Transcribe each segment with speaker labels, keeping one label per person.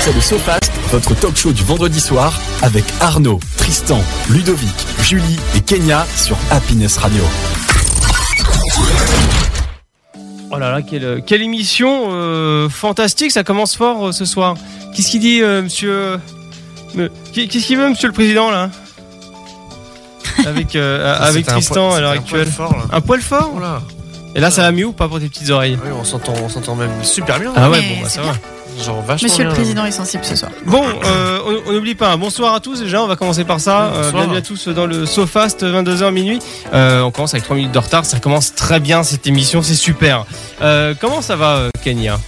Speaker 1: c'est le SoFast, votre talk show du vendredi soir avec Arnaud, Tristan, Ludovic, Julie et Kenya sur Happiness Radio.
Speaker 2: Oh là là, quelle, quelle émission euh, fantastique, ça commence fort euh, ce soir. Qu'est-ce qu'il dit, euh, monsieur. euh, me- qu'est- Qu'est-ce qu'il veut, monsieur le président, là Avec, euh,
Speaker 3: Ça,
Speaker 2: avec
Speaker 3: c'était un
Speaker 2: Tristan
Speaker 3: poil-
Speaker 2: à l'heure
Speaker 3: c'était un poil
Speaker 2: actuelle. Ah.
Speaker 3: fort, là.
Speaker 2: Un poil fort
Speaker 3: Oh là.
Speaker 2: Et là, ça va mieux ou pas pour tes petites oreilles
Speaker 3: Oui, on s'entend, on s'entend même super bien. hein.
Speaker 2: Ah ouais,
Speaker 4: Mais
Speaker 2: bon, bah
Speaker 4: c'est
Speaker 2: ça
Speaker 4: bien.
Speaker 2: va.
Speaker 3: Genre vachement
Speaker 4: Monsieur le
Speaker 3: bien,
Speaker 4: Président est sensible ce soir.
Speaker 2: Bon, euh, on- on n'oublie pas, hein. bonsoir à tous déjà, on va commencer par ça. Euh,
Speaker 3: Bonsoir.
Speaker 2: bienvenue à tous dans le SoFast, 22h minuit. Euh, on commence avec 3 minutes de retard, ça commence très bien cette émission, c'est super. Euh, comment ça va, euh, Kenya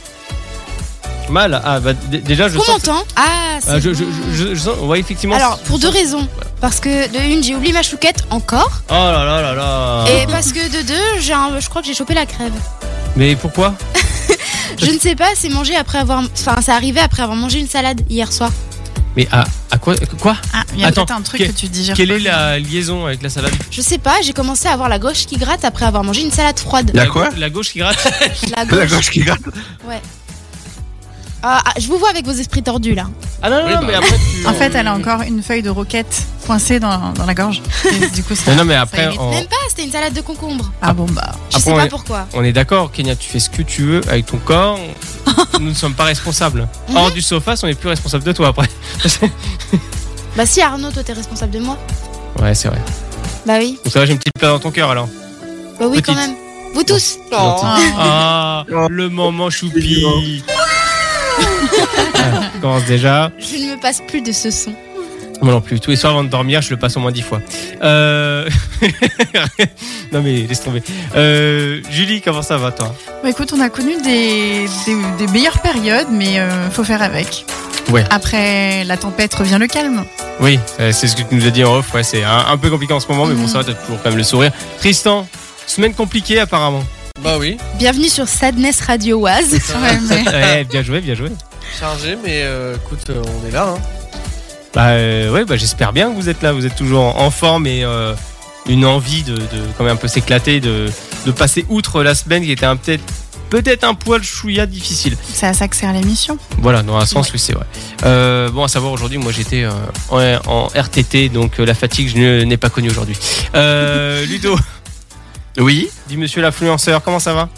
Speaker 2: Mal Ah, bah d- déjà, je
Speaker 5: Qu'on
Speaker 2: sens.
Speaker 5: m'entend Ah, c'est
Speaker 2: Ah, je, je,
Speaker 5: bon.
Speaker 2: je- je- je sens- ouais, effectivement.
Speaker 5: Alors,
Speaker 2: c'est-
Speaker 5: pour deux raisons. Parce que de une, j'ai oublié ma chouquette encore.
Speaker 2: Oh là là là là
Speaker 4: Eh,
Speaker 5: Et
Speaker 4: bah
Speaker 5: parce que de deux, j'ai un- je crois que j'ai chopé la crève.
Speaker 2: Mais pourquoi
Speaker 5: Je ne sais pas, c'est mangé après avoir. Enfin, c'est arrivé après avoir mangé une salade hier soir.
Speaker 2: Mais à, à quoi Quoi
Speaker 4: Ah, il y a
Speaker 2: Attends,
Speaker 4: peut-être un truc
Speaker 2: quel-
Speaker 4: que tu digères.
Speaker 2: Quelle
Speaker 4: pas.
Speaker 2: est la liaison avec la salade
Speaker 5: Je sais pas, j'ai commencé à avoir la gauche qui gratte après avoir mangé une salade froide.
Speaker 3: La quoi
Speaker 2: La gauche qui gratte.
Speaker 5: La gauche.
Speaker 3: La gauche qui gratte.
Speaker 5: Ah, ah, je vous vois avec vos esprits tordus là.
Speaker 2: Ah non, non,
Speaker 3: Oui,
Speaker 2: non,
Speaker 3: bah.
Speaker 2: mais après tu.
Speaker 4: En fait, elle a encore une feuille de roquette coincée dans, dans la gorge. Et du coup, ça.
Speaker 2: Non, non, mais après,
Speaker 4: évite
Speaker 2: on,
Speaker 5: Même pas, Ah, c'était une salade de concombre.
Speaker 4: Ah bon, bah.
Speaker 5: Je
Speaker 2: Après,
Speaker 5: sais
Speaker 2: on
Speaker 5: pas
Speaker 2: est-
Speaker 5: pourquoi.
Speaker 2: on est d'accord, Kenya, tu fais ce que tu veux avec ton corps. Nous ne sommes pas responsables.
Speaker 5: Mhm.
Speaker 2: Hors du sofa, on n'est plus responsable de toi après.
Speaker 5: Bah, si Arnaud, toi t'es responsable de moi.
Speaker 2: ouais, c'est vrai.
Speaker 5: Bah oui.
Speaker 2: Donc ça va, j'ai une petite place dans ton cœur alors.
Speaker 5: Bah oui, quand
Speaker 2: Petite.
Speaker 5: même. Vous tous.
Speaker 2: Gentil.
Speaker 4: Ah.
Speaker 2: Ah, le moment choupi. Ah, on commence déjà.
Speaker 5: Je ne me passe plus de ce son.
Speaker 2: Moi non plus. Tous les soirs avant de dormir, je le passe au moins dix fois. Euh... non mais laisse tomber. Euh, Julie, comment ça va toi
Speaker 4: Bah, écoute, on a connu des, des- des meilleures périodes, mais euh, faut faire avec.
Speaker 2: Ouais.
Speaker 4: Après la tempête revient le calme.
Speaker 2: Oui, euh, c'est ce que tu nous as dit en off. Ouais, c'est un, un peu compliqué en ce moment, mais bon,
Speaker 4: Mhm.
Speaker 2: ça va, t'as toujours quand même le sourire. Tristan, semaine compliquée apparemment.
Speaker 3: Bah oui,
Speaker 5: Bienvenue sur Sadness Radio Oise.
Speaker 4: Ouais, mais-
Speaker 2: Ouais, Eh, bien joué, bien joué.
Speaker 3: chargé, mais euh, écoute, euh, on est là. Hein.
Speaker 2: Bah euh, ouais, bah, j'espère bien que vous êtes là, vous êtes toujours en forme et euh, une envie de, de quand même un peu s'éclater, de, de passer outre la semaine qui était un peut-être peut-être un poil chouïa difficile.
Speaker 4: ça s'accélère l'émission.
Speaker 2: Voilà, dans un sens oui c'est vrai. Euh, bon à savoir aujourd'hui, moi j'étais euh, en, en RTT, donc euh, la fatigue je ne- n'ai pas connue aujourd'hui. Euh, Ludo,
Speaker 6: Oui,
Speaker 2: du monsieur l'influenceur, comment ça va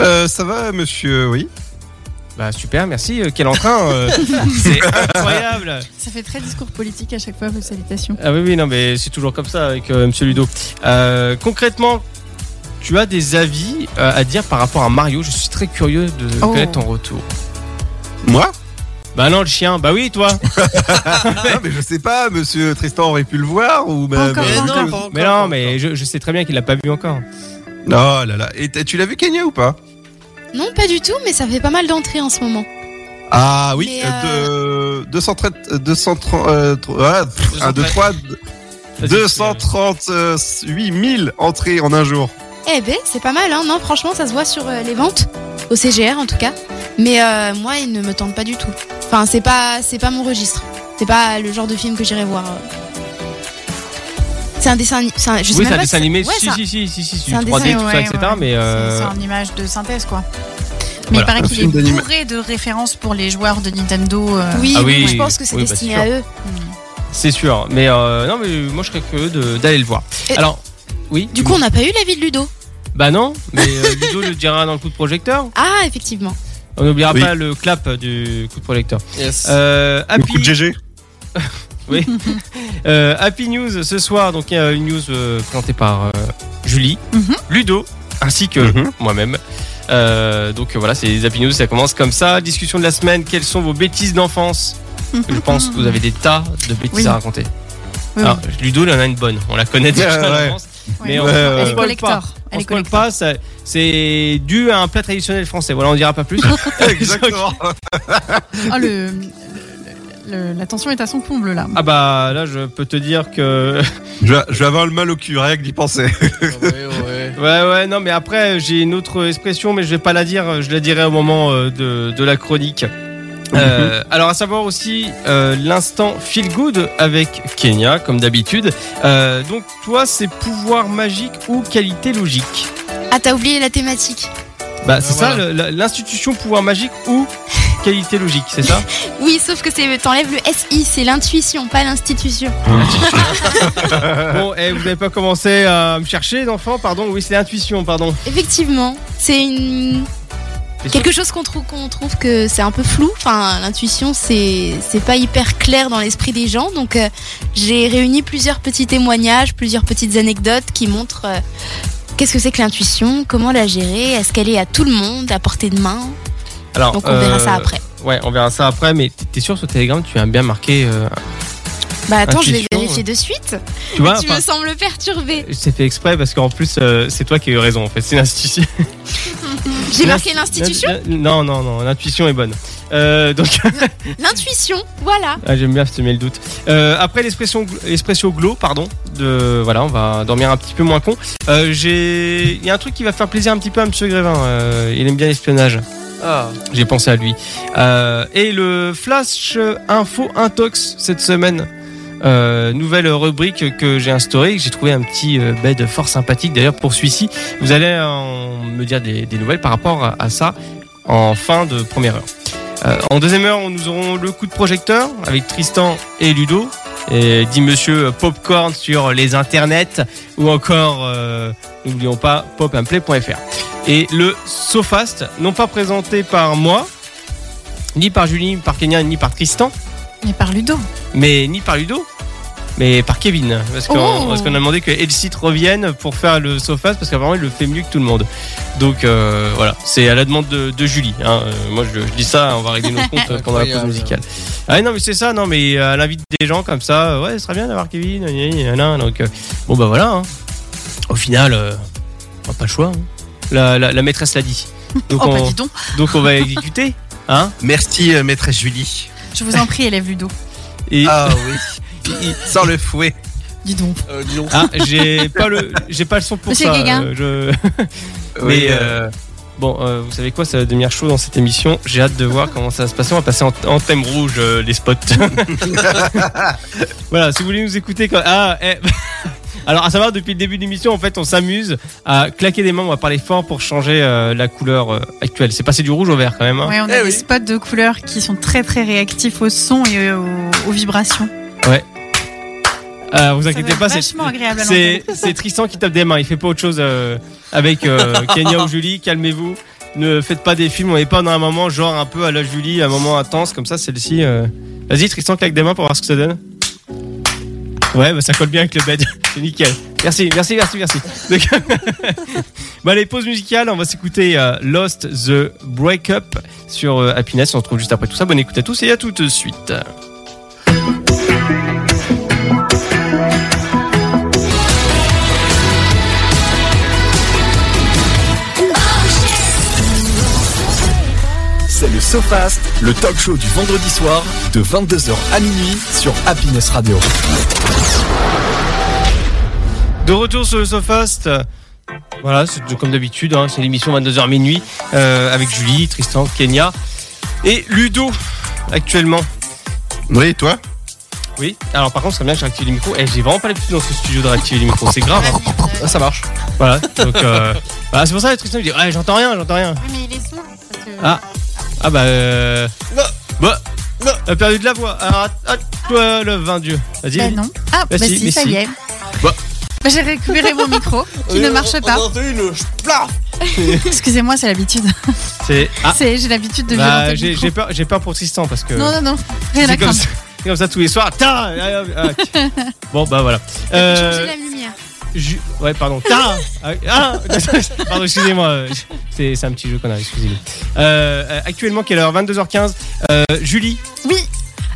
Speaker 6: euh, ça va, monsieur, oui.
Speaker 2: Bah super, merci. euh, quel entrain, euh, c'est incroyable.
Speaker 4: Ça fait très discours politique à chaque fois, vos salutations.
Speaker 2: Ah oui, oui, non, mais c'est toujours comme ça avec euh, Monsieur Ludo. Euh, concrètement, tu as des avis euh, à dire par rapport à Mario. Je suis très curieux de
Speaker 4: Oh.
Speaker 2: connaître ton retour.
Speaker 6: Moi
Speaker 2: Bah non, le chien. Bah oui, toi.
Speaker 6: Ah, mais je sais pas, monsieur Tristan aurait pu le voir ou même.
Speaker 4: Encore,
Speaker 6: euh,
Speaker 4: encore.
Speaker 6: que-
Speaker 3: pas encore,
Speaker 2: mais
Speaker 3: pas
Speaker 2: non, mais je, je sais très bien qu'il l'a pas vu encore.
Speaker 6: Oh là là. Et t'as- tu l'as vu Kenya ou pas
Speaker 5: Non, pas du tout, mais ça fait pas mal d'entrées en ce moment.
Speaker 6: Ah oui,
Speaker 5: Mais,
Speaker 6: euh, de- 230. euh, 230. euh, tro- ah, pff, un, deux, trois, deux-
Speaker 2: Vas-y, euh,
Speaker 6: euh, 238 000 entrées en un jour.
Speaker 5: Eh ben, c'est pas mal, hein Non, franchement, ça se voit sur euh, les ventes. Au CGR, en tout cas. Mais euh, moi, il ne me tente pas du tout. Enfin, c'est pas, c'est pas mon registre. C'est pas le genre de film que j'irai voir. euh. C'est un dessin ani- c'est un- je sais
Speaker 2: Oui,
Speaker 5: même
Speaker 2: c'est un
Speaker 5: pas si
Speaker 2: dessin animé.
Speaker 5: ouais,
Speaker 2: si,
Speaker 5: c'est un-
Speaker 2: si, si, si, si, si,
Speaker 5: c'est un
Speaker 2: 3D,
Speaker 4: dessin,
Speaker 2: tout
Speaker 4: ouais,
Speaker 2: ça, etc.
Speaker 4: ouais,
Speaker 2: Mais
Speaker 4: c'est-
Speaker 2: euh,
Speaker 4: C'est en image de synthèse, quoi.
Speaker 2: Voilà.
Speaker 4: Mais il
Speaker 6: Un
Speaker 4: paraît
Speaker 6: film
Speaker 4: qu'il est
Speaker 6: d'anima-
Speaker 4: bourré de références pour les joueurs de Nintendo. euh, hmm.
Speaker 5: Oui,
Speaker 2: Ah
Speaker 5: oui,
Speaker 2: oui,
Speaker 5: je pense que c'est
Speaker 2: oui, bah,
Speaker 5: destiné
Speaker 2: c'est
Speaker 5: à eux.
Speaker 2: c'est sûr. Mais euh, non, mais moi je serais curieux de- d'aller le voir.
Speaker 5: Et-
Speaker 2: Alors, oui.
Speaker 5: Du coup, on n'a pas eu l'avis de Ludo.
Speaker 2: bah non. Mais euh, Ludo le dira dans le coup de projecteur.
Speaker 5: Ah, effectivement.
Speaker 2: On n'oubliera
Speaker 6: Oui.
Speaker 2: pas le clap du coup de projecteur.
Speaker 3: Yes.
Speaker 2: Euh,
Speaker 6: Le coup de
Speaker 2: Happy,
Speaker 6: GG.
Speaker 2: euh, Happy News ce soir, donc il y a une news euh, présentée par euh, Julie,
Speaker 4: Mhm.
Speaker 2: Ludo, ainsi que
Speaker 6: Mhm.
Speaker 2: moi-même. Euh, donc euh, voilà, c'est les Happy News, ça commence comme ça. Discussion de la semaine, quelles sont vos bêtises d'enfance Je pense que vous avez des tas de bêtises
Speaker 4: Oui.
Speaker 2: à raconter.
Speaker 4: Oui,
Speaker 2: Alors, Ludo, il en a une bonne, on la connaît déjà
Speaker 6: Ouais,
Speaker 2: à
Speaker 6: ouais.
Speaker 2: l'avance,
Speaker 4: oui.
Speaker 2: mais on-
Speaker 6: Ouais, ouais,
Speaker 2: on
Speaker 4: Elle
Speaker 2: se
Speaker 4: est
Speaker 2: moque pas.
Speaker 4: collector.
Speaker 2: On se
Speaker 4: Elle est
Speaker 2: moque
Speaker 4: collector.
Speaker 2: pas, ça- c'est dû à un plat traditionnel français. Voilà, on dira pas plus.
Speaker 6: Exactement.
Speaker 4: Ah, le, le- la tension est à son comble, là.
Speaker 2: ah bah là, je peux te dire que
Speaker 6: je, vais, je vais avoir le mal au cul, rien que d'y penser.
Speaker 3: Ah, ouais, ouais.
Speaker 2: Ouais, ouais, non, mais après, j'ai une autre expression, mais je vais pas la dire, je la dirai au moment euh, de, de la chronique.
Speaker 3: Mhm.
Speaker 2: Euh, alors, à savoir aussi euh, l'instant feel good avec Kenya, comme d'habitude. Euh, donc, toi, c'est pouvoir magique ou qualité logique
Speaker 5: Ah, t'as oublié la thématique.
Speaker 2: Bah, c'est
Speaker 3: Euh, voilà.
Speaker 2: ça, le- la- l'institution pouvoir magique ou qualité logique, c'est ça
Speaker 5: Oui, sauf que c'est t'enlèves le SI, c'est l'intuition, pas l'institution.
Speaker 2: Bon, et vous n'avez pas commencé à me chercher d'enfant, pardon Oui, c'est l'intuition, pardon.
Speaker 5: Effectivement, c'est une
Speaker 2: T'es sûr
Speaker 5: quelque chose qu'on trouve qu'on trouve que c'est un peu flou. Enfin, l'intuition c'est c'est pas hyper clair dans l'esprit des gens. Donc euh, j'ai réuni plusieurs petits témoignages, plusieurs petites anecdotes qui montrent euh, qu'est-ce que c'est que l'intuition, comment la gérer, est-ce qu'elle est à tout le monde, à portée de main.
Speaker 2: Alors,
Speaker 5: Donc on verra
Speaker 2: euh,
Speaker 5: ça après.
Speaker 2: Ouais, on verra ça après, mais t'es- t'es sûr sur Telegram, tu as bien marqué. euh,
Speaker 5: Bah attends, je vais
Speaker 2: intuition,
Speaker 5: vérifier de suite.
Speaker 2: tu vois
Speaker 5: tu
Speaker 2: enfin,
Speaker 5: me sembles perturbée.
Speaker 2: C'est fait exprès parce qu'en plus, euh, c'est toi qui as eu raison en fait. C'est l'institution. euh,
Speaker 5: J'ai marqué l'institution,
Speaker 2: L'in- Non, non, non, l'intuition est bonne. Euh, donc,
Speaker 5: l'intuition, voilà.
Speaker 2: ah, j'aime bien semer le doute. Euh, après l'espresso gl- espresso glow, pardon, de, voilà, on va dormir un petit peu moins con. Euh, J'ai. Il y a un truc qui va faire plaisir un petit peu à monsieur Grévin. euh, il aime bien l'espionnage.
Speaker 3: Ah,
Speaker 2: J'ai pensé à lui. Euh, et le flash euh, info intox cette semaine. Euh, nouvelle rubrique que j'ai instaurée, que j'ai trouvé un petit euh, bed fort sympathique d'ailleurs pour celui-ci. Vous allez euh, me dire des, des nouvelles par rapport à, à ça en fin de première heure. Euh, en deuxième heure, on- nous aurons le coup de projecteur avec Tristan et Ludo, et dit Monsieur Popcorn sur les internets ou encore, euh, n'oublions pas, popandplay.fr et le SoFast, non pas présenté par moi, ni par Julie, ni par Kenya, ni par Tristan,
Speaker 4: Mais par Ludo.
Speaker 2: mais ni par Ludo, mais par Kevin. Parce qu'on
Speaker 4: Oh.
Speaker 2: parce qu'on a demandé que Elsite revienne pour faire le SoFast, parce qu'apparemment il le fait mieux que tout le monde. Donc euh, voilà, c'est à la demande de, de Julie. hein. Euh, Moi je, je dis ça, on va régler nos comptes euh, pendant la pause
Speaker 3: Incroyable.
Speaker 2: musicale. Ah non mais c'est ça, non mais euh, à l'invite des gens comme ça, euh, ouais ce serait bien d'avoir Kevin, gna gna gna gna. donc euh, bon bah voilà. hein. Au final, euh, on n'a pas le choix. hein. La, la- la maîtresse l'a dit. Donc,
Speaker 4: Oh,
Speaker 2: on,
Speaker 4: bah dis donc.
Speaker 2: donc on va exécuter. Hein
Speaker 6: Merci, euh, maîtresse Julie.
Speaker 4: Je vous en prie, élève Ludo.
Speaker 2: Et-
Speaker 6: Ah oui. Sans le fouet.
Speaker 4: Dis donc.
Speaker 3: euh, dis donc.
Speaker 2: Ah, j'ai pas le j'ai pas le son pour
Speaker 5: Monsieur
Speaker 2: ça.
Speaker 5: Guéguin.
Speaker 2: euh, je-
Speaker 6: Oui,
Speaker 2: Mais euh, bon, euh, vous savez quoi, ça va devenir chaud dans cette émission. J'ai hâte de voir comment ça va se passer. On va passer en, en thème rouge euh, les spots. voilà, si vous voulez nous écouter quand ah eh, Alors à savoir depuis le début de l'émission en fait on s'amuse à claquer des mains, on va parler fort pour changer euh, la couleur euh, actuelle. C'est passé du rouge au vert quand même. hein.
Speaker 4: Ouais, on a
Speaker 3: Eh
Speaker 4: des
Speaker 3: oui.
Speaker 4: spots de couleurs qui sont très très réactifs au son et aux, aux vibrations.
Speaker 2: Euh, vous
Speaker 4: Ça
Speaker 2: inquiétez
Speaker 4: va
Speaker 2: pas,
Speaker 4: être
Speaker 2: c'est
Speaker 4: vachement agréable à
Speaker 2: C'est
Speaker 4: l'antenne.
Speaker 2: c'est Tristan qui tape des mains, il fait pas autre chose euh, avec euh, Kenya ou Julie, calmez-vous. Ne faites pas des films, on est pas dans un moment genre un peu à la Julie, un moment intense comme ça, celle-ci. euh. Vas-y, Tristan claque des mains pour voir ce que ça donne. Ouais, bah, ça colle bien avec le bed, c'est nickel. Merci, merci, merci, merci. Donc, bah, les pauses musicales, on va s'écouter euh, Lost the Breakup sur euh, Happiness, on se retrouve juste après tout ça. Bonne écoute à tous et à tout de suite.
Speaker 1: C'est le SoFast, le talk show du vendredi soir de 22h à minuit sur Happiness Radio.
Speaker 2: De retour sur le SoFast. Voilà, c'est de- comme d'habitude, hein, c'est l'émission 22h minuit euh, avec Julie, Tristan, Kenya et Ludo actuellement.
Speaker 6: Oui, toi
Speaker 2: Oui, alors par contre, ça serait bien que je réactive les micros. Eh, j'ai vraiment pas l'habitude dans ce studio de réactiver les micros, c'est grave.
Speaker 4: bah,
Speaker 2: hein.
Speaker 3: Ah, ça marche.
Speaker 2: Voilà, donc euh, voilà, c'est pour ça que Tristan il dit Ouais, j'entends rien, j'entends rien.
Speaker 7: Mais il est sourd. parce que-
Speaker 2: Ah. Ah bah. Euh,
Speaker 3: Non.
Speaker 2: bah.
Speaker 3: Non.
Speaker 2: a perdu de la voix. Ah, ah, toi, le vin Dieu. Vas-y.
Speaker 4: Bah non. Ah,
Speaker 2: Bah
Speaker 4: bah,
Speaker 2: si,
Speaker 4: si,
Speaker 2: mais
Speaker 4: ça
Speaker 2: si.
Speaker 4: y est.
Speaker 6: Bah.
Speaker 4: Bah, J'ai récupéré mon micro qui ne marche pas.
Speaker 3: On a entendu une plaf.
Speaker 4: Excusez-moi, c'est l'habitude.
Speaker 2: c'est. Ah,
Speaker 4: C'est- J'ai l'habitude de
Speaker 2: bah,
Speaker 4: violenter le
Speaker 2: j'ai
Speaker 4: micro.
Speaker 2: j'ai peur, j'ai peur pour Tristan parce que.
Speaker 4: Non, non, non. Rien à
Speaker 2: C'est comme,
Speaker 4: craindre.
Speaker 2: ça- c'est comme ça tous les soirs. Tain Ah, ah, ah. bon, bah voilà. Euh,
Speaker 5: Changer la lumière.
Speaker 2: ju- ouais, pardon. Tain Ah, ah pardon, excusez-moi. C'est c'est un petit jeu qu'on a, excusez-moi. Euh, euh, actuellement, quelle heure 22h15. Euh, Julie,
Speaker 4: Oui.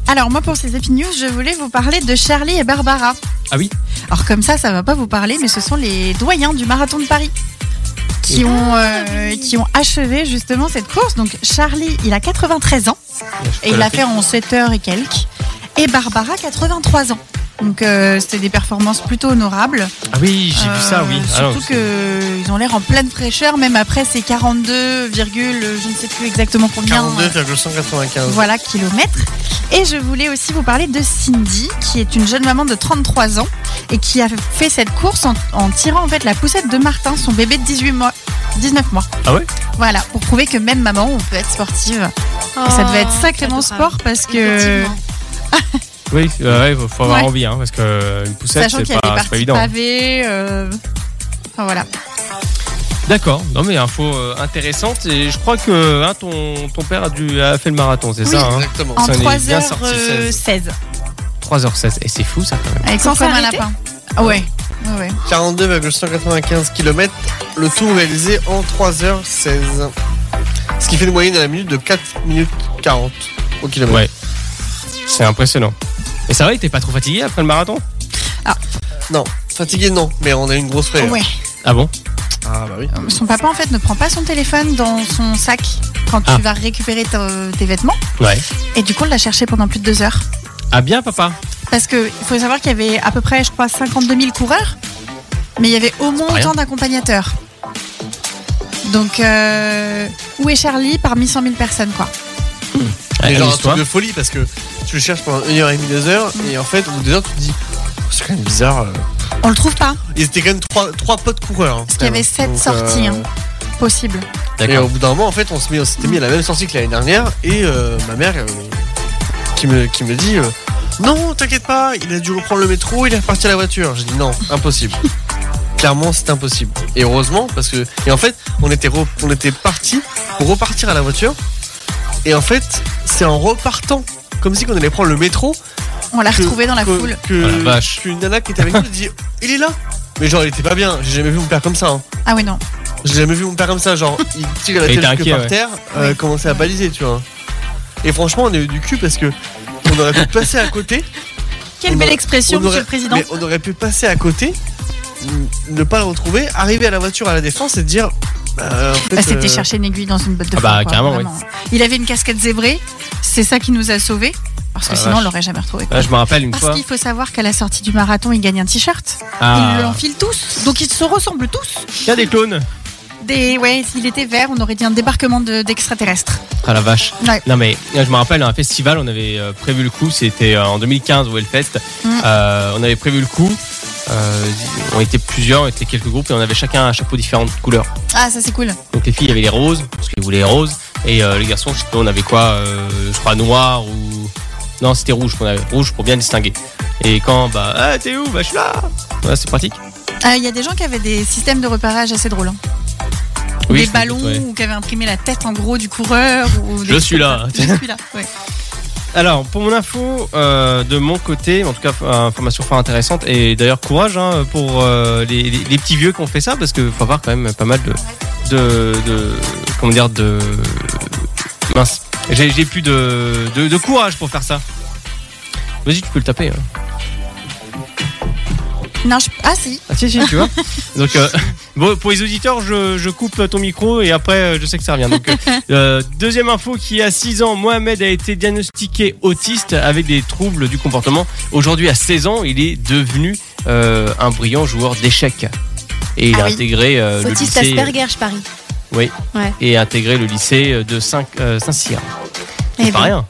Speaker 4: Alors moi pour ces Happy News, je voulais vous parler de Charlie et Barbara.
Speaker 2: Ah oui
Speaker 4: Alors comme ça, ça va pas vous parler, mais ce sont les doyens du marathon de Paris qui ont euh,
Speaker 5: oui.
Speaker 4: qui ont achevé justement cette course. Donc Charlie, il a 93 ans et il l'a fait en 7 heures et quelques. Et Barbara, 83 ans. Donc euh, c'était des performances plutôt honorables.
Speaker 2: Ah oui, j'ai
Speaker 4: Euh,
Speaker 2: vu ça, oui. Ah non,
Speaker 4: Surtout
Speaker 2: c'est-
Speaker 4: qu'ils ont l'air en pleine fraîcheur, même après ces 42, virgule, je ne sais plus exactement combien.
Speaker 3: 42,195.
Speaker 4: Voilà, kilomètres. Et je voulais aussi vous parler de Cindy, qui est une jeune maman de 33 ans et qui a fait cette course en, en tirant en fait la poussette de Martin, son bébé de 18 mois. 19 mois.
Speaker 2: Ah ouais
Speaker 4: Voilà, pour prouver que même maman, on peut être sportive. Et ça devait être sacrément sport parce que,
Speaker 5: Oh, Effectivement.
Speaker 2: Oui, euh, ouais, faut avoir
Speaker 4: Ouais.
Speaker 2: envie, hein, parce que euh, une poussette,
Speaker 4: sachant
Speaker 2: c'est
Speaker 4: qu'il y a
Speaker 2: pas,
Speaker 4: des
Speaker 2: c'est pas
Speaker 4: parties
Speaker 2: évident.
Speaker 4: pavées. euh, Enfin voilà.
Speaker 2: D'accord, non mais info euh, intéressante, et je crois que hein, ton, ton père a, dû, a fait le marathon, c'est
Speaker 4: Oui.
Speaker 2: ça hein
Speaker 3: Exactement.
Speaker 4: En
Speaker 2: Ça en est bien
Speaker 4: 3h16.
Speaker 2: sorti, 3h16, et c'est fou ça quand même.
Speaker 4: Avec
Speaker 5: Sans
Speaker 4: Sans comme un
Speaker 5: s'arrêter
Speaker 4: lapin. Ah ouais. ouais, ouais.
Speaker 3: 42,195 km, le tout réalisé en 3h16. Ce qui fait une moyenne à la minute de 4 minutes 40 au kilomètre.
Speaker 2: Ouais. C'est impressionnant. Et ça va, il était pas trop fatigué après le marathon
Speaker 3: Non, fatigué non, mais on a une grosse frayeur.
Speaker 4: Ouais.
Speaker 2: Ah bon
Speaker 3: Ah bah oui.
Speaker 4: Son papa en fait ne prend pas son téléphone dans son sac quand
Speaker 2: Ah.
Speaker 4: tu vas récupérer ta- tes vêtements.
Speaker 2: Ouais.
Speaker 4: Et du coup, on l'a cherché pendant plus de deux heures.
Speaker 2: Ah bien papa
Speaker 4: Parce que il faut savoir qu'il y avait à peu près, je crois, 52 000 coureurs, mais il y avait au moins
Speaker 2: pas rien.
Speaker 4: autant d'accompagnateurs. Donc, euh, où est Charlie parmi 100 000 personnes, quoi
Speaker 3: Mais
Speaker 2: Ouais,
Speaker 3: genre un
Speaker 2: amuse-toi.
Speaker 3: truc de folie parce que tu le cherches pendant une heure et demie, deux heures, et en fait, au bout des heures, tu te dis, Oh, c'est quand même bizarre. euh.
Speaker 4: On le trouve pas,
Speaker 3: Ils étaient quand même trois, trois potes coureurs. hein,
Speaker 4: Parce
Speaker 3: quand
Speaker 4: qu'il y
Speaker 3: même.
Speaker 4: avait sept
Speaker 3: Donc,
Speaker 4: sorties,
Speaker 3: euh,
Speaker 4: hein. possible.
Speaker 3: Et
Speaker 2: D'accord.
Speaker 3: au bout d'un moment, en fait, on se met- on s'était mis à la même sortie que l'année dernière. Et euh, ma mère euh, qui, me, qui me dit euh, Non, t'inquiète pas, il a dû reprendre le métro, il est reparti à la voiture. J'ai dit Non, impossible. Clairement, c'est impossible. Et heureusement, parce que. Et en fait, on était, re- on était parti pour repartir à la voiture. Et en fait, c'est en repartant, comme si on allait prendre le métro,
Speaker 4: On l'a
Speaker 3: que-
Speaker 4: retrouvé dans la
Speaker 3: que-
Speaker 4: foule.
Speaker 3: que-
Speaker 2: Oh la vache.
Speaker 3: Qu'une nana qui était avec nous dit Il est là Mais genre, il était pas bien, j'ai jamais vu mon père comme ça. hein.
Speaker 4: Ah oui, non.
Speaker 3: J'ai jamais vu mon père comme ça, genre, il tire la
Speaker 2: Il
Speaker 3: tête
Speaker 2: était
Speaker 3: jusque
Speaker 2: inquiet,
Speaker 3: par
Speaker 2: ouais.
Speaker 3: terre, euh,
Speaker 4: Oui.
Speaker 3: commençait à baliser, tu vois. Et franchement, on a eu du cul parce que on aurait pu passer à côté.
Speaker 4: Quelle
Speaker 3: On
Speaker 4: belle
Speaker 3: aurait-
Speaker 4: expression,
Speaker 3: on aurait,
Speaker 4: monsieur le président.
Speaker 3: mais on aurait pu passer à côté, n- ne pas le retrouver, arriver à la voiture à la défense et dire. bah, en fait,
Speaker 4: Bah, C'était
Speaker 3: euh,
Speaker 4: chercher une aiguille dans une botte de
Speaker 2: Ah
Speaker 4: foin,
Speaker 2: bah,
Speaker 4: quoi,
Speaker 2: carrément,
Speaker 4: vraiment. Il avait une casquette zébrée, c'est ça qui nous a sauvés, parce que
Speaker 2: Ah,
Speaker 4: sinon
Speaker 2: vache.
Speaker 4: on l'aurait jamais retrouvé. quoi.
Speaker 2: Ah, je me rappelle une
Speaker 4: Parce
Speaker 2: fois.
Speaker 4: qu'il faut savoir qu'à la sortie du marathon, ils gagnent un t-shirt. Ils
Speaker 2: Ah,
Speaker 4: l'enfilent tous, donc ils se ressemblent tous.
Speaker 2: il y a des clones.
Speaker 4: Des, ouais, s'il était vert, on aurait dit un débarquement de- d'extraterrestres.
Speaker 2: Ah la vache.
Speaker 4: Ouais.
Speaker 2: Non mais là, je me rappelle un festival, on avait euh, prévu le coup, c'était euh, en 2015 au Hellfest.
Speaker 4: Mm.
Speaker 2: Euh, on avait prévu le coup. euh, on était plusieurs, on était quelques groupes et on avait chacun un chapeau différent de couleur.
Speaker 4: ah, ça c'est cool.
Speaker 2: Donc les filles avaient les roses, parce qu'ils voulaient les roses, et euh, les garçons, je sais pas, on avait quoi, euh, je crois noir ou non c'était rouge qu'on avait, rouge pour bien distinguer. Et quand bah ah, t'es où, bah je suis là, Ouais, c'est pratique.
Speaker 4: Ah, Il y a des gens qui avaient des systèmes de repérage assez drôles. hein.
Speaker 2: Oui,
Speaker 4: des
Speaker 2: je-
Speaker 4: ballons
Speaker 2: ouais.
Speaker 4: ou qui avaient imprimé la tête en gros du coureur. Ou
Speaker 2: Je
Speaker 4: des-
Speaker 2: suis là.
Speaker 4: Je suis là. ouais.
Speaker 2: Alors, pour mon info, euh, de mon côté, en tout cas, f- euh, information fort intéressante. Et d'ailleurs, courage hein, pour euh, les, les- les petits vieux qui ont fait ça, parce qu'il faut avoir quand même pas mal de. de, de- comment dire de Mince. J'ai j'ai plus de, de, de courage pour faire ça. Vas-y, tu peux le taper. hein.
Speaker 4: Non, je- Ah si.
Speaker 2: Ah, si, si, tu vois. Donc, euh, bon, pour les auditeurs, je, je coupe ton micro et après, euh, je sais que ça revient. Donc, euh, deuxième info qui à 6 ans, Mohamed a été diagnostiqué autiste avec des troubles du comportement. Aujourd'hui, à 16 ans, il est devenu euh, un brillant joueur d'échecs. Et il
Speaker 5: Ah
Speaker 2: a
Speaker 5: oui.
Speaker 2: intégré euh, le
Speaker 5: Autiste
Speaker 2: lycée euh,
Speaker 5: Asperger, je parie.
Speaker 2: et a intégré le lycée de Saint- euh, Saint-Cyr.
Speaker 5: Eh
Speaker 2: C'est pas
Speaker 5: ben.
Speaker 2: rien.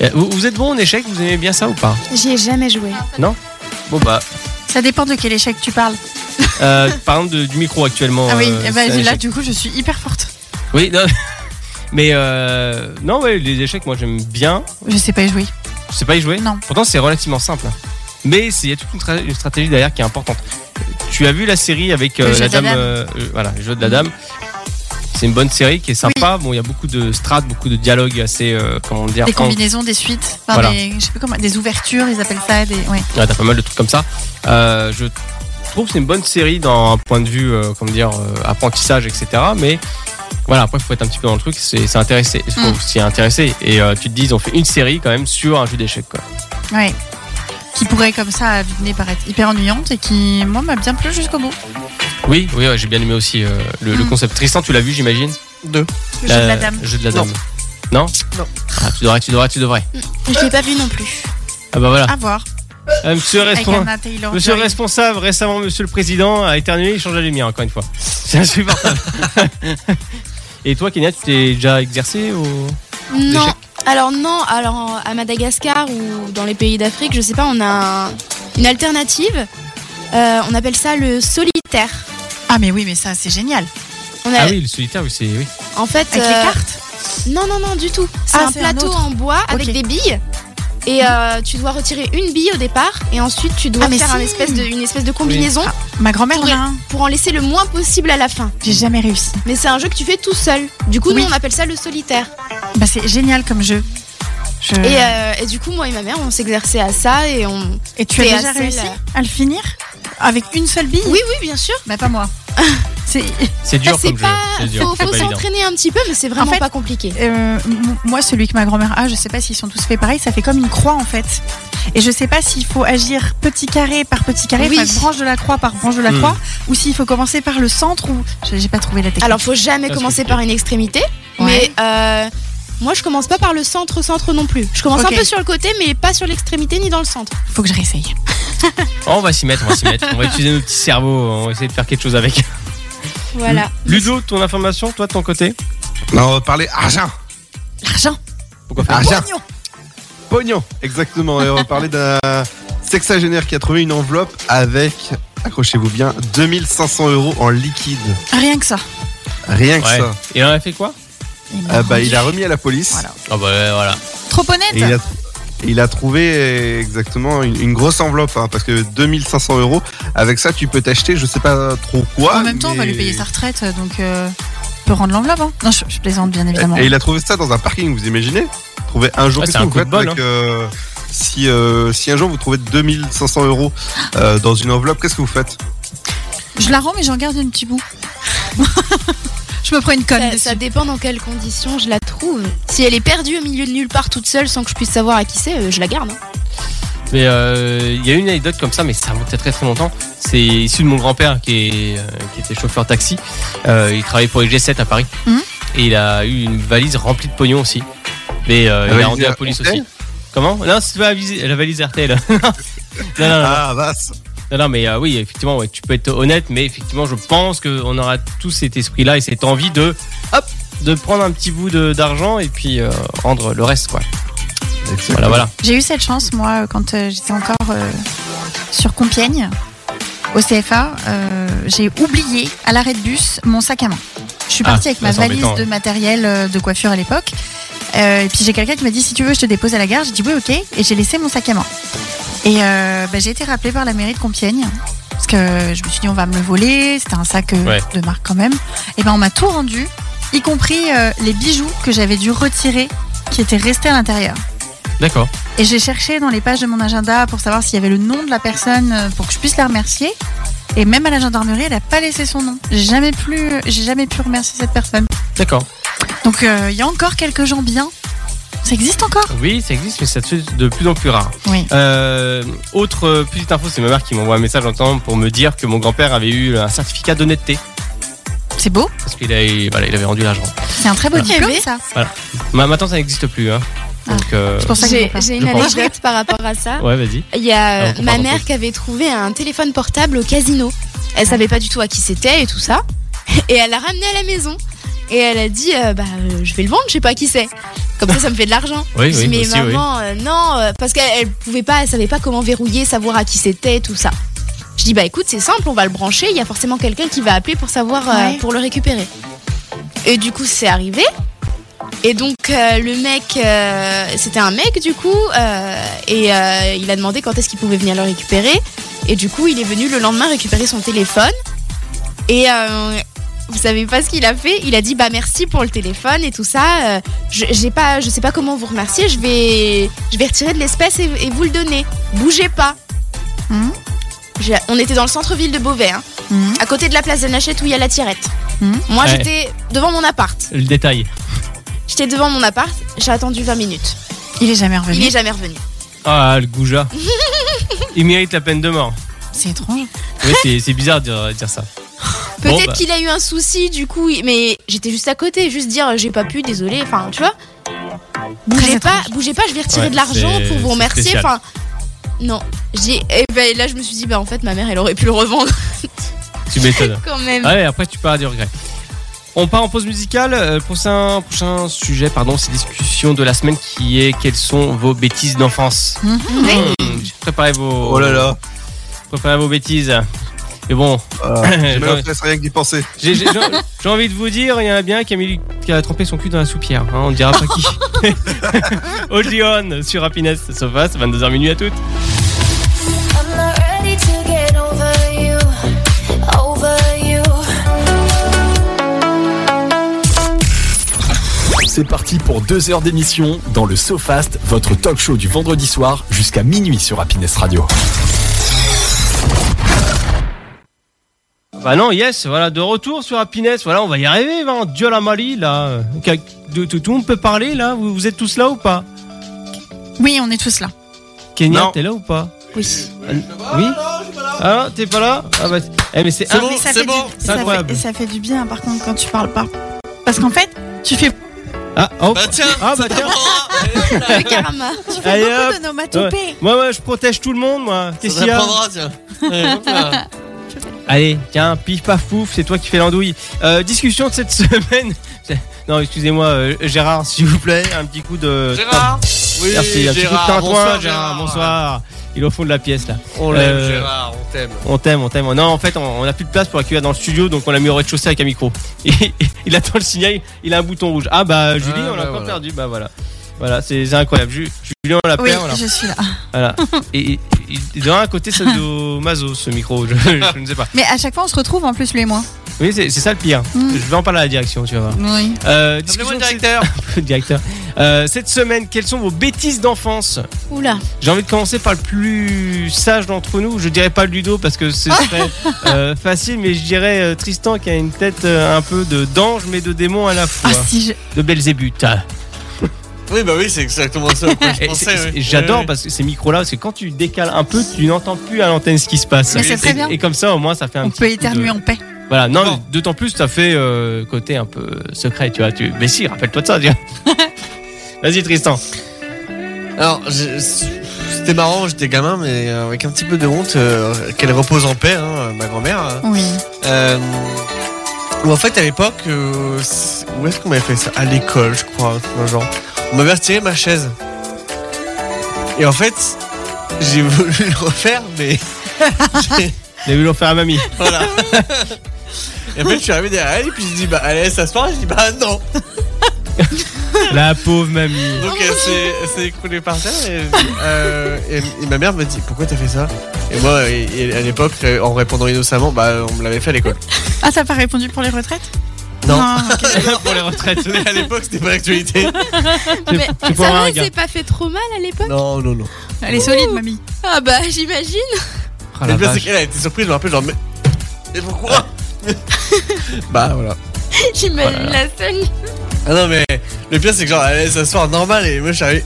Speaker 2: Euh, Vous, vous êtes bon en échecs Vous aimez bien ça ou pas
Speaker 5: J'y ai jamais joué.
Speaker 2: Bon bah,
Speaker 4: Ça dépend de quel échec tu parles.
Speaker 2: euh, par exemple de- du micro actuellement.
Speaker 4: ah oui,
Speaker 2: euh,
Speaker 4: eh
Speaker 2: c'est
Speaker 4: ben,
Speaker 2: un
Speaker 4: là
Speaker 2: échec.
Speaker 4: du coup je suis hyper forte.
Speaker 2: Oui, non. Mais euh, non, ouais, les échecs, moi j'aime bien.
Speaker 4: Je sais pas y jouer.
Speaker 2: Je sais pas y jouer.
Speaker 4: Non.
Speaker 2: Pourtant, c'est relativement simple. Mais c'est- il y a toute une, tra- une stratégie derrière qui est importante. Tu as vu la série avec euh,
Speaker 4: Le jeu
Speaker 2: la
Speaker 4: de la
Speaker 2: dame,
Speaker 4: dame.
Speaker 2: euh, euh, voilà, le jeu de la dame. C'est une bonne série qui est sympa. Bon, il y a beaucoup de strates, beaucoup de dialogues assez, euh, comment dire,
Speaker 4: Des
Speaker 2: en-
Speaker 4: combinaisons, des suites, enfin,
Speaker 2: Voilà.
Speaker 4: des, je sais pas comment, des ouvertures, ils appellent ça. Des, ouais.
Speaker 2: Ouais, t'as pas mal de trucs comme ça. Euh, je trouve que c'est une bonne série d'un point de vue, euh, comment dire, euh, apprentissage, etc. Mais voilà, après, faut être un petit peu dans le truc, c'est c'est intéressé, il faut
Speaker 4: Mm.
Speaker 2: s'y intéresser. Et euh, tu te dis, ils ont fait une série quand même sur un jeu d'échecs, quoi.
Speaker 4: ouais. Qui pourrait comme ça à vue de nez paraître hyper ennuyante et qui moi m'a bien plu jusqu'au bout.
Speaker 2: Oui, oui, ouais, j'ai bien aimé aussi euh, le, le
Speaker 4: Mm.
Speaker 2: concept. Tristan, tu l'as vu, j'imagine
Speaker 3: Deux.
Speaker 4: Le
Speaker 2: Euh,
Speaker 4: jeu de la dame.
Speaker 2: Jeu de la
Speaker 3: Non.
Speaker 2: dame. Non
Speaker 3: Non.
Speaker 2: Ah, tu devrais, tu devrais, tu devrais.
Speaker 5: Je l'ai pas vu non plus.
Speaker 2: Ah bah voilà.
Speaker 4: À voir.
Speaker 2: Euh, monsieur
Speaker 4: Ah. Avec
Speaker 2: responsable.
Speaker 4: Anna Taylor.
Speaker 2: Monsieur
Speaker 4: Joy.
Speaker 2: responsable, récemment monsieur le président a éternué, il change la lumière encore une fois. C'est insupportable. Et toi, Kenya, tu t'es déjà exercé au...
Speaker 5: Non.
Speaker 2: D'échecs
Speaker 5: Alors non, alors en- à Madagascar ou dans les pays d'Afrique, je sais pas, on a un- une alternative. Euh, on appelle ça le solitaire.
Speaker 4: Ah mais oui mais ça c'est génial.
Speaker 5: On a-
Speaker 2: Ah oui, le solitaire, oui, c'est. Oui.
Speaker 5: En fait,
Speaker 4: Avec les
Speaker 5: euh,
Speaker 4: cartes.
Speaker 5: Non, non, non, du tout. C'est
Speaker 4: Ah,
Speaker 5: un
Speaker 4: c'est un
Speaker 5: plateau
Speaker 4: autre.
Speaker 5: en bois avec
Speaker 4: Ok.
Speaker 5: des billes. Et euh, tu dois retirer une bille au départ. Et ensuite, tu dois
Speaker 4: Ah, mais
Speaker 5: faire
Speaker 4: si.
Speaker 5: un espèce de, une espèce de combinaison
Speaker 4: Ma grand-mère en a un.
Speaker 5: pour en laisser le moins possible à la fin.
Speaker 4: J'ai jamais réussi.
Speaker 5: Mais c'est un jeu que tu fais tout seul. Du coup,
Speaker 4: Oui.
Speaker 5: nous, on appelle ça le solitaire.
Speaker 4: Bah, c'est génial comme jeu. Je-
Speaker 5: Et, euh, et du coup, moi et ma mère, on s'exerçait à ça. Et on.
Speaker 4: Et tu as
Speaker 5: t'es
Speaker 4: déjà
Speaker 5: assez,
Speaker 4: réussi
Speaker 5: là.
Speaker 4: à le finir Avec une seule bille
Speaker 5: Oui, oui, bien sûr.
Speaker 4: Bah, pas moi. C'est-
Speaker 2: C'est
Speaker 5: Bah,
Speaker 2: dur
Speaker 5: c'est
Speaker 2: comme jeu.
Speaker 5: pas.
Speaker 2: C'est dur.
Speaker 5: Faut,
Speaker 2: c'est
Speaker 5: faut
Speaker 2: pas évident.
Speaker 5: s'entraîner un petit peu, mais c'est vraiment
Speaker 4: fait,
Speaker 5: pas compliqué.
Speaker 4: Euh, m- moi, celui que ma grand-mère a, je sais pas s'ils sont tous faits pareil, ça fait comme une croix en fait. Et je sais pas s'il faut agir petit carré par petit carré,
Speaker 5: Oui.
Speaker 4: enfin, branche de la croix par branche de la
Speaker 2: Hmm.
Speaker 4: croix, ou s'il faut commencer par le centre, ou. J'ai j'ai pas trouvé la technique.
Speaker 5: Alors, faut jamais
Speaker 2: Ça,
Speaker 5: commencer
Speaker 2: c'est
Speaker 5: par une extrémité,
Speaker 4: Ouais.
Speaker 5: mais euh, moi, je commence pas par le centre, centre non plus. Je commence
Speaker 4: Ok.
Speaker 5: un peu sur le côté, mais pas sur l'extrémité ni dans le centre.
Speaker 4: faut que je réessaye.
Speaker 2: Oh, on va s'y mettre, on va s'y mettre. On va utiliser nos petits cerveaux, on va essayer de faire quelque chose avec. Mm.
Speaker 5: Voilà.
Speaker 2: Ludo, ton information, toi de ton côté
Speaker 6: Non, on va parler argent.
Speaker 4: L'argent
Speaker 2: Pourquoi faire
Speaker 6: Argent.
Speaker 4: Pognon.
Speaker 6: Pognon, exactement. Et on va parler d'un sexagénaire qui a trouvé une enveloppe avec, accrochez-vous bien, 2500 euros en liquide.
Speaker 4: Rien que ça.
Speaker 6: Rien que
Speaker 2: Ouais.
Speaker 6: ça.
Speaker 2: Et on a fait quoi
Speaker 4: Il m'a
Speaker 6: Ah bah,
Speaker 4: rendu
Speaker 6: il a remis à la police.
Speaker 4: Voilà.
Speaker 2: Ah bah ouais, voilà.
Speaker 4: Trop
Speaker 6: Et il
Speaker 2: euh,
Speaker 4: honnête
Speaker 6: a, il a trouvé euh, exactement une, une grosse enveloppe, hein, parce que 2500 euros, avec ça, tu peux t'acheter, je sais pas trop quoi.
Speaker 4: En même temps, on va
Speaker 6: mais-
Speaker 4: lui payer sa retraite, donc euh, il peut rendre l'enveloppe. hein. Non, je, je plaisante bien évidemment.
Speaker 6: Euh, Et il a trouvé ça dans un parking, vous imaginez Trouver un jour
Speaker 2: Ouais,
Speaker 6: plus
Speaker 2: Ah, c'est un
Speaker 6: tôt,
Speaker 2: coup de
Speaker 6: en fait,
Speaker 2: bol, hein.
Speaker 6: avec, euh, si, euh, si un jour vous trouvez 2500 euros euh, dans une enveloppe, qu'est-ce que vous faites
Speaker 4: Je la rends, mais j'en garde un petit bout. je me prends une conne.
Speaker 5: Ça,
Speaker 4: dessus.
Speaker 5: ça dépend dans quelles conditions je la trouve. Si elle est perdue au milieu de nulle part toute seule sans que je puisse savoir à qui c'est, euh, je la garde. hein.
Speaker 2: Mais euh, il y a une anecdote comme ça, mais ça remonte à très très longtemps. C'est issu de mon grand-père qui, est, euh, qui était chauffeur taxi. Euh, il travaillait pour les G7 à Paris.
Speaker 4: Mhm.
Speaker 2: Et il a eu une valise remplie de pognon aussi. Mais euh,
Speaker 6: La
Speaker 2: il
Speaker 6: valise
Speaker 2: a rendu à la
Speaker 6: RTL?
Speaker 2: police aussi. Comment Non, c'est pas la valise, la valise RTL. non, non, non,
Speaker 6: Ah, vaste
Speaker 2: non, non, mais euh, oui, effectivement, ouais, tu peux être honnête, mais effectivement, je pense qu'on aura tous cet esprit-là et cette envie de, hop, de prendre un petit bout de- d'argent et puis euh, rendre le reste, quoi. Voilà, voilà.
Speaker 4: J'ai eu cette chance, moi, euh, quand euh, j'étais encore euh, sur Compiègne, au CFA, euh, j'ai oublié à l'arrêt de bus mon sac à main. Je suis
Speaker 2: Ah,
Speaker 4: partie avec
Speaker 2: bah,
Speaker 4: ma
Speaker 2: c'est
Speaker 4: valise
Speaker 2: embêtant,
Speaker 4: de matériel euh, de coiffure à l'époque. Euh, et puis j'ai quelqu'un qui m'a dit si tu veux, je te dépose à la gare. J'ai dit oui, ok. Et j'ai laissé mon sac à main. Et euh, bah, j'ai été rappelée par la mairie de Compiègne. Parce que je me suis dit on va me le voler. C'était un sac euh,
Speaker 2: Ouais.
Speaker 4: de marque quand même. Et ben on m'a tout rendu, y compris euh, les bijoux que j'avais dû retirer, qui étaient restés à l'intérieur.
Speaker 2: D'accord.
Speaker 4: Et j'ai cherché dans les pages de mon agenda pour savoir s'il y avait le nom de la personne euh, pour que je puisse la remercier. Et même à la gendarmerie, elle n'a pas laissé son nom. J'ai jamais plus, j'ai jamais pu remercier cette personne.
Speaker 2: D'accord.
Speaker 4: Donc euh, il y a encore quelques gens bien. Ça existe encore
Speaker 2: Oui, ça existe, mais ça devient de plus en plus rare.
Speaker 4: Oui.
Speaker 2: Euh, autre euh, petite info, c'est ma mère qui m'envoie un message en temps pour me dire que mon grand-père avait eu un certificat d'honnêteté
Speaker 4: C'est beau.
Speaker 2: parce qu'il avait, voilà, il avait rendu l'argent.
Speaker 4: C'est un très beau
Speaker 2: Ah.
Speaker 4: diplôme,
Speaker 5: Eh oui.
Speaker 4: ça.
Speaker 2: Ma- Maintenant, ça n'existe plus. Hein. Donc, euh,
Speaker 4: C'est pour ça que
Speaker 5: J'ai
Speaker 4: j'ai pas.
Speaker 5: j'ai une
Speaker 2: Je pense.
Speaker 5: anecdote par rapport à ça.
Speaker 2: ouais, vas-y.
Speaker 5: Il y a
Speaker 2: Ah,
Speaker 5: euh,
Speaker 2: on
Speaker 5: ma
Speaker 2: comprend
Speaker 5: mère
Speaker 2: pas.
Speaker 5: qui avait trouvé un téléphone portable au casino. Elle savait pas du tout à qui c'était et tout ça. Et elle l'a ramené à la maison. Et elle a dit euh, bah euh, je vais le vendre, je sais pas à qui c'est. Comme ça ça me fait de l'argent.
Speaker 2: Oui,
Speaker 5: Je dis,
Speaker 2: oui,
Speaker 5: mais
Speaker 2: aussi, oui.
Speaker 5: maman euh, non euh, parce qu'elle elle pouvait pas, elle savait pas comment verrouiller, savoir à qui c'était tout ça. Je dis bah écoute, c'est simple, on va le brancher, il y a forcément quelqu'un qui va appeler pour savoir euh,
Speaker 4: Ouais.
Speaker 5: pour le récupérer. Et du coup, c'est arrivé. Et donc euh, le mec, euh, c'était un mec du coup, euh, et euh, il a demandé quand est-ce qu'il pouvait venir le récupérer. Et du coup, il est venu le lendemain récupérer son téléphone. Et euh, vous savez pas ce qu'il a fait Il a dit bah merci pour le téléphone et tout ça. euh, je, j'ai pas, je sais pas comment vous remercier. Je vais, je vais retirer de l'espèce et, et vous le donner. Bougez pas.
Speaker 4: Mhm.
Speaker 5: J'ai- On était dans le centre-ville de Beauvais, hein,
Speaker 4: Mhm.
Speaker 5: à côté de la place de Nachette où il y a la tirette.
Speaker 4: Mhm.
Speaker 5: Moi,
Speaker 2: Hmm. Ouais.
Speaker 5: j'étais devant mon appart.
Speaker 2: Le détail.
Speaker 5: J'étais devant mon appart, j'ai attendu 20 minutes.
Speaker 4: Il est jamais
Speaker 5: Il
Speaker 2: Mhm.
Speaker 4: revenu.
Speaker 5: est jamais revenu.
Speaker 2: Ah, le goujat. il mérite la peine de mort.
Speaker 4: C'est étrange.
Speaker 2: Ouais, c'est- c'est bizarre de dire, de dire ça.
Speaker 5: Peut-être
Speaker 2: bah.
Speaker 5: qu'il a eu un souci du coup, il- mais j'étais juste à côté, juste dire j'ai pas pu, désolé, enfin tu vois. Bougez
Speaker 4: Très
Speaker 5: pas,
Speaker 4: étrange.
Speaker 5: bougez pas, je vais retirer
Speaker 2: Ouais,
Speaker 5: de l'argent
Speaker 2: c'est-
Speaker 5: pour vous
Speaker 2: c'est
Speaker 5: remercier,
Speaker 2: spécial.
Speaker 5: enfin. Non, j'ai et ben, là je me suis dit bah en fait ma mère elle aurait pu le revendre
Speaker 2: Tu m'étonnes.
Speaker 5: quand même.
Speaker 2: Allez, après, tu parles du regret. On part en pause musicale. Euh, Prochain, prochain sujet, pardon, c'est discussion de la semaine qui est quelles sont vos bêtises d'enfance
Speaker 4: Mhm.
Speaker 2: Mmh, J'ai préparé vos.
Speaker 6: Oh là là.
Speaker 2: Préparez vos bêtises. Mais bon,
Speaker 6: J'ai mal au stress, rien que d'y penser.
Speaker 2: j'ai j'ai- j'ai- j'ai envie de vous dire, il y en a bien qui a, mis, qui a trempé son cul dans la soupière. hein, on ne dira pas qui. Odeon sur Happiness Sofa, c'est 22h minuit à toutes.
Speaker 7: I'm not ready to get over you, over you.
Speaker 1: C'est parti pour deux heures d'émission dans le SoFast, votre talk show du vendredi soir jusqu'à minuit sur Happiness Radio.
Speaker 2: Bah non, yes, voilà, de retour sur Happiness, voilà, on va y arriver, hein, Dieu la Marie, là. euh, qu'à- de- de- tout le monde peut parler, là vous, vous êtes tous là ou pas
Speaker 4: Oui, on est tous là.
Speaker 2: Kenya,
Speaker 6: Non.
Speaker 2: t'es là ou pas
Speaker 5: Oui.
Speaker 2: Oui Ah, t'es pas là Ah bah, eh, mais c'est
Speaker 3: C'est
Speaker 2: un-
Speaker 3: bon,
Speaker 4: Mais ça
Speaker 3: c'est
Speaker 4: fait
Speaker 3: bon.
Speaker 4: du- ça
Speaker 2: Incroyable.
Speaker 4: fait- et ça fait du bien, par contre, quand tu parles pas. Parce qu'en fait, tu fais
Speaker 2: Ah, oh,
Speaker 3: Bah tiens
Speaker 2: ah bah tiens
Speaker 5: Le karma.
Speaker 2: Allez hop
Speaker 4: beaucoup d'onomatopées.
Speaker 2: Moi, moi, je protège tout le monde, moi. Qu'est-ce
Speaker 3: Ça
Speaker 2: qu'il y a
Speaker 3: t'apprendra, tiens. Ouais, hop là.
Speaker 2: Allez, tiens, pif paf pouf, c'est toi qui fais l'andouille. Euh, discussion de cette semaine. Non, excusez-moi, euh, Gérard, s'il vous plaît, un petit coup de.
Speaker 3: Gérard Oui,
Speaker 2: Merci, un petit coup de
Speaker 3: Gérard,
Speaker 2: tintouin,
Speaker 3: bonsoir,
Speaker 2: Gérard, bonsoir. Il est au fond de la pièce, là.
Speaker 3: On l'aime,
Speaker 2: Euh,
Speaker 3: Gérard, on t'aime.
Speaker 2: On t'aime, on t'aime. Non, en fait, on on a plus de place pour l'accueillir dans le studio, donc on l'a mis au rez-de-chaussée avec un micro. Il, il attend le signal, il a un bouton rouge. Ah bah, Julie,
Speaker 3: Ah,
Speaker 2: on l'a
Speaker 3: bah,
Speaker 2: encore
Speaker 3: voilà.
Speaker 2: perdu. Bah voilà. Voilà, c'est c'est incroyable. Ju- Julie, on l'a
Speaker 4: Oui,
Speaker 2: perdu. voilà.
Speaker 4: je suis là.
Speaker 2: Voilà. Et, et- et d'un côté, ça doit maso, ce micro. Je, je ne sais pas.
Speaker 4: Mais à chaque fois, on se retrouve en plus, lui et moi.
Speaker 2: Oui, c'est c'est ça le pire.
Speaker 4: Mm.
Speaker 2: Je vais en parler à la direction, tu vas voir.
Speaker 4: Oui.
Speaker 2: Euh,
Speaker 3: Appelez-moi
Speaker 2: discussion
Speaker 3: le
Speaker 2: de
Speaker 3: directeur.
Speaker 2: cette- directeur. Euh, cette semaine, quelles sont vos bêtises d'enfance
Speaker 5: Oula.
Speaker 2: J'ai envie de commencer par le plus sage d'entre nous. Je dirais pas Ludo parce que ce serait euh, facile, mais je dirais euh, Tristan qui a une tête euh, un peu de d'ange mais de démon à la fois,
Speaker 4: Ah si, je...
Speaker 2: de Belzébuth.
Speaker 3: Oui, bah oui, c'est exactement ça. auquel Je
Speaker 2: Et
Speaker 3: pensais,
Speaker 2: c'est-
Speaker 3: oui.
Speaker 2: et J'adore
Speaker 3: Oui,
Speaker 2: parce que ces micros-là, parce que quand tu décales un peu, tu n'entends plus à l'antenne ce qui se passe.
Speaker 4: Mais
Speaker 3: c'est
Speaker 2: Et-
Speaker 4: très bien.
Speaker 2: Et comme ça, au moins, ça fait un
Speaker 4: on
Speaker 2: petit
Speaker 4: peut
Speaker 2: coup de-
Speaker 4: éternuer en paix.
Speaker 2: Voilà, non,
Speaker 3: Bon.
Speaker 2: mais d'autant plus, ça fait euh, côté un peu secret, tu vois. Tu... Mais si, rappelle-toi de ça, tu vois. Vas-y, Tristan.
Speaker 3: oui. Alors, je- c'était marrant, j'étais gamin, mais euh, avec un petit peu de honte, euh, qu'elle repose en paix, hein, ma grand-mère. hein.
Speaker 4: Oui.
Speaker 3: Euh, où en fait à l'époque, euh, c'est- où est-ce qu'on m'avait fait ça À l'école, je crois, un truc dans le genre. On m'avait retiré ma chaise. Et en fait, j'ai voulu le refaire, mais j'ai-
Speaker 2: J'ai vu l'offert à mamie.
Speaker 3: voilà. Et en fait, je suis arrivé derrière elle, et puis je dis bah allez, ça se part. Je dis bah non.
Speaker 2: La pauvre mamie.
Speaker 3: Donc euh, elle s'est- elle s'est écroulée par terre. Et, elle dit, euh, et- et ma mère me dit pourquoi t'as fait ça Et moi, et- et à l'époque, euh, en répondant innocemment, bah on me l'avait fait à l'école.
Speaker 4: Ah, t'as pas répondu pour les retraites
Speaker 3: Non.
Speaker 4: ok.
Speaker 2: Pour les retraites.
Speaker 3: Mais à l'époque, c'était pas l'actualité.
Speaker 2: Tu-
Speaker 5: Ah, Mais
Speaker 2: tu pourras
Speaker 5: ça
Speaker 2: un
Speaker 5: va,
Speaker 2: gars.
Speaker 5: c'est pas fait trop mal à l'époque
Speaker 3: Non, non, non.
Speaker 4: Elle est solide, mamie.
Speaker 5: Ah bah j'imagine.
Speaker 2: Ah,
Speaker 3: Le
Speaker 2: la
Speaker 3: pire, c'est
Speaker 2: vache.
Speaker 3: qu'elle a été surprise, je me rappelle, genre, mais. Mais pourquoi Bah voilà.
Speaker 5: J'imagine la scène.
Speaker 3: Ah non, mais le pire, c'est que genre, elle allait s'asseoir normal et moi, je suis arrivé.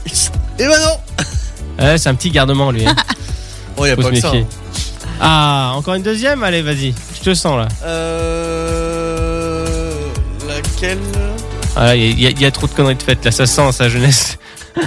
Speaker 3: Et bah non
Speaker 2: Ouais, c'est un petit gardement, lui. hein.
Speaker 3: Bon, y'a
Speaker 2: Faut se
Speaker 3: pas que ça.
Speaker 2: méfier.
Speaker 3: hein.
Speaker 2: Ah, encore une deuxième Allez, vas-y. Je te sens, là.
Speaker 3: Euh. Laquelle
Speaker 2: Ah, là, Il y, a- il y a trop de conneries de fête, là. Ça sent, sa jeunesse.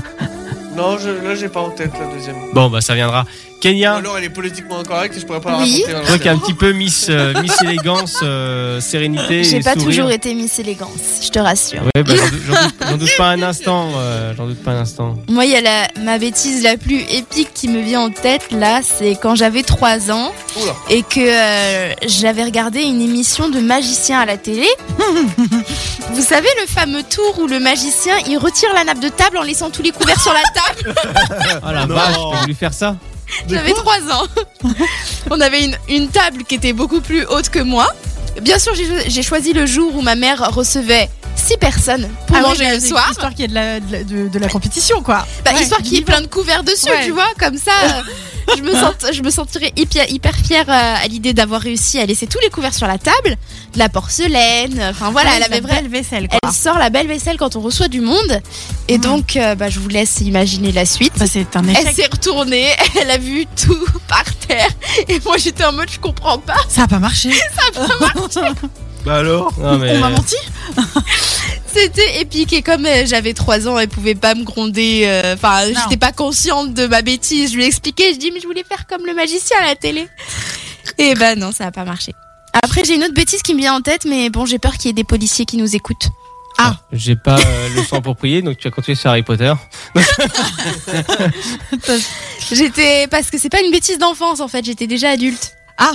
Speaker 3: Non, je- là, j'ai pas en tête la deuxième.
Speaker 2: Bon, bah, ça viendra.
Speaker 3: Ou
Speaker 2: Kenya,
Speaker 3: alors, elle est politiquement incorrecte et je pourrais pas la
Speaker 5: Oui.
Speaker 3: raconter. hein.
Speaker 2: toi qui es un petit peu Miss, euh, miss Élégance, euh, Sérénité.
Speaker 5: J'ai
Speaker 2: et
Speaker 5: pas
Speaker 2: sourire.
Speaker 5: toujours été Miss Élégance, je te rassure.
Speaker 2: Ouais, bah, j'en doute- j'en doute- j'en doute pas un instant. euh, j'en doute pas un instant.
Speaker 5: Moi, il y a la, ma bêtise la plus épique qui me vient en tête là, c'est quand j'avais 3 ans
Speaker 3: Oula.
Speaker 5: et que euh, j'avais regardé une émission de magicien à la télé. Vous savez le fameux tour où le magicien il retire la nappe de table en laissant tous les couverts sur la table
Speaker 2: Ah la vache, t'as voulu faire ça
Speaker 5: J'avais 3 ans. On avait une, une table qui était beaucoup plus haute que moi. Bien sûr, j'ai- j'ai choisi le jour où ma mère recevait 6 personnes pour
Speaker 4: Ah oui,
Speaker 5: manger
Speaker 4: mais
Speaker 5: le
Speaker 4: c'est
Speaker 5: soir.
Speaker 4: Histoire qu'il y ait de la, de, la- de- de la compétition, quoi.
Speaker 5: Bah,
Speaker 4: Ouais,
Speaker 5: histoire qu'il y ait
Speaker 4: vivant.
Speaker 5: plein de couverts dessus,
Speaker 4: Ouais.
Speaker 5: tu vois, comme ça, euh, je, me sent- je me sentirais hyper, hyper fière euh, à l'idée d'avoir réussi à laisser tous les couverts sur la table, de la porcelaine, euh, enfin voilà,
Speaker 4: Ouais,
Speaker 5: elle
Speaker 4: la
Speaker 5: avait vrai.
Speaker 4: belle vaisselle, quoi.
Speaker 5: Elle sort la belle vaisselle quand on reçoit du monde, et
Speaker 4: Mhm.
Speaker 5: donc euh, bah, je vous laisse imaginer la suite.
Speaker 4: Ça, c'est un
Speaker 5: Elle
Speaker 4: échec.
Speaker 5: s'est retournée, elle a vu tout par terre, et moi j'étais en mode je comprends pas.
Speaker 4: Ça a pas marché.
Speaker 6: Bah alors
Speaker 2: Non, mais...
Speaker 5: Oh,
Speaker 4: On m'a menti.
Speaker 5: C'était épique et comme euh, j'avais 3 ans, elle pouvait pas me gronder. euh, Enfin,
Speaker 4: Non.
Speaker 5: j'étais pas consciente de ma bêtise. Je lui ai expliqué, je dis mais je voulais faire comme le magicien à la télé. Et ben non, ça a pas marché. Après, j'ai une autre bêtise qui me vient en tête, mais bon, j'ai peur qu'il y ait des policiers qui nous écoutent. Ah.
Speaker 2: J'ai pas euh, le sang pour prier, donc tu as continué sur Harry Potter.
Speaker 5: J'étais parce que c'est pas une bêtise d'enfance en fait. J'étais déjà adulte.
Speaker 4: Ah.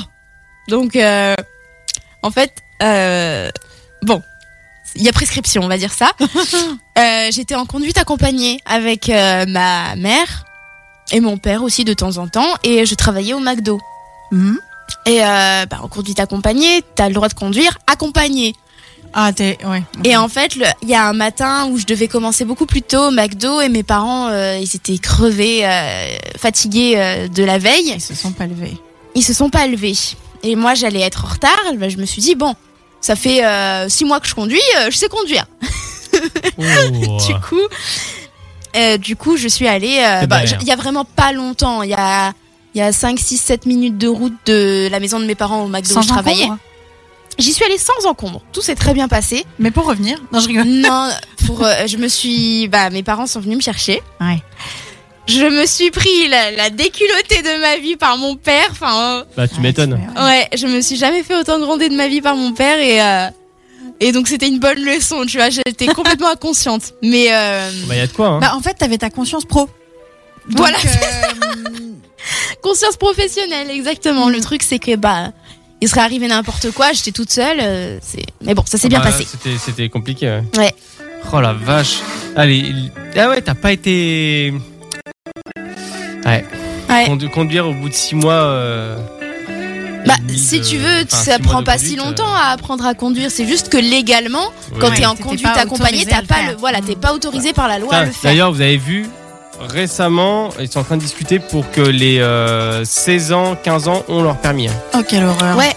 Speaker 5: Donc, euh, en fait, euh, bon, il y a prescription, on va dire ça. Euh, J'étais en conduite accompagnée avec euh, ma mère et mon père aussi de temps en temps, et je travaillais au McDo. Hmm.
Speaker 4: Mhm.
Speaker 5: Et euh, bah, en conduite accompagnée, t'as le droit de conduire accompagné.
Speaker 4: Ah, t'es. Ouais.
Speaker 5: Et en fait, le- il y a un matin où je devais commencer beaucoup plus tôt au McDo et mes parents, euh, ils étaient crevés, euh, fatigués euh, de la veille.
Speaker 4: Ils se sont pas levés.
Speaker 5: Ils se sont pas levés. Et moi, j'allais être en retard. Ben, je me suis dit, bon, ça fait euh, six mois que je conduis, euh, je sais conduire. Du coup, euh, du coup, je suis allée. euh,
Speaker 2: C'est
Speaker 5: bah,
Speaker 2: balèze.
Speaker 5: j- il y a vraiment pas longtemps. Il y a, il y a 5, 6, 7 minutes de route de la maison de mes parents au McDo où je travaillais.
Speaker 4: encombre. hein.
Speaker 5: J'y suis allée sans encombre. Tout s'est très bien passé.
Speaker 4: Mais pour revenir. Non, je rigole.
Speaker 5: Non, pour, euh, je me suis. Bah, mes parents sont venus me chercher.
Speaker 4: Ouais.
Speaker 5: Je me suis pris la, la déculottée de ma vie par mon père. Enfin,
Speaker 2: Bah, tu m'étonnes.
Speaker 4: Ouais,
Speaker 5: euh, ouais, je me suis jamais fait autant gronder de ma vie par mon père et. euh, et donc c'était une bonne leçon, tu vois, j'étais complètement inconsciente. Mais euh,
Speaker 2: Bah, y a de quoi, hein.
Speaker 4: Bah, en fait, t'avais ta conscience pro. Donc,
Speaker 5: Voilà, c'est
Speaker 4: euh,
Speaker 5: conscience professionnelle, exactement. Le truc c'est que bah il serait arrivé n'importe quoi, j'étais toute seule. euh, c'est... Mais bon, ça s'est bien
Speaker 2: Bah,
Speaker 5: passé.
Speaker 2: C'était, c'était compliqué, ouais.
Speaker 5: Ouais.
Speaker 2: Oh la vache. Allez, il- ah ouais, t'as pas été. Ouais.
Speaker 5: Ouais.
Speaker 2: Condu- conduire au bout de 6 mois. euh, et
Speaker 5: Bah,
Speaker 2: demi
Speaker 5: si
Speaker 2: de-
Speaker 5: tu veux,
Speaker 2: euh, enfin,
Speaker 5: ça
Speaker 2: six mois
Speaker 5: prend
Speaker 2: de
Speaker 5: pas
Speaker 2: conduite,
Speaker 5: si
Speaker 2: euh,
Speaker 5: longtemps à apprendre à conduire. C'est juste que légalement,
Speaker 2: oui.
Speaker 5: quand
Speaker 4: Ouais,
Speaker 5: t'es en
Speaker 4: t'étais
Speaker 5: conduite
Speaker 4: pas
Speaker 5: accompagnée,
Speaker 4: autorisé à
Speaker 5: t'as
Speaker 4: le
Speaker 5: pas
Speaker 4: faire.
Speaker 5: le, voilà, t'es pas autorisé par la loi à
Speaker 2: Putain,
Speaker 5: le faire.
Speaker 2: D'ailleurs, vous avez vu récemment, ils sont en train de discuter pour que les euh, 16 ans, 15 ans ont leur permis. hein.
Speaker 4: Oh, quelle horreur.
Speaker 5: Ouais.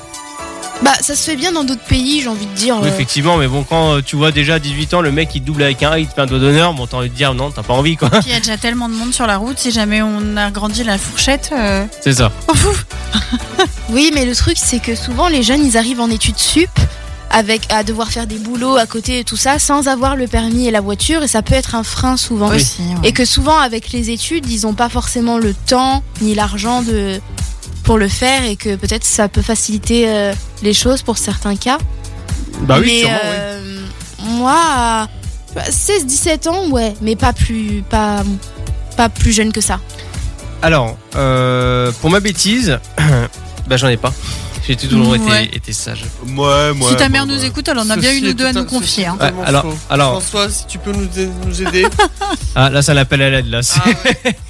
Speaker 5: Bah, ça se fait bien dans d'autres pays, j'ai envie de dire.
Speaker 2: Oui,
Speaker 5: euh,
Speaker 2: effectivement, mais bon, quand euh, tu vois déjà à 18 ans, le mec il double avec un A, il te fait un doigt d'honneur, bon, t'as envie de dire non, t'as pas envie quoi.
Speaker 4: Puis, Il y a déjà tellement de monde sur la route. Si jamais on agrandit la fourchette. euh,
Speaker 2: C'est ça.
Speaker 5: Oui, mais le truc, c'est que souvent, les jeunes, ils arrivent en études sup avec à devoir faire des boulots à côté et tout ça sans avoir le permis et la voiture et ça peut être un frein souvent.
Speaker 4: Aussi. ouais.
Speaker 5: Et que souvent avec les études, ils n'ont pas forcément le temps ni l'argent de pour le faire et que peut-être ça peut faciliter euh, les choses pour certains cas.
Speaker 2: Bah oui,
Speaker 5: mais
Speaker 2: sûrement, oui.
Speaker 5: euh, moi à 16 17 ans, ouais, mais pas plus pas pas plus jeune que ça.
Speaker 2: Alors, euh, pour ma bêtise, bah j'en ai pas. J'ai toujours
Speaker 4: Ouais.
Speaker 2: été, été sage.
Speaker 6: Moi, moi.
Speaker 4: si ta
Speaker 6: moi,
Speaker 4: mère
Speaker 6: moi.
Speaker 2: bah,
Speaker 4: nous écoute, elle en a bien
Speaker 3: Ceci
Speaker 4: une ou
Speaker 3: est
Speaker 4: deux à
Speaker 3: total-
Speaker 4: nous confier. hein.
Speaker 3: ceci est totalement
Speaker 2: Ouais, alors-
Speaker 3: faux.
Speaker 2: alors-
Speaker 3: François, si tu peux nous, nous aider.
Speaker 2: Ah, là, ça l'appelle à l'aide, là. c'est-
Speaker 3: Ah ouais.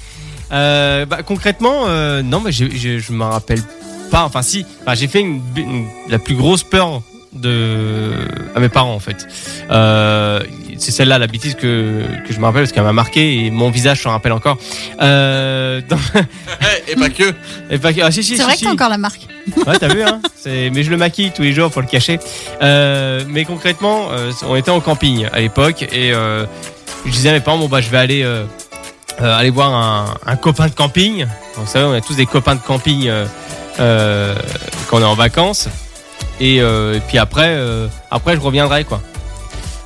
Speaker 2: Euh, bah, concrètement, euh, non, mais j'ai- j'ai- je me rappelle pas. Enfin, si, Enfin, j'ai fait une, une- la plus grosse peur de à mes parents en fait. Euh, c'est celle-là la bêtise que, que je me rappelle parce qu'elle m'a marqué et mon visage s'en rappelle encore. Euh, dans-
Speaker 3: Eh, et pas que.
Speaker 2: et pas que- ah, si, si,
Speaker 4: C'est
Speaker 2: si,
Speaker 4: vrai
Speaker 2: si.
Speaker 4: que t'as encore la marque.
Speaker 2: Ouais, t'as vu, hein C'est- Mais je le maquille tous les jours pour le cacher. Euh, mais concrètement, euh, on était en camping à l'époque et euh, je disais à mes parents, bon, bah, je vais aller, euh, euh, aller voir un, un copain de camping. Vous savez, on a tous des copains de camping euh, euh, quand on est en vacances. Et, euh, et puis après, euh, après, je reviendrai, quoi.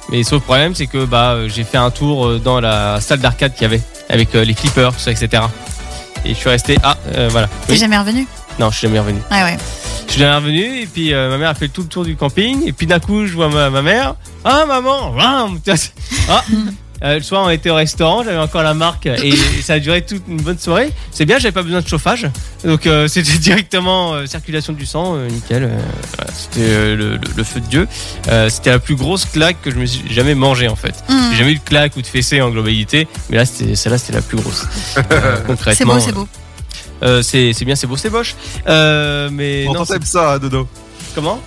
Speaker 2: Mais sauf problème, c'est que bah, euh, j'ai fait un tour euh, dans la salle d'arcade qu'il y avait avec euh, les clippers, tout ça, etc. Et je suis resté. Ah, euh, voilà.
Speaker 4: T'es
Speaker 2: Oui.
Speaker 4: jamais revenu.
Speaker 2: Non, je suis jamais revenu.
Speaker 4: Ouais, ouais.
Speaker 2: Je suis jamais revenu et puis euh, ma mère a fait tout le tour du camping et puis d'un coup je vois ma, ma mère. Ah maman, Vroom Tu vois, c'est- ah. Euh, le soir on était au restaurant, j'avais encore la marque et ça a duré toute une bonne soirée. C'est bien, j'avais pas besoin de chauffage, donc euh, c'était directement euh, circulation du sang, euh, nickel. euh, voilà, c'était euh, le, le- le feu de dieu. Euh, c'était la plus grosse claque que je me suis jamais mangée en fait.
Speaker 4: Hmm.
Speaker 2: J'ai jamais eu de claque ou de fessée en globalité, mais là c'était celle-là c'était la plus grosse. Euh,
Speaker 4: C'est
Speaker 2: concrètement,
Speaker 4: beau, c'est beau.
Speaker 2: euh, c'est c'est bien, c'est beau, c'est boche. Euh, mais non,
Speaker 6: On
Speaker 2: c'est-
Speaker 6: t'aime ça, hein, Dodo.
Speaker 2: comment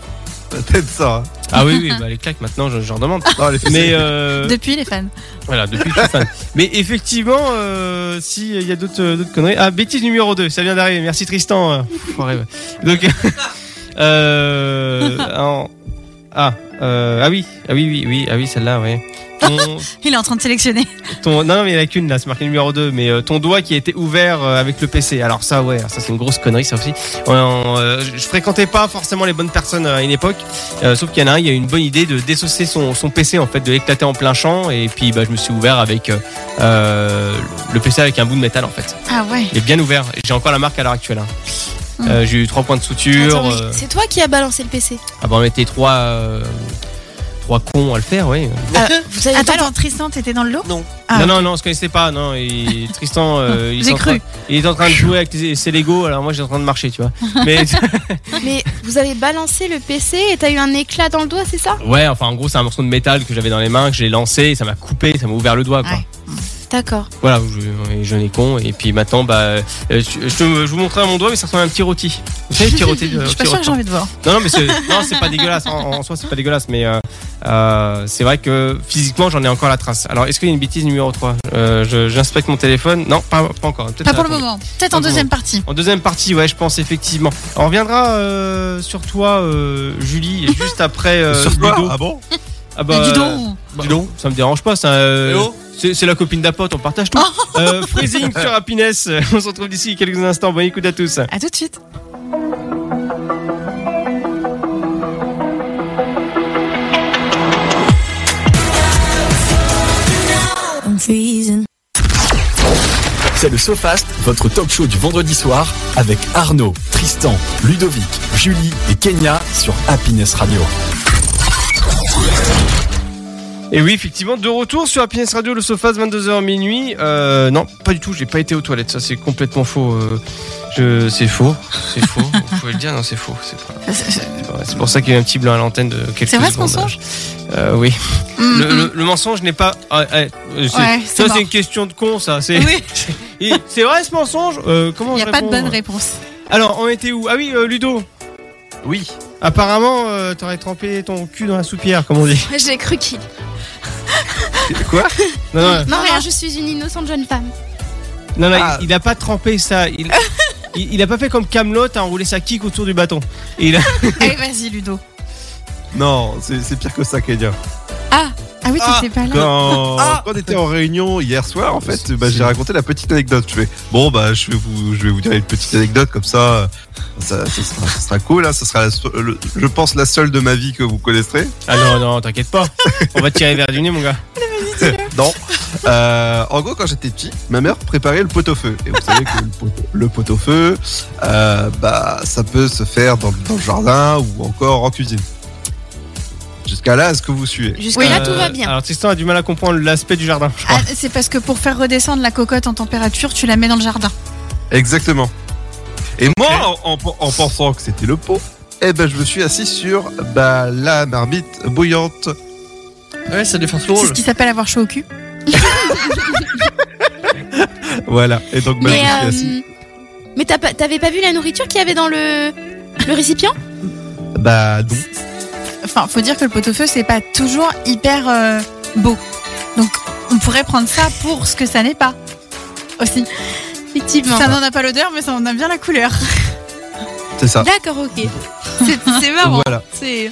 Speaker 6: T'aimes ça. hein.
Speaker 2: Ah oui, oui, bah, les claques maintenant, je- j'en demande.
Speaker 6: Non, les fesses,
Speaker 2: Mais euh,
Speaker 4: Depuis, les fans.
Speaker 2: voilà, depuis je suis fan. Mais effectivement, euh, si il y a d'autres euh, d'autres conneries. Ah, bêtise numéro 2, ça vient d'arriver. Merci Tristan. euh, pff, enfoiré, ouais. Donc euh, en- ah euh, ah oui, ah oui oui oui, ah oui, celle-là, ouais. Ton,
Speaker 4: Il est en train de sélectionner.
Speaker 2: ton- non, non, mais il n'y en a qu'une là, c'est marqué numéro 2, mais euh, ton doigt qui a été ouvert euh, avec le PC. Alors ça, ouais, ça c'est une grosse connerie, ça aussi. Ouais, on, euh, je je fréquentais pas forcément les bonnes personnes euh, à une époque, euh, sauf qu'il y en a un, il y a eu une bonne idée de désosser son, son PC, en fait, de l'éclater en plein champ, et puis bah, je me suis ouvert avec euh, euh, le PC avec un bout de métal, en fait.
Speaker 4: Ah ouais.
Speaker 2: Il est bien ouvert, j'ai encore la marque à l'heure actuelle. hein. Euh, j'ai eu trois points de suture.
Speaker 5: Attends, mais
Speaker 2: euh,
Speaker 5: c'est toi qui as balancé le PC.
Speaker 2: ah bah on était trois, euh, trois cons à le faire, oui.
Speaker 5: Ah, vous savez pas
Speaker 4: Attends,
Speaker 5: alors-
Speaker 4: attends, Tristan, t'étais dans le lot
Speaker 3: Non,
Speaker 4: Ah,
Speaker 2: non,
Speaker 4: ok.
Speaker 2: non, non, on se connaissait pas. Non, et Tristan, euh, il, est
Speaker 4: J'ai
Speaker 2: en
Speaker 4: cru.
Speaker 2: train- il est en train de jouer avec ses ses Lego, alors moi j'étais en train de marcher, tu vois. Mais
Speaker 5: Mais vous avez balancé le PC et t'as eu un éclat dans le doigt, c'est ça
Speaker 2: ouais, enfin, en gros, c'est un morceau de métal que j'avais dans les mains, que j'ai lancé, et ça m'a coupé, ça m'a ouvert le doigt, quoi.
Speaker 4: Ouais.
Speaker 5: D'accord.
Speaker 2: Voilà, je, et jeune et con. Et puis maintenant, bah, euh, je, je te- je vous montrerai mon doigt, mais ça ressemble à un petit rôti. Vous savez, le petit rôti de-
Speaker 4: Je suis
Speaker 2: petit
Speaker 4: pas sûre que
Speaker 2: rôti.
Speaker 4: j'ai envie de voir.
Speaker 2: Non, non, mais c'est, non, c'est pas dégueulasse. En, en soi, c'est pas dégueulasse, mais euh, euh, c'est vrai que physiquement, j'en ai encore la trace. Alors, est-ce qu'il y a une bêtise numéro 3 euh, je- J'inspecte mon téléphone. Non, pas, pas encore. Peut-être
Speaker 4: Pas
Speaker 2: ça
Speaker 4: pour
Speaker 2: va
Speaker 4: le
Speaker 2: tomber.
Speaker 4: moment. Peut-être
Speaker 2: Pas
Speaker 4: en
Speaker 2: pour le
Speaker 4: deuxième partie.
Speaker 2: En deuxième partie, ouais, je pense effectivement. On reviendra euh, sur toi, euh, Julie, et juste après euh,
Speaker 6: Sur quoi
Speaker 2: Ludo.
Speaker 6: Ah bon
Speaker 2: Ah bah,
Speaker 4: Mais Dis donc.
Speaker 2: bah, ça me dérange pas. Ça, euh,
Speaker 3: Eh oh
Speaker 2: c'est, c'est la copine d'Apote, on partage tout. Euh, freezing sur Happiness. On se retrouve d'ici quelques instants. Bonne écoute à tous.
Speaker 4: À tout de suite.
Speaker 7: I'm freezing.
Speaker 1: C'est le SoFast, votre talk show du vendredi soir avec Arnaud, Tristan, Ludovic, Julie et Kenya sur Happiness Radio.
Speaker 2: Et oui, effectivement, de retour sur Happiness Radio, le Sofas, 22h minuit. Euh, non, pas du tout, j'ai pas été aux toilettes, ça c'est complètement faux. euh, je, c'est faux, c'est faux, vous pouvez le dire, non, c'est faux. C'est, pas- c'est pas vrai. C'est pour ça qu'il y a eu un petit blanc à l'antenne de quelques
Speaker 4: C'est vrai, ce
Speaker 2: secondes.
Speaker 4: mensonge
Speaker 2: Euh, Oui.
Speaker 4: Mm,
Speaker 2: Le,
Speaker 4: mm.
Speaker 2: le- le mensonge n'est pas. ah, ah, c'est-
Speaker 4: Ouais, c'est
Speaker 2: ça,
Speaker 4: mort.
Speaker 2: c'est une question de con, ça. C'est,
Speaker 4: Oui,
Speaker 2: Et c'est vrai ce mensonge Euh, Comment
Speaker 4: il n'y a
Speaker 2: je
Speaker 4: pas de
Speaker 2: réponds
Speaker 4: bonne réponse.
Speaker 2: Alors, on était où Ah oui, euh, Ludo, euh,
Speaker 6: Oui.
Speaker 2: apparemment, euh, t'aurais trempé ton cul dans la soupière, comme on dit.
Speaker 5: J'ai cru qu'il.
Speaker 2: Quoi Non, non,
Speaker 5: Non,
Speaker 4: rien.
Speaker 5: rien, je suis une innocente jeune femme.
Speaker 2: Non, non,
Speaker 6: Ah.
Speaker 2: il, il a pas trempé ça. Il, il, il a pas fait comme Camelot à enrouler sa kick autour du bâton. Et il a-
Speaker 4: Allez, vas-y, Ludo.
Speaker 6: Non, c'est c'est pire que ça, Kenya.
Speaker 4: Ah oui,
Speaker 3: Ah,
Speaker 4: t'étais pas là.
Speaker 6: Quand,
Speaker 3: Ah
Speaker 6: quand on était en réunion hier soir, en fait,
Speaker 2: C'est-
Speaker 6: bah, j'ai raconté la petite anecdote. Je fais, bon, bah, je vais vous, je vais vous dire une petite anecdote comme ça. euh, Ça, ça sera, ça sera cool, hein, ça sera, la so- le- je pense, la seule de ma vie que vous connaîtrez.
Speaker 2: Ah non, non, t'inquiète pas. On va te tirer vers du nez, mon gars.
Speaker 6: non. Euh, en gros, quand j'étais petit, ma mère préparait le pot-au-feu. Et vous savez que le pot- le pot-au-feu, euh, bah, ça peut se faire dans, dans le jardin ou encore en cuisine. Jusqu'à là, est-ce que vous suivez
Speaker 5: Jusqu'à
Speaker 4: Oui.
Speaker 5: là,
Speaker 2: Euh,
Speaker 5: tout va bien.
Speaker 2: Alors, Tristan a du mal à comprendre l'aspect du jardin, je crois.
Speaker 4: Ah, c'est parce que pour faire redescendre la cocotte en température, tu la mets dans le jardin.
Speaker 6: Exactement. Et moi, en, en- en pensant que c'était le pot, eh ben, je me suis assis sur bah, la marmite bouillante.
Speaker 3: Ouais, ça devait faire
Speaker 4: C'est
Speaker 3: drôle.
Speaker 4: ce qui s'appelle avoir chaud au cul.
Speaker 6: Voilà. Et donc, bah, je
Speaker 5: Mais,
Speaker 6: me suis
Speaker 5: euh,
Speaker 6: assis.
Speaker 5: mais t'as pas- t'avais pas vu la nourriture qu'il y avait dans le, le récipient
Speaker 6: Bah, non.
Speaker 4: Enfin, faut dire que le pot-au-feu, c'est pas toujours hyper euh, beau. Donc, on pourrait prendre ça pour ce que ça n'est pas. Aussi.
Speaker 5: Effectivement.
Speaker 4: Ça n'en a pas l'odeur, mais ça en a bien la couleur.
Speaker 6: C'est ça.
Speaker 5: D'accord, ok.
Speaker 4: C'est c'est marrant.
Speaker 6: Voilà.
Speaker 4: C'est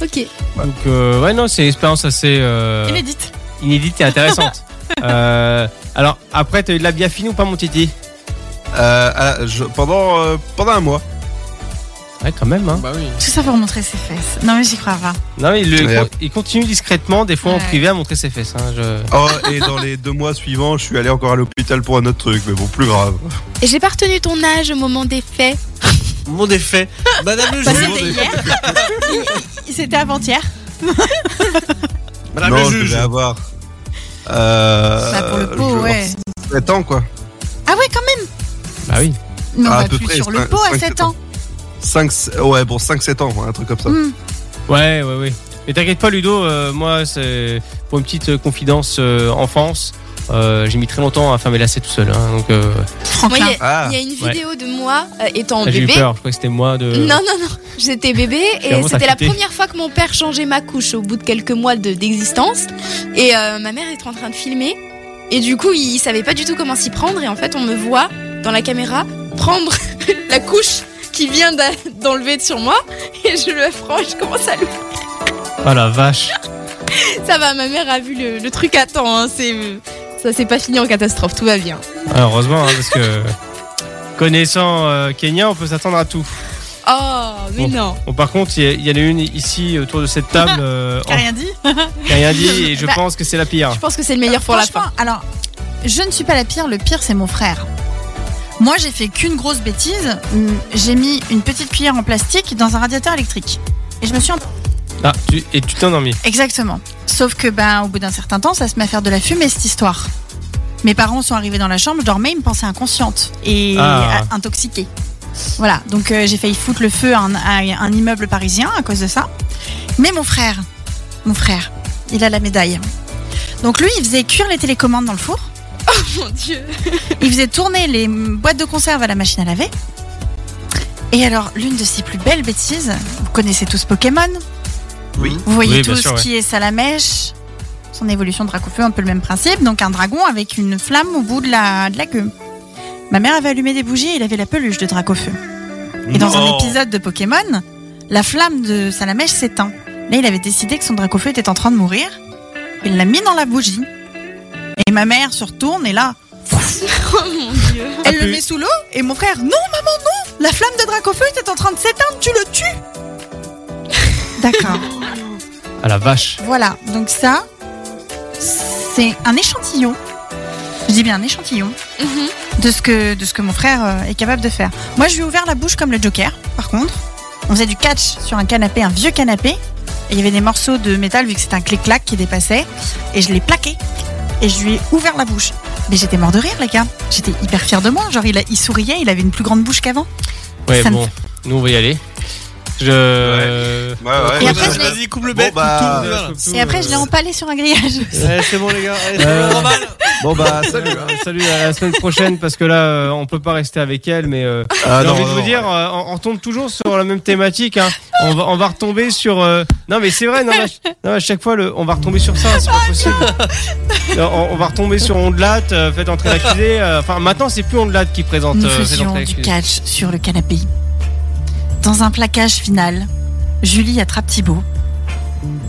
Speaker 5: Ok.
Speaker 2: Donc, euh, ouais, non, c'est une expérience assez euh,
Speaker 4: inédite.
Speaker 2: inédite et intéressante. Euh, alors, après, t'as eu de la biafine ou pas, mon titi
Speaker 6: Euh, ah, je- pendant, euh, pendant un mois.
Speaker 2: Ouais, quand même, hein.
Speaker 3: Bah oui.
Speaker 4: Tout ça pour montrer ses fesses. Non, mais j'y crois pas.
Speaker 2: Non, mais il, le-
Speaker 6: Ouais.
Speaker 2: il continue discrètement, des fois en
Speaker 4: Ouais.
Speaker 2: privé, à montrer ses fesses. hein, je-
Speaker 6: Oh, et dans les deux mois suivants, je suis allé encore à l'hôpital pour un autre truc. Mais bon, plus grave.
Speaker 5: Et j'ai pas retenu ton âge au moment des faits.
Speaker 3: Mon défait. Madame le
Speaker 4: Bah,
Speaker 3: juge.
Speaker 4: c'était hier. C'était avant-hier.
Speaker 3: Madame le
Speaker 6: non, je
Speaker 3: juge.
Speaker 6: devais avoir. Euh,
Speaker 4: Bah, pour le pot,
Speaker 6: je-
Speaker 4: ouais.
Speaker 6: 7 ans, quoi.
Speaker 4: Ah ouais, quand même.
Speaker 2: Bah oui.
Speaker 4: Mais on
Speaker 6: Ah, à
Speaker 4: va
Speaker 6: peu
Speaker 4: plus
Speaker 6: près,
Speaker 4: sur le
Speaker 6: cinq-
Speaker 4: pot à
Speaker 6: cinq,
Speaker 4: 7
Speaker 6: sept
Speaker 4: ans.
Speaker 6: ans. 5, ouais, bon, 5-7 ans, hein, un truc comme ça.
Speaker 4: Hmm.
Speaker 2: Ouais, ouais, ouais. Mais t'inquiète pas, Ludo, euh, moi, c'est pour une petite confidence euh, enfance. euh, j'ai mis très longtemps à faire mes lacets tout seul. hein, donc, euh,
Speaker 5: Moi, il y,
Speaker 4: Franklin.
Speaker 5: a-
Speaker 6: Ah,
Speaker 5: il y a une
Speaker 2: Ouais.
Speaker 5: vidéo de moi euh, étant
Speaker 2: Ah, j'ai eu
Speaker 5: bébé.
Speaker 2: peur. Je crois que c'était moi de.
Speaker 5: Non, non, non. J'étais bébé et
Speaker 2: Clairement, t'as
Speaker 5: c'était la
Speaker 2: quitté.
Speaker 5: première fois que mon père changeait ma couche au bout de quelques mois de- d'existence. et euh, ma mère était en train de filmer. Et du coup, il savait pas du tout comment s'y prendre. Et en fait, on me voit dans la caméra prendre la couche qui vient d'a- d'enlever de sur moi. Et je le prends et je commence à l'ouvrir.
Speaker 2: Oh la vache.
Speaker 5: Ça va, ma mère a vu le, le truc à temps. hein, c'est- Ça s'est pas fini en catastrophe. Tout va bien.
Speaker 2: Ah, heureusement, hein, parce que connaissant euh, Kenya, on peut s'attendre à tout.
Speaker 5: Oh, mais
Speaker 2: Bon. Ah.
Speaker 5: non.
Speaker 2: Bon, par contre, il y a- il y, en a une ici autour de cette table euh,
Speaker 4: T'as
Speaker 2: en-
Speaker 4: rien dit
Speaker 2: qui a rien dit et je
Speaker 4: Bah,
Speaker 2: pense que c'est la pire.
Speaker 5: Je pense que c'est le meilleur pour la fin.
Speaker 4: Franchement, Alors, je ne suis pas la pire, le pire c'est mon frère. Moi, j'ai fait qu'une grosse bêtise. Hum, J'ai mis une petite cuillère en plastique dans un radiateur électrique. Et je me suis en-
Speaker 2: Ah, tu, et tu t'es endormi.
Speaker 4: Exactement. Sauf que, ben, au bout d'un certain temps, ça se met à faire de la fumée, cette histoire. Mes parents sont arrivés dans la chambre, je dormais, ils me pensaient inconsciente et
Speaker 2: Ah.
Speaker 4: a- intoxiquée. Voilà, donc euh, j'ai failli foutre le feu à un, à un immeuble parisien à cause de ça. Mais mon frère, mon frère, il a la médaille. Donc lui, il faisait cuire les télécommandes dans le four.
Speaker 5: Mon dieu.
Speaker 4: Il faisait tourner les boîtes de conserve à la machine à laver. Et alors, l'une de ses plus belles bêtises, vous connaissez tous Pokémon
Speaker 6: Oui.
Speaker 4: Vous voyez
Speaker 2: Oui, bien
Speaker 4: tout
Speaker 2: sûr,
Speaker 4: ce qui est Salamèche, son évolution Dracofeu, un peu le même principe. Donc un dragon avec une flamme au bout de la, de la queue. Ma mère avait allumé des bougies et il avait la peluche de Dracofeu. Et dans un
Speaker 2: Non.
Speaker 4: épisode de Pokémon, la flamme de Salamèche s'éteint. Là, il avait décidé que son Dracofeu était en train de mourir. Il l'a mis dans la bougie. Et ma mère se retourne et là,
Speaker 5: Oh mon dieu.
Speaker 4: elle
Speaker 2: Ah,
Speaker 4: le
Speaker 2: plus.
Speaker 4: met sous l'eau et mon frère, non maman, non La flamme de Dracofeu était en train de s'éteindre, tu le tues D'accord,
Speaker 2: Ah la vache.
Speaker 4: voilà, donc ça, c'est un échantillon, je dis bien un échantillon,
Speaker 5: Mhm.
Speaker 4: de ce que, de ce que mon frère euh, est capable de faire. Moi, je lui ai ouvert la bouche comme le Joker, par contre. On faisait du catch sur un canapé, un vieux canapé, et il y avait des morceaux de métal, vu que c'était un clic-clac qui dépassait, et je l'ai plaqué, et je lui ai ouvert la bouche. Mais j'étais mort de rire, les gars. J'étais hyper fière de moi. Genre, il, a- il souriait, il avait une plus grande bouche qu'avant.
Speaker 2: Ouais
Speaker 4: Ça me
Speaker 2: bon, nous on va y aller. Je.
Speaker 6: Ouais, ouais.
Speaker 4: Et après, je l'ai-
Speaker 3: Vas-y, coupe le
Speaker 6: Bon,
Speaker 3: bête,
Speaker 6: bah,
Speaker 3: coupe tout, mais voilà.
Speaker 4: Et après, je l'ai empalé sur un grillage.
Speaker 3: Allez, c'est bon, les gars. Allez, c'est
Speaker 2: Euh,
Speaker 3: bon, on remballe.
Speaker 6: Bon bah salut.
Speaker 2: Salut, euh, salut à la semaine prochaine parce que là euh, on peut pas rester avec elle mais euh,
Speaker 6: Ah,
Speaker 2: j'ai
Speaker 6: non,
Speaker 2: envie de
Speaker 6: non,
Speaker 2: vous dire euh, on, on tombe toujours sur la même thématique hein. on, va, on va retomber sur euh, non mais c'est vrai non, mais à ch- non, à chaque fois le, on va retomber sur ça c'est pas
Speaker 4: Oh,
Speaker 2: possible Non, on, on va retomber sur Ondelat euh, faites entrer l'accusé euh, enfin maintenant c'est plus Ondelat qui présente
Speaker 4: Nous
Speaker 2: euh, Faites
Speaker 4: faisions
Speaker 2: entrer
Speaker 4: du
Speaker 2: l'accusé.
Speaker 4: catch sur le canapé. Dans un plaquage final, Julie attrape Thibaut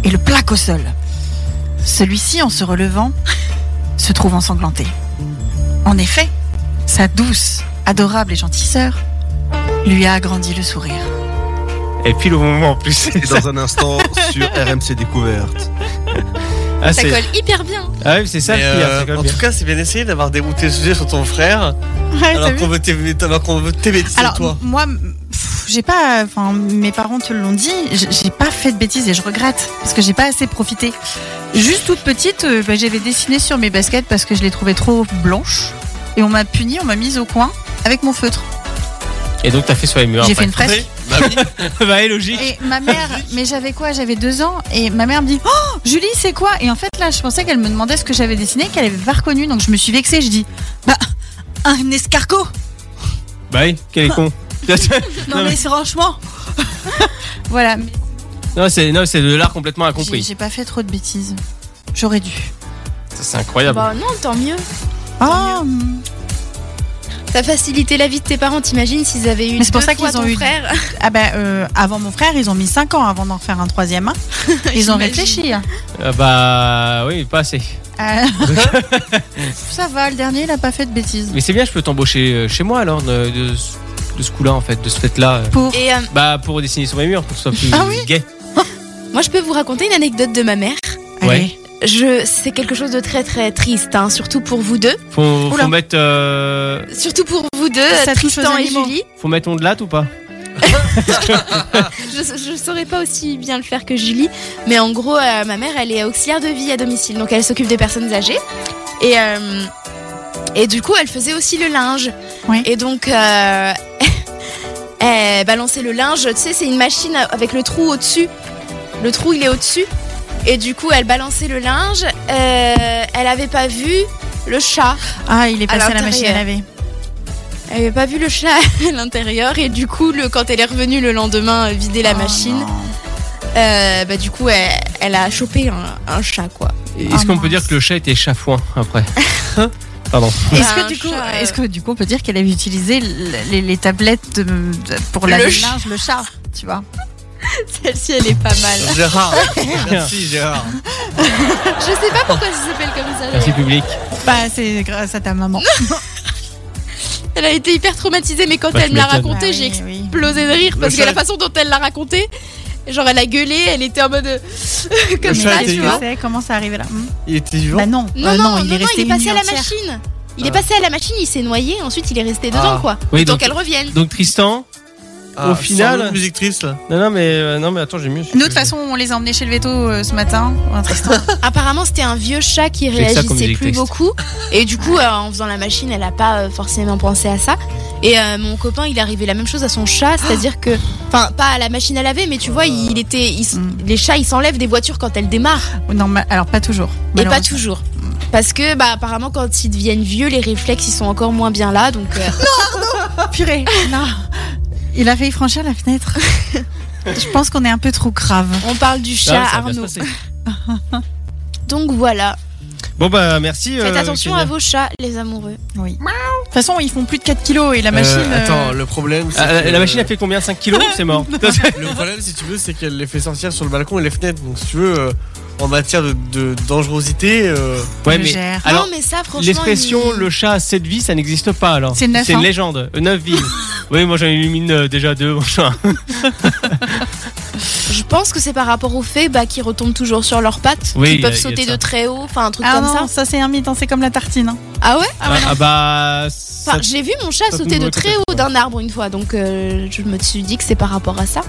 Speaker 4: et le plaque au sol. Celui-ci, en se relevant, se trouve ensanglanté. En effet, sa douce, adorable et gentille sœur lui a agrandi le sourire.
Speaker 2: et puis le moment en plus c'est
Speaker 6: Et
Speaker 2: ça.
Speaker 6: dans un instant sur RMC Découverte.
Speaker 2: Ah,
Speaker 5: Ça
Speaker 2: c'est-
Speaker 5: colle hyper bien.
Speaker 2: ah oui c'est ça
Speaker 3: Mais,
Speaker 2: le pire c'est
Speaker 3: euh,
Speaker 2: quand même
Speaker 3: en
Speaker 2: bien.
Speaker 3: tout cas, c'est bien essayé d'avoir dérouté le sujet sur ton frère. alors qu'on veut t'ébêter alors qu'on veut t'ébêter sur
Speaker 4: Alors,
Speaker 3: toi.
Speaker 4: m- moi, m- pff, j'ai pas. Enfin, mes parents te l'ont dit, j- j'ai pas fait de bêtises et je regrette parce que j'ai pas assez profité. Juste toute petite, euh, bah, j'avais dessiné sur mes baskets parce que je les trouvais trop blanches et on m'a punie, on m'a mise au coin avec mon feutre.
Speaker 2: et donc t'as fait sur les murs
Speaker 4: j'ai fait
Speaker 2: après.
Speaker 4: une fresque.
Speaker 3: Bah oui.
Speaker 2: bah et logique
Speaker 4: Et ma mère, mais j'avais quoi J'avais deux ans et ma mère me dit Oh, Julie, c'est quoi Et en fait, là, je pensais qu'elle me demandait ce que j'avais dessiné, qu'elle avait pas reconnu, donc je me suis vexée. Je dis Bah, un escargot
Speaker 2: bah oui quel est con
Speaker 4: Non, mais franchement Voilà, mais
Speaker 2: non c'est non c'est de l'art complètement
Speaker 4: J'ai
Speaker 2: incompris
Speaker 4: j'ai pas fait trop de bêtises. J'aurais dû.
Speaker 2: Ça, c'est incroyable
Speaker 5: Bah non, tant mieux.
Speaker 4: Ah,
Speaker 5: T'as facilité la vie de tes parents, t'imagines s'ils avaient eu
Speaker 4: Mais c'est pour ça qu'ils ont
Speaker 5: ton
Speaker 4: eu-
Speaker 5: frère.
Speaker 4: ah bah, euh, avant mon frère, ils ont mis 5 ans avant d'en faire un troisième. hein. Ils ont
Speaker 5: J'imagine.
Speaker 4: réfléchi. hein.
Speaker 2: Ah bah oui, pas assez.
Speaker 4: Euh, Ça va, le dernier, il a pas fait de bêtises.
Speaker 2: Mais c'est bien, je peux t'embaucher euh, chez moi alors de, de ce- de ce coup-là en fait, de ce fait-là. euh.
Speaker 4: Pour...
Speaker 5: Et euh,
Speaker 2: Bah pour dessiner sur mes murs, pour que ce soit plus
Speaker 4: Ah oui
Speaker 2: gay.
Speaker 5: moi, je peux vous raconter une anecdote de ma mère.
Speaker 2: Ouais.
Speaker 4: Allez.
Speaker 5: Je, c'est quelque chose de très très triste, hein, surtout pour vous deux,
Speaker 2: Faut,
Speaker 4: Oula.
Speaker 2: faut mettre, euh,
Speaker 5: surtout pour vous deux, euh,
Speaker 4: Ça touche aux
Speaker 5: Tristan et
Speaker 4: animaux.
Speaker 5: Julie.
Speaker 2: faut mettre on de latte ou pas
Speaker 5: Je, je saurais pas aussi bien le faire que Julie, mais en gros, euh, ma mère, elle est auxiliaire de vie à domicile, donc elle s'occupe des personnes âgées. Et, euh, et du coup, elle faisait aussi le linge.
Speaker 4: Oui.
Speaker 5: Et donc, euh, elle balançait le linge. Tu sais, c'est une machine avec le trou au-dessus. Le trou, il est au-dessus. Et du coup, elle balançait le linge. euh, elle avait pas vu le chat.
Speaker 4: Ah, il est passé à, la
Speaker 5: l'intérieur.
Speaker 4: machine à laver.
Speaker 5: Elle avait pas vu le chat à l'intérieur. Et du coup, le, quand elle est revenue le lendemain euh, vider la
Speaker 4: Oh,
Speaker 5: machine,
Speaker 4: non.
Speaker 5: euh, bah du coup elle, elle a chopé un, un chat quoi.
Speaker 2: Et Est-ce
Speaker 4: Ah,
Speaker 2: qu'on peut
Speaker 4: mince.
Speaker 2: dire que le chat était chafouin après Pardon.
Speaker 4: Est-ce que,
Speaker 5: un
Speaker 4: du coup,
Speaker 5: chat, euh,
Speaker 4: est-ce que du coup, on peut dire qu'elle avait utilisé l- les, les tablettes de- de- pour
Speaker 5: Le
Speaker 4: laver le
Speaker 5: chat.
Speaker 4: linge, le chat Tu vois
Speaker 5: Celle-ci elle est pas mal.
Speaker 3: Gérard. Merci, Gérard.
Speaker 5: Je sais pas pourquoi ça s'appelle comme ça.
Speaker 2: Merci
Speaker 5: d'ailleurs.
Speaker 2: public.
Speaker 4: Bah, c'est grâce à ta maman.
Speaker 5: Elle a été hyper traumatisée mais quand
Speaker 2: Bah,
Speaker 5: elle
Speaker 2: tu
Speaker 5: me l'a
Speaker 2: m'étonnes.
Speaker 5: raconté
Speaker 4: Bah
Speaker 5: j'ai
Speaker 4: oui, oui.
Speaker 5: explosé de rire parce que
Speaker 3: chat
Speaker 5: la
Speaker 3: est-
Speaker 5: façon dont elle l'a raconté, genre elle a gueulé, elle était en mode euh,
Speaker 3: Le
Speaker 5: comme
Speaker 4: Mais
Speaker 3: chat
Speaker 5: ça
Speaker 4: là,
Speaker 3: était
Speaker 5: tu
Speaker 4: tu
Speaker 5: vois.
Speaker 4: sais comment ça arrivé là Hmm
Speaker 3: Il était vivant.
Speaker 4: Bah non,
Speaker 5: Non,
Speaker 4: Euh,
Speaker 5: non, non, non, il est
Speaker 4: une
Speaker 5: passé à
Speaker 4: nuit
Speaker 5: la
Speaker 4: entière.
Speaker 5: machine. Il est passé à la machine, il s'est noyé, ensuite il est resté dedans
Speaker 3: Ah.
Speaker 5: quoi.
Speaker 2: Oui,
Speaker 5: Le temps
Speaker 2: donc-
Speaker 5: qu'elle revienne.
Speaker 2: Donc Tristan, Bah, au final.
Speaker 3: une Ah, musique triste là.
Speaker 2: Non, non, mais, euh, non, mais attends, j'ai mieux. si
Speaker 4: Nous,
Speaker 2: tu
Speaker 4: de toute
Speaker 2: veux.
Speaker 4: façon, on les a emmenés chez le veto euh, ce matin. Un Tristan.
Speaker 5: Apparemment, c'était un vieux chat qui
Speaker 2: J'ai que ça comme
Speaker 5: réagissait
Speaker 2: musique
Speaker 5: plus
Speaker 2: triste.
Speaker 5: beaucoup. Et du coup, euh, en faisant la machine, elle n'a pas euh, forcément pensé à ça. Et euh, mon copain, il arrivait la même chose à son chat, c'est-à-dire que, enfin, pas à la machine à laver, mais tu vois, il était, il s-
Speaker 4: Mm.
Speaker 5: les chats, ils s'enlèvent des voitures quand elles démarrent,
Speaker 4: non, ma- alors pas toujours.
Speaker 5: et pas
Speaker 4: malheureusement.
Speaker 5: toujours. Parce que, bah, apparemment, quand ils deviennent vieux, les réflexes, ils sont encore moins bien là, donc. euh,
Speaker 4: Oh, Purée, non. Il a failli franchir la fenêtre. Je pense qu'on est un peu trop grave.
Speaker 5: on parle du
Speaker 2: Ah,
Speaker 5: chat
Speaker 2: mais ça va bien se
Speaker 5: Arnaud.
Speaker 2: passer.
Speaker 5: Donc voilà.
Speaker 2: Bon, bah, merci.
Speaker 5: Faites
Speaker 2: euh,
Speaker 5: attention
Speaker 2: Kenya.
Speaker 5: à vos chats, les amoureux.
Speaker 4: Oui. De toute façon, ils font plus de 4 kilos et la machine.
Speaker 3: Euh,
Speaker 4: euh,
Speaker 3: Attends, le problème. c'est
Speaker 2: Ah, la-
Speaker 3: que-
Speaker 2: la machine a fait combien 5 kilos C'est mort.
Speaker 3: Le problème, si tu veux, c'est qu'elle les fait sortir sur le balcon et les fenêtres. Donc, si tu veux, euh, en matière de, de dangerosité, euh,
Speaker 2: Ouais,
Speaker 4: je
Speaker 2: mais.
Speaker 4: gère.
Speaker 2: Alors,
Speaker 5: non, mais ça, franchement.
Speaker 2: L'expression
Speaker 5: il-
Speaker 2: le chat a 7 vies, ça n'existe pas alors.
Speaker 4: C'est neuf,
Speaker 2: une
Speaker 4: hein.
Speaker 2: légende. 9 vies. oui, moi j'en illumine euh, déjà 2, machin.
Speaker 5: Je pense que c'est par rapport au fait bah, qu'ils retombent toujours sur leurs pattes,
Speaker 2: Oui,
Speaker 5: qu'ils
Speaker 2: il y a-
Speaker 5: peuvent
Speaker 2: il y a de
Speaker 5: sauter de
Speaker 2: ça.
Speaker 5: très haut, enfin un truc
Speaker 4: Ah
Speaker 5: comme
Speaker 4: non, ça,
Speaker 5: ça.
Speaker 4: c'est un mythe, hein, c'est comme la tartine. hein.
Speaker 5: Ah ouais
Speaker 2: Ah, ah bah. ça-
Speaker 5: Enfin, j'ai vu mon chat
Speaker 2: ça
Speaker 5: sauter
Speaker 2: tombe
Speaker 5: de
Speaker 2: au
Speaker 5: très
Speaker 2: côté,
Speaker 5: haut d'un arbre une fois, donc euh, je me suis dit que c'est par rapport à ça.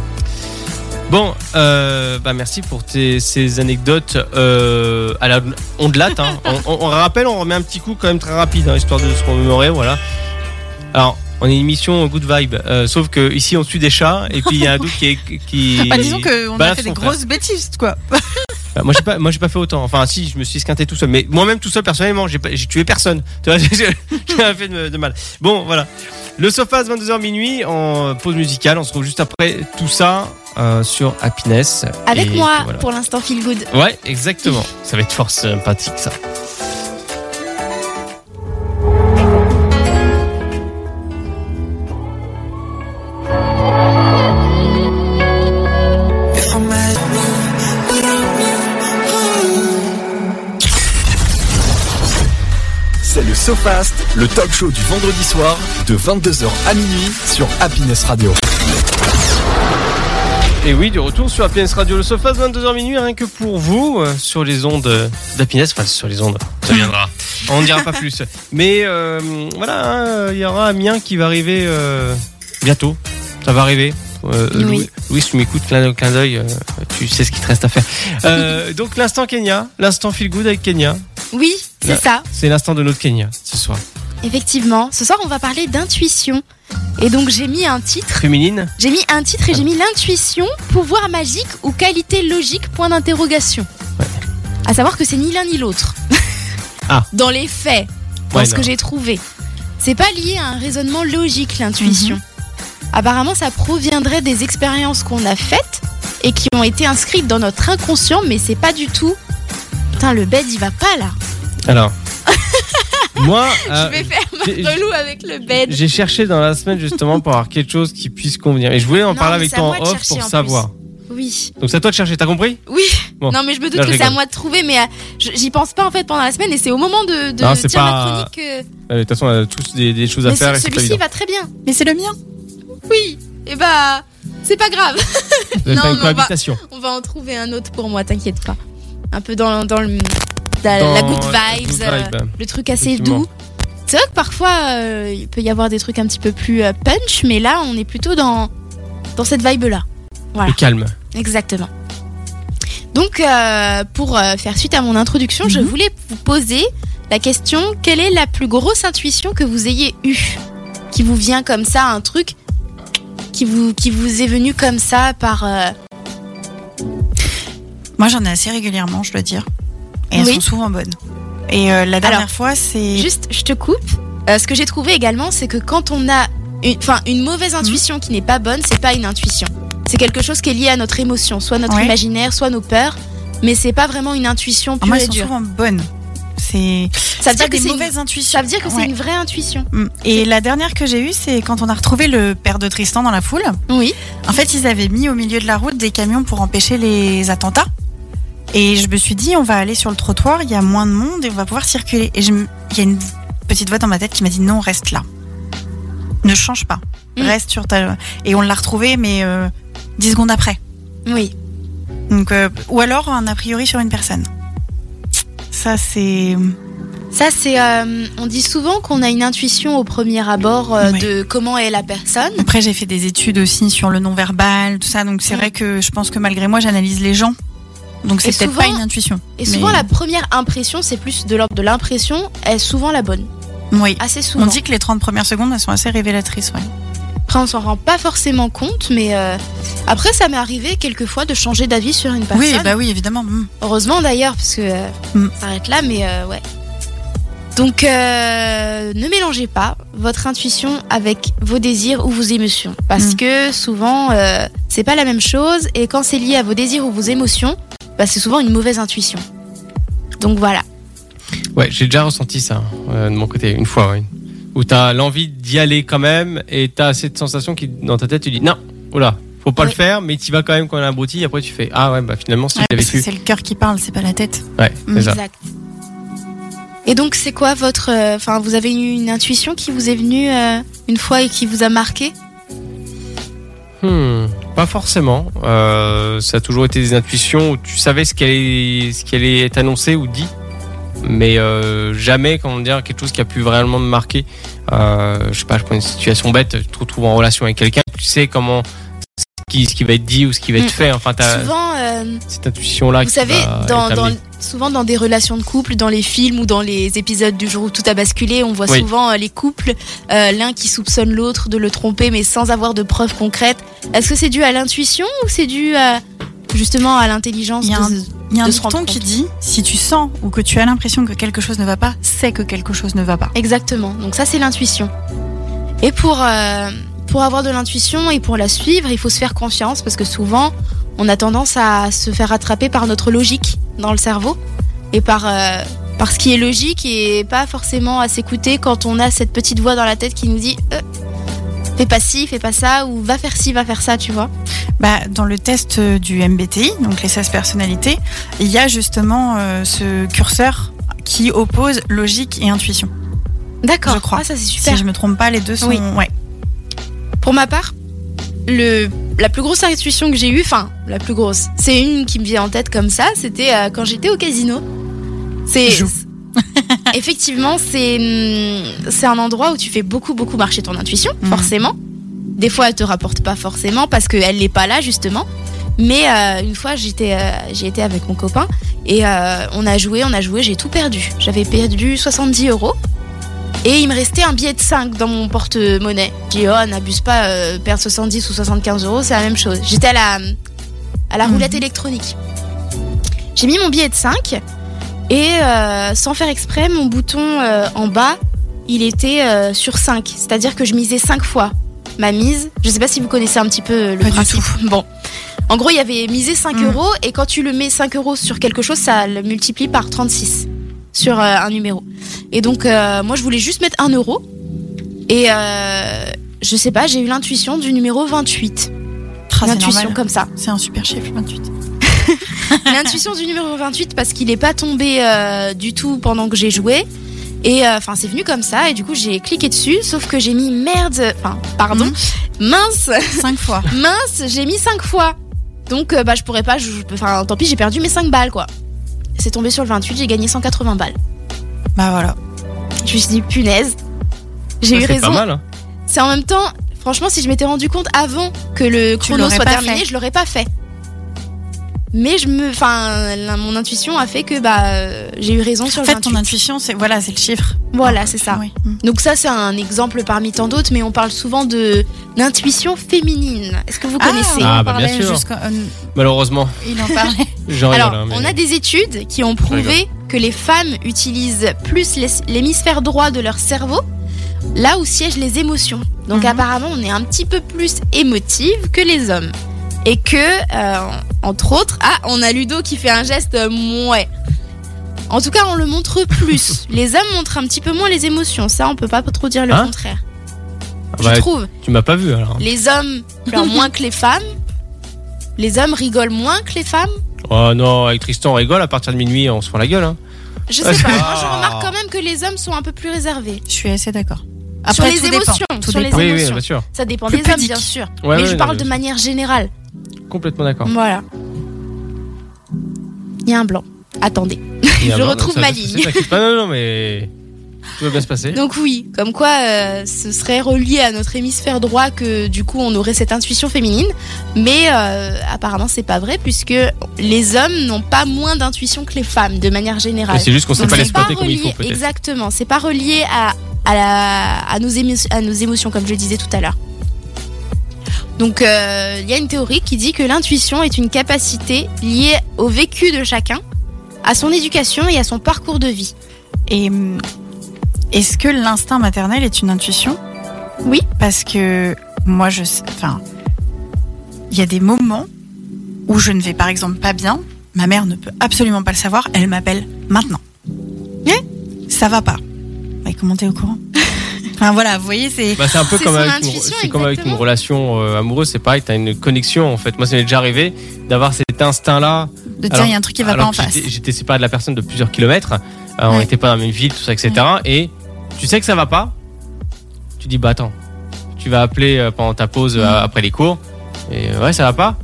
Speaker 2: Bon, euh, bah merci pour tes, ces anecdotes euh, à la ondelate. Hein. on, on- on rappelle, on remet un petit coup quand même très rapide, hein, histoire de se remémorer, voilà. Alors, on est une émission Good Vibe, euh, sauf que ici on tue des chats et puis il y a un doute qui, est- qui
Speaker 4: Bah, disons qu'on a
Speaker 2: balance
Speaker 4: fait des
Speaker 2: son frère.
Speaker 4: grosses bêtises, quoi.
Speaker 2: Bah, moi j'ai pas, moi j'ai pas fait autant. Enfin si, je me suis esquinté tout seul, mais moi-même tout seul personnellement, j'ai pas- j'ai tué personne. Tu vois, j'ai j'ai rien fait de, de mal. Bon voilà. Le Sofas 22h minuit en pause musicale. On se retrouve juste après tout ça euh, sur Happiness.
Speaker 5: Avec
Speaker 2: Et
Speaker 5: moi,
Speaker 2: puis, voilà.
Speaker 5: pour l'instant, feel good.
Speaker 2: Ouais, exactement. Ça va être fort sympathique ça.
Speaker 1: C'est le SoFast, le talk show du vendredi soir de 22h à minuit sur Happiness Radio.
Speaker 2: Et oui, de retour sur Happiness Radio le Sofas 22h minuit, rien que pour vous euh, sur les ondes euh, d'Happiness, enfin sur les ondes. Ça viendra. On ne dira pas plus. Mais euh, voilà, hein, euh, il y aura Amiens qui va arriver euh, bientôt. Ça va arriver. Euh,
Speaker 5: Oui.
Speaker 2: Louis, Louis, tu m'écoutes, clin d'œil, clin d'œil, euh, tu sais ce qu'il te reste à faire. Euh, donc l'instant Kenya, l'instant feel good avec Kenya,
Speaker 5: Oui,
Speaker 2: Là.
Speaker 5: c'est ça,
Speaker 2: c'est l'instant de notre Kenya ce soir.
Speaker 5: effectivement. Ce soir, on va parler d'intuition. Et donc, j'ai mis un titre.
Speaker 2: Féminine
Speaker 5: J'ai mis un titre et j'ai mis l'intuition, pouvoir magique ou qualité logique, point d'interrogation.
Speaker 2: Ouais.
Speaker 5: À savoir que c'est ni l'un ni l'autre.
Speaker 2: Ah.
Speaker 5: Dans les faits. dans
Speaker 2: Ouais,
Speaker 5: ce
Speaker 2: non.
Speaker 5: que j'ai trouvé. C'est pas lié à un raisonnement logique, l'intuition.
Speaker 2: Mm-hmm.
Speaker 5: Apparemment, ça proviendrait des expériences qu'on a faites et qui ont été inscrites dans notre inconscient, mais c'est pas du tout. Putain, le bed, il va pas là.
Speaker 2: Alors, moi, euh,
Speaker 5: je vais faire
Speaker 2: j'ai-
Speaker 5: ma relou avec le bed.
Speaker 2: J'ai cherché dans la semaine justement pour avoir quelque chose qui puisse convenir. Et je voulais en
Speaker 5: Non,
Speaker 2: parler
Speaker 5: mais
Speaker 2: avec
Speaker 5: c'est à
Speaker 2: toi
Speaker 5: moi
Speaker 2: en
Speaker 5: de
Speaker 2: off
Speaker 5: chercher,
Speaker 2: pour
Speaker 5: en
Speaker 2: savoir.
Speaker 5: Oui,
Speaker 2: Donc c'est à toi de chercher, t'as compris
Speaker 5: oui.
Speaker 2: Bon,
Speaker 5: non, mais je me doute
Speaker 2: là, je
Speaker 5: que c'est à
Speaker 2: rigole.
Speaker 5: moi de trouver, mais euh, je- j'y pense pas en fait pendant la semaine et c'est au moment de, de
Speaker 2: Non, c'est
Speaker 5: dire
Speaker 2: pas-
Speaker 5: ma chronique que.
Speaker 2: Euh, De toute façon, on a tous des, des choses à
Speaker 5: mais
Speaker 2: faire. et
Speaker 5: ce-
Speaker 2: c'est pas
Speaker 5: celui-ci
Speaker 2: évident.
Speaker 5: va très bien.
Speaker 4: Mais c'est le mien.
Speaker 5: Oui, et bah, c'est pas grave.
Speaker 2: Vous allez
Speaker 5: Non,
Speaker 2: faire une
Speaker 5: mais on va-
Speaker 2: cohabitation.
Speaker 5: On va en trouver un autre pour moi, t'inquiète pas. Un peu dans, dans le, la- la
Speaker 2: Dans
Speaker 5: good
Speaker 2: la
Speaker 5: vibes,
Speaker 2: good
Speaker 5: euh,
Speaker 2: vibe.
Speaker 5: le truc assez
Speaker 2: Effectivement.
Speaker 5: doux. C'est vrai que parfois euh, il peut y avoir des trucs un petit peu plus euh, punch, mais là on est plutôt dans, dans cette vibe là.
Speaker 2: Le calme.
Speaker 5: Exactement. Donc euh, pour euh, faire suite à mon introduction, je
Speaker 4: Mhm.
Speaker 5: voulais vous poser la question quelle est la plus grosse intuition que vous ayez eue Qui vous vient comme ça, un truc qui vous, qui vous est venu comme ça par. euh,
Speaker 4: Moi, j'en ai assez régulièrement, je dois dire. Et elles
Speaker 5: Oui.
Speaker 4: sont souvent bonnes. Et euh, la dernière
Speaker 5: Alors,
Speaker 4: fois, c'est.
Speaker 5: Juste, je te coupe. Euh, ce que j'ai trouvé également, c'est que quand on a une, enfin, une mauvaise intuition
Speaker 4: Mhm.
Speaker 5: qui n'est pas bonne, c'est pas une intuition. C'est quelque chose qui est lié à notre émotion, soit notre
Speaker 4: Ouais.
Speaker 5: imaginaire, soit nos peurs. Mais c'est pas vraiment une intuition
Speaker 4: Ah,
Speaker 5: pure
Speaker 4: moi,
Speaker 5: et
Speaker 4: elles sont
Speaker 5: dure.
Speaker 4: souvent bonnes. C'est.
Speaker 5: Ça veut, dire
Speaker 4: pas
Speaker 5: que
Speaker 4: des
Speaker 5: c'est
Speaker 4: mauvaises
Speaker 5: une...
Speaker 4: intuitions.
Speaker 5: ça veut dire que c'est
Speaker 4: Ouais.
Speaker 5: une vraie intuition.
Speaker 4: Mm. Et la dernière que j'ai eue, c'est quand on a retrouvé le père de Tristan dans la foule.
Speaker 5: Oui.
Speaker 4: En fait, ils avaient mis au milieu de la route des camions pour empêcher les attentats. Et je me suis dit, on va aller sur le trottoir, il y a moins de monde et on va pouvoir circuler. Et je me- il y a une petite voix dans ma tête qui m'a dit, non, reste là. Ne change pas.
Speaker 5: Mm.
Speaker 4: Reste sur ta. Et on l'a retrouvé, mais euh, 10 secondes après.
Speaker 5: Oui.
Speaker 4: Donc, euh, ou alors un a priori sur une personne. Ça, c'est.
Speaker 5: Ça, c'est. euh, on dit souvent qu'on a une intuition au premier abord euh,
Speaker 4: Ouais.
Speaker 5: de comment est la personne.
Speaker 4: Après, j'ai fait des études aussi sur le non-verbal, tout ça. Donc, c'est
Speaker 5: Mm.
Speaker 4: vrai que je pense que malgré moi, j'analyse les gens. Donc, c'est
Speaker 5: Et
Speaker 4: peut-être
Speaker 5: souvent-
Speaker 4: pas une intuition.
Speaker 5: Et souvent,
Speaker 4: Mais-
Speaker 5: la première impression, c'est plus de l'ordre de l'impression, est souvent la bonne.
Speaker 4: Oui.
Speaker 5: Assez Ah, souvent.
Speaker 4: On dit que les 30 premières secondes, elles sont assez révélatrices, ouais.
Speaker 5: Après, on s'en rend pas forcément compte, mais euh, après, ça m'est arrivé quelquefois de changer d'avis sur une personne.
Speaker 4: Oui, bah oui, évidemment. Mm.
Speaker 5: Heureusement d'ailleurs, parce que euh,
Speaker 4: Mm.
Speaker 5: ça arrête là, mais euh, ouais. Donc, euh, ne mélangez pas votre intuition avec vos désirs ou vos émotions, parce
Speaker 4: Mm.
Speaker 5: que souvent, euh, c'est pas la même chose, et quand c'est lié à vos désirs ou vos émotions, bah, c'est souvent une mauvaise intuition. Donc voilà.
Speaker 2: Ouais, j'ai déjà ressenti ça euh, de mon côté, une fois, ouais. Où t'as l'envie d'y aller quand même et t'as cette sensation qui, dans ta tête, tu dis non, voilà, faut pas
Speaker 5: Oui.
Speaker 2: le faire, mais t'y vas quand même quand on est abruti. Et après, tu fais ah ouais, bah finalement, si
Speaker 4: Ouais,
Speaker 2: tu l'avais
Speaker 4: parce que
Speaker 2: su.
Speaker 4: c'est le cœur qui parle, c'est pas la tête.
Speaker 2: Ouais, c'est ça.
Speaker 5: Exact. Et donc, c'est quoi votre. euh, Enfin, vous avez eu une intuition qui vous est venue euh, une fois et qui vous a marqué
Speaker 2: Hmm, pas forcément. Euh, ça a toujours été des intuitions où tu savais ce qui allait, ce qui allait être annoncé ou dit, mais euh, jamais, comment dire, quelque chose qui a pu vraiment me marquer. Euh, je sais pas, je prends une situation bête, tu te retrouves en relation avec quelqu'un, tu sais comment ce qui, ce qui va être dit ou ce qui va être
Speaker 5: Mm.
Speaker 2: fait. Enfin, t'as
Speaker 5: Souvent. euh,
Speaker 2: cette intuition-là.
Speaker 5: Vous
Speaker 2: qui
Speaker 5: savez,
Speaker 2: va
Speaker 5: dans-
Speaker 2: être
Speaker 5: dans-
Speaker 2: amenée.
Speaker 5: souvent dans des relations de couple, dans les films ou dans les épisodes du jour où tout a basculé, on voit
Speaker 2: Oui.
Speaker 5: souvent euh, les couples, euh, l'un qui soupçonne l'autre de le tromper mais sans avoir de preuves concrètes. Est-ce que c'est dû à l'intuition ou c'est dû à, justement à l'intelligence
Speaker 4: Il y a
Speaker 5: de-
Speaker 4: un- Il y a un
Speaker 5: De se rendre
Speaker 4: dicton qui
Speaker 5: compte.
Speaker 4: dit si tu sens ou que tu as l'impression que quelque chose ne va pas, c'est que quelque chose ne va pas.
Speaker 5: Exactement, donc ça c'est l'intuition. Et pour, euh, pour avoir de l'intuition et pour la suivre, il faut se faire confiance parce que souvent on a tendance à se faire attraper par notre logique dans le cerveau et par, euh, par ce qui est logique et pas forcément à s'écouter quand on a cette petite voix dans la tête qui nous dit Euh, fais pas ci, fais pas ça ou va faire ci, va faire ça, tu vois.
Speaker 4: Bah, dans le test euh, du MBTI, donc les 16 personnalités, il y a justement euh, ce curseur qui oppose logique et intuition.
Speaker 5: D'accord,
Speaker 4: Je crois.
Speaker 5: Ah, ça c'est super.
Speaker 4: Si je me trompe pas, les deux sont.
Speaker 5: Oui.
Speaker 4: Ouais.
Speaker 5: Pour ma part, le, la plus grosse intuition que j'ai eue, enfin, la plus grosse, c'est une qui me vient en tête comme ça, c'était euh, quand j'étais au casino. C'est.
Speaker 4: Joue.
Speaker 5: Effectivement, c'est hum, c'est un endroit où tu fais beaucoup, beaucoup marcher ton intuition,
Speaker 4: Mhm.
Speaker 5: forcément. Des fois, elle te rapporte pas forcément parce qu'elle n'est pas là, justement. Mais euh, une fois, j'étais, euh, j'y étais avec mon copain et euh, on a joué, on a joué, j'ai tout perdu. J'avais perdu 70 euros. Et il me restait un billet de 5 dans mon porte-monnaie. J'ai dit, oh, n'abuse pas, euh, perdre 70 ou 75 euros, c'est la même chose. J'étais à la, à la
Speaker 4: Mhm.
Speaker 5: roulette électronique. J'ai mis mon billet de 5 et euh, sans faire exprès, mon bouton euh, en bas, il était euh, sur 5. C'est-à-dire que je misais 5 fois ma mise. Je sais pas si vous connaissez un petit peu euh, le
Speaker 4: Pas du
Speaker 5: principe. Bon. En gros, il y avait misé 5
Speaker 4: Mhm.
Speaker 5: euros et quand tu le mets 5 euros sur quelque chose, ça le multiplie par 36 sur euh, un numéro. Et donc, euh, moi, je voulais juste mettre 1 euro. Et euh, je sais pas, j'ai eu l'intuition du numéro
Speaker 4: Tra,
Speaker 5: 28.
Speaker 4: Ah, c'est
Speaker 5: l'intuition
Speaker 4: normal.
Speaker 5: comme ça.
Speaker 4: C'est un super chiffre, 28.
Speaker 5: L'intuition du numéro 28 parce qu'il n'est pas tombé euh, du tout pendant que j'ai joué. Et euh, enfin, c'est venu comme ça. Et du coup, j'ai cliqué dessus. Sauf que j'ai mis merde. Enfin, pardon.
Speaker 4: Mhm.
Speaker 5: Mince,
Speaker 4: 5 fois.
Speaker 5: mince, j'ai mis 5 fois. Donc, euh, bah, je pourrais pas. je- je- Enfin, tant pis, j'ai perdu mes 5 balles, quoi. C'est tombé sur le 28, j'ai gagné 180 balles.
Speaker 4: Bah voilà.
Speaker 5: Je me suis dit, punaise. J'ai eu
Speaker 2: Ouais, C'est pas
Speaker 5: raison.
Speaker 2: mal. hein.
Speaker 5: C'est en même temps, franchement, si je m'étais rendu compte avant que le chrono
Speaker 4: l'aurais
Speaker 5: soit
Speaker 4: pas
Speaker 5: terminé,
Speaker 4: fait.
Speaker 5: je l'aurais pas fait. Mais je me, enfin, la- mon intuition a fait que bah euh, j'ai eu raison sur
Speaker 4: En
Speaker 5: le
Speaker 4: fait,
Speaker 5: 28.
Speaker 4: ton intuition, c'est voilà, c'est le chiffre.
Speaker 5: Voilà, c'est ça.
Speaker 4: Oui. Mm.
Speaker 5: Donc ça, c'est un exemple parmi tant d'autres, mais on parle souvent de l'intuition féminine. Est-ce que vous connaissez
Speaker 4: on
Speaker 2: Ah, bah,
Speaker 4: en
Speaker 2: bien
Speaker 4: parlait
Speaker 2: sûr.
Speaker 4: jusqu'en- euh,
Speaker 2: Malheureusement,
Speaker 4: il en parlait.
Speaker 2: j'en rigole,
Speaker 5: Alors,
Speaker 2: hein, mais-
Speaker 5: on a des études qui ont prouvé que les femmes utilisent plus l'hés- l'hémisphère droit de leur cerveau, là où siègent les émotions. Donc
Speaker 4: Mhm.
Speaker 5: apparemment, on est un petit peu plus émotive que les hommes. Et que, euh, entre autres, ah, on a Ludo qui fait un geste euh, mouais. En tout cas, on le montre plus. les hommes montrent un petit peu moins les émotions. Ça, on peut pas trop dire le
Speaker 2: Hein
Speaker 5: contraire.
Speaker 2: Ah
Speaker 5: Je
Speaker 2: bah,
Speaker 5: trouve.
Speaker 2: tu m'as pas vu alors.
Speaker 5: Les hommes pleurent moins que les femmes. Les hommes rigolent moins que les femmes.
Speaker 2: Oh non, avec Tristan on rigole à partir de minuit, on se prend la gueule. Hein.
Speaker 5: Je sais pas. Moi, je
Speaker 6: Ah.
Speaker 5: remarque quand même que les hommes sont un peu plus réservés.
Speaker 4: Je suis assez d'accord.
Speaker 5: Sur les
Speaker 4: tout dépend.
Speaker 5: émotions,
Speaker 4: Tout
Speaker 5: sur les
Speaker 4: dépend.
Speaker 2: Oui, oui,
Speaker 5: émotions.
Speaker 2: bien sûr.
Speaker 5: Ça dépend
Speaker 4: Plus
Speaker 5: des hommes,
Speaker 4: pudique.
Speaker 5: bien sûr.
Speaker 2: Ouais,
Speaker 5: mais
Speaker 2: ouais,
Speaker 5: je
Speaker 2: non,
Speaker 5: parle
Speaker 2: mais
Speaker 5: de manière générale.
Speaker 2: Complètement d'accord.
Speaker 5: Voilà. Il y a un blanc. Attendez.
Speaker 2: Et
Speaker 5: je
Speaker 2: alors,
Speaker 5: retrouve
Speaker 2: ça va
Speaker 5: ma
Speaker 2: bien se passer,
Speaker 5: ligne.
Speaker 2: t'inquiète pas, Ah non, non, mais tout va bien se passer.
Speaker 5: Donc oui, comme quoi euh, ce serait relié à notre hémisphère droit que du coup on aurait cette intuition féminine, mais euh, apparemment c'est pas vrai puisque les hommes n'ont pas moins d'intuition que les femmes de manière
Speaker 2: Mais
Speaker 5: générale.
Speaker 2: C'est juste qu'on sait
Speaker 5: Donc,
Speaker 2: pas les
Speaker 5: c'est pas
Speaker 2: spotter comme il faut
Speaker 5: relié,
Speaker 2: peut-être.
Speaker 5: exactement, c'est pas relié à, à, la- à nos émo- à nos émotions comme je le disais tout à l'heure. Donc euh, il y a une théorie qui dit que l'intuition est une capacité liée au vécu de chacun, à son éducation et à son parcours de vie.
Speaker 4: Et hum, est-ce que l'instinct maternel est une intuition
Speaker 5: Oui.
Speaker 4: Parce que moi, je. sais- Enfin, il y a des moments où je ne vais par exemple pas bien. Ma mère ne peut absolument pas le savoir. Elle m'appelle maintenant.
Speaker 5: Hein
Speaker 4: Ça va pas. Mais comment t'es au courant Enfin voilà, vous voyez, c'est.
Speaker 2: Bah, c'est un peu
Speaker 5: C'est
Speaker 2: comme
Speaker 5: son
Speaker 2: avec, une,
Speaker 5: intuition,
Speaker 2: c'est comme avec une
Speaker 5: exactement.
Speaker 2: relation euh, amoureuse, c'est pareil, t'as une connexion en fait. Moi, ça m'est déjà arrivé d'avoir cet instinct-là.
Speaker 4: De dire,
Speaker 2: Alors-
Speaker 4: il y a un truc qui va pas
Speaker 2: alors
Speaker 4: en
Speaker 2: que
Speaker 4: face.
Speaker 2: j'étais- J'étais séparé de la personne de plusieurs kilomètres, euh, on
Speaker 4: Ouais.
Speaker 2: n'était pas dans la même ville, tout ça, etc. Et tu sais que ça va pas, tu dis, bah attends, tu vas appeler euh, pendant ta pause euh, après les cours, et euh, ouais, ça va pas